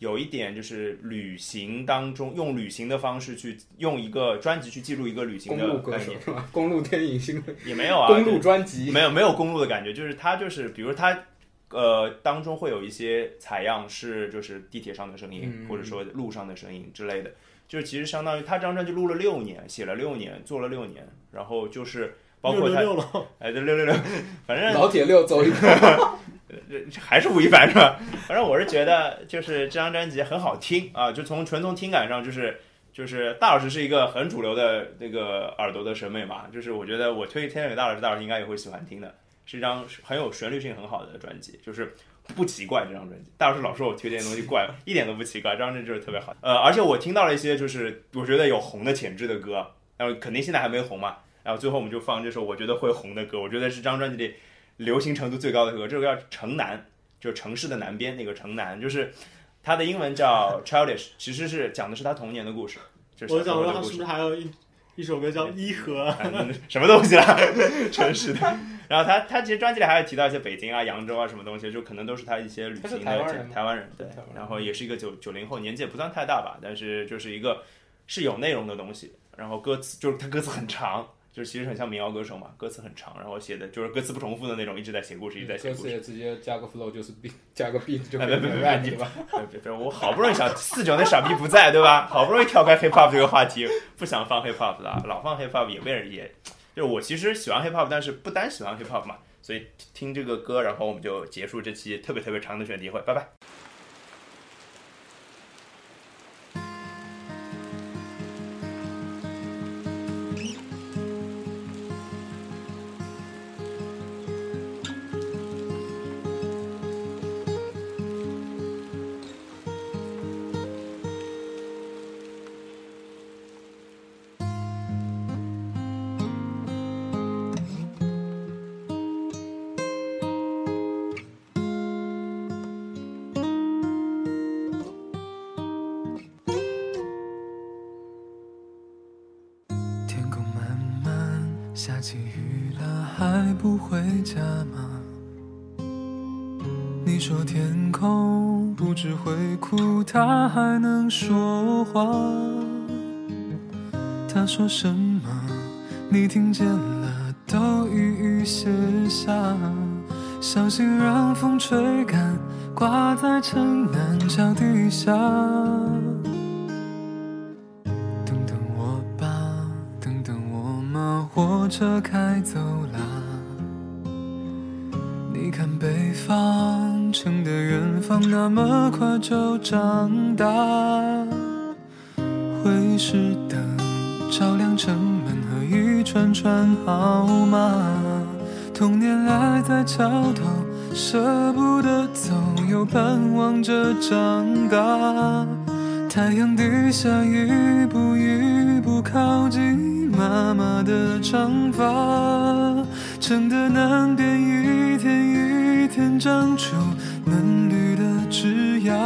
Speaker 1: 有一点就是旅行当中用旅行的方式去用一个专辑去记录一个旅行
Speaker 3: 公
Speaker 1: 的
Speaker 3: 路歌
Speaker 1: 概
Speaker 3: 手
Speaker 1: 念，
Speaker 3: 是吧？公路电影新的
Speaker 1: 也没有啊，
Speaker 3: 公
Speaker 1: 就
Speaker 3: 路专辑，
Speaker 1: 没有没有公路的感觉，就是它就是，比如它呃当中会有一些采样是就是地铁上的声音，
Speaker 3: 嗯
Speaker 1: 或者说路上的声音之类的，就是其实相当于他这张专辑录了六年，写了六年，做了六年，然后就是包括
Speaker 4: 六
Speaker 1: 他
Speaker 4: 六六了，
Speaker 1: 哎这六六六，反正
Speaker 3: 老铁六走一个，
Speaker 1: 这还是吴亦凡是吧？反正我是觉得，就是这张专辑很好听啊，就从纯从听感上，就是就是大老师是一个很主流的那个耳朵的审美嘛，就是我觉得我推荐给大老师，大老师应该也会喜欢听的，是一张很有旋律性很好的专辑，就是不奇怪这张专辑。大老师老说我推荐的东西怪，一点都不奇怪，这张专辑就是特别好。呃，而且我听到了一些就是我觉得有红的潜质的歌，然后肯定现在还没红嘛，然后最后我们就放这首我觉得会红的歌，我觉得是这张专辑里。流行程度最高的歌，这首歌叫《城南》，就是城市的南边那个城南，就是它的英文叫 Childish，其实是讲的是他童年的故事，就是
Speaker 4: 我
Speaker 1: 小时
Speaker 4: 想
Speaker 1: 候
Speaker 4: 说
Speaker 1: 的
Speaker 4: 他
Speaker 1: 故
Speaker 4: 是不
Speaker 1: 事
Speaker 4: 是。还有一一首歌叫《一和》？
Speaker 1: 哎那什么东西 啦？城市的。然后他他其实专辑里还有提到一些北京啊、扬州啊什么东西，就可能都是他一些旅行的
Speaker 3: 他是台湾人吗
Speaker 1: 台湾人对
Speaker 3: 台湾人，
Speaker 1: 然后也是一个九九零后，年纪也不算太大吧，但是就是一个是有内容的东西。然后歌词就是他歌词很长，就是其实很像民谣歌手嘛，歌词很长，然后写的就是歌词不重复的那种，一直在写故事，一直在写
Speaker 3: 歌
Speaker 1: 故事
Speaker 3: 词。也直接加个 flow 就是 beat，加个 beat 就
Speaker 1: 哎
Speaker 3: 可以
Speaker 1: 别别别
Speaker 3: rap 吧。
Speaker 1: 别别别！我好不容易想四九那傻逼不在对吧？好不容易跳开 hip hop 这个话题，不想放 hip hop 了，老放 hip hop 也被人也，就是我其实喜欢 hip hop，但是不单喜欢 hip hop 嘛，所以听这个歌，然后我们就结束这期特别特别长的选题会，拜拜。
Speaker 5: 天空慢慢下起雨了，还不回家吗？你说天空不只会哭，它还能说话。它说什么，你听见了都一一写下。小心让风吹干，挂在城南桥底下。等等我吧，等等我嘛，火车开走啦。你看北方城的远方，那么快就长大。会是灯照亮城门和一串串号码。童年赖在桥头，舍不得走，又盼望着长大。太阳底下一步一步靠近妈妈的长发，城的南边一天一天长出嫩绿的枝桠。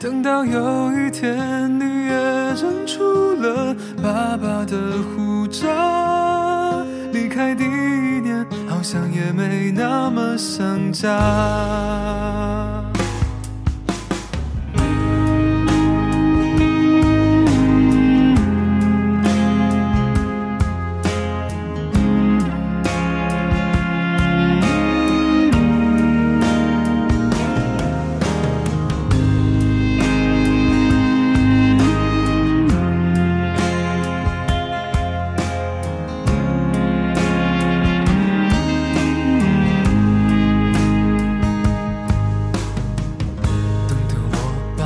Speaker 5: 等到有一天你也长出了爸爸的胡渣，离开第一年好像也没那么想家。等等我吧，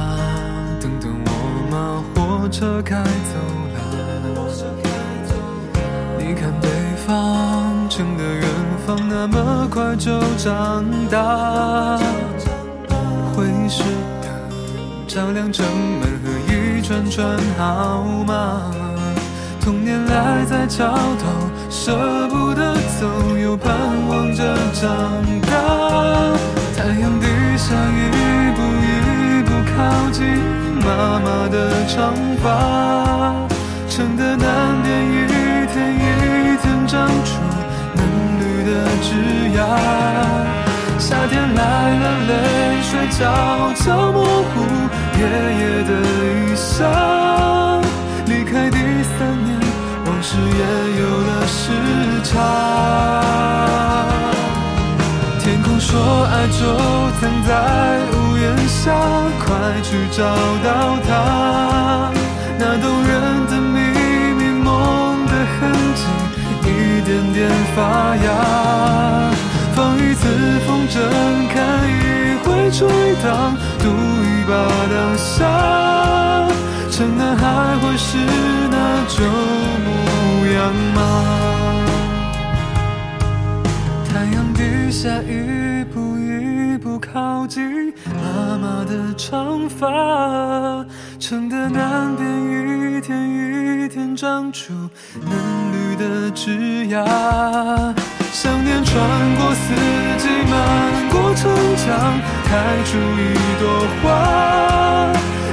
Speaker 5: 等等我嘛，火车开走了。你看北方城的远方，那么快就长大。会是灯照亮城门和一串串号码。童年赖在桥头，舍不得走，又盼望着长大。太阳底下一步一步靠近妈妈的长发，城的南边一天一天长出嫩绿的枝桠。夏天来了，泪水悄悄模糊爷爷的衣裳。离开第三年，往事也有了时差。天空说爱就藏在屋檐下，快去找到它。那动人的秘密，梦的痕迹一点点发芽。放一次风筝，看一回吹荡，赌一把当下。城南还会是那旧模样吗？太阳底下一步一步靠近妈妈的长发，城的南边一天一天长出嫩绿的枝桠，想念穿过四季，漫过城墙，开出一朵花，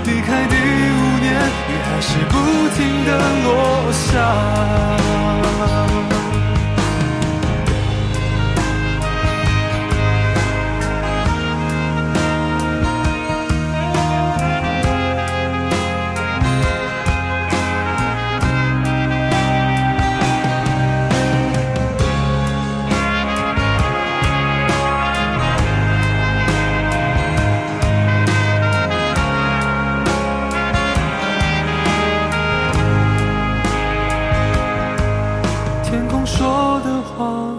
Speaker 5: 离开第五年，也还是不停的落下。天空说的话，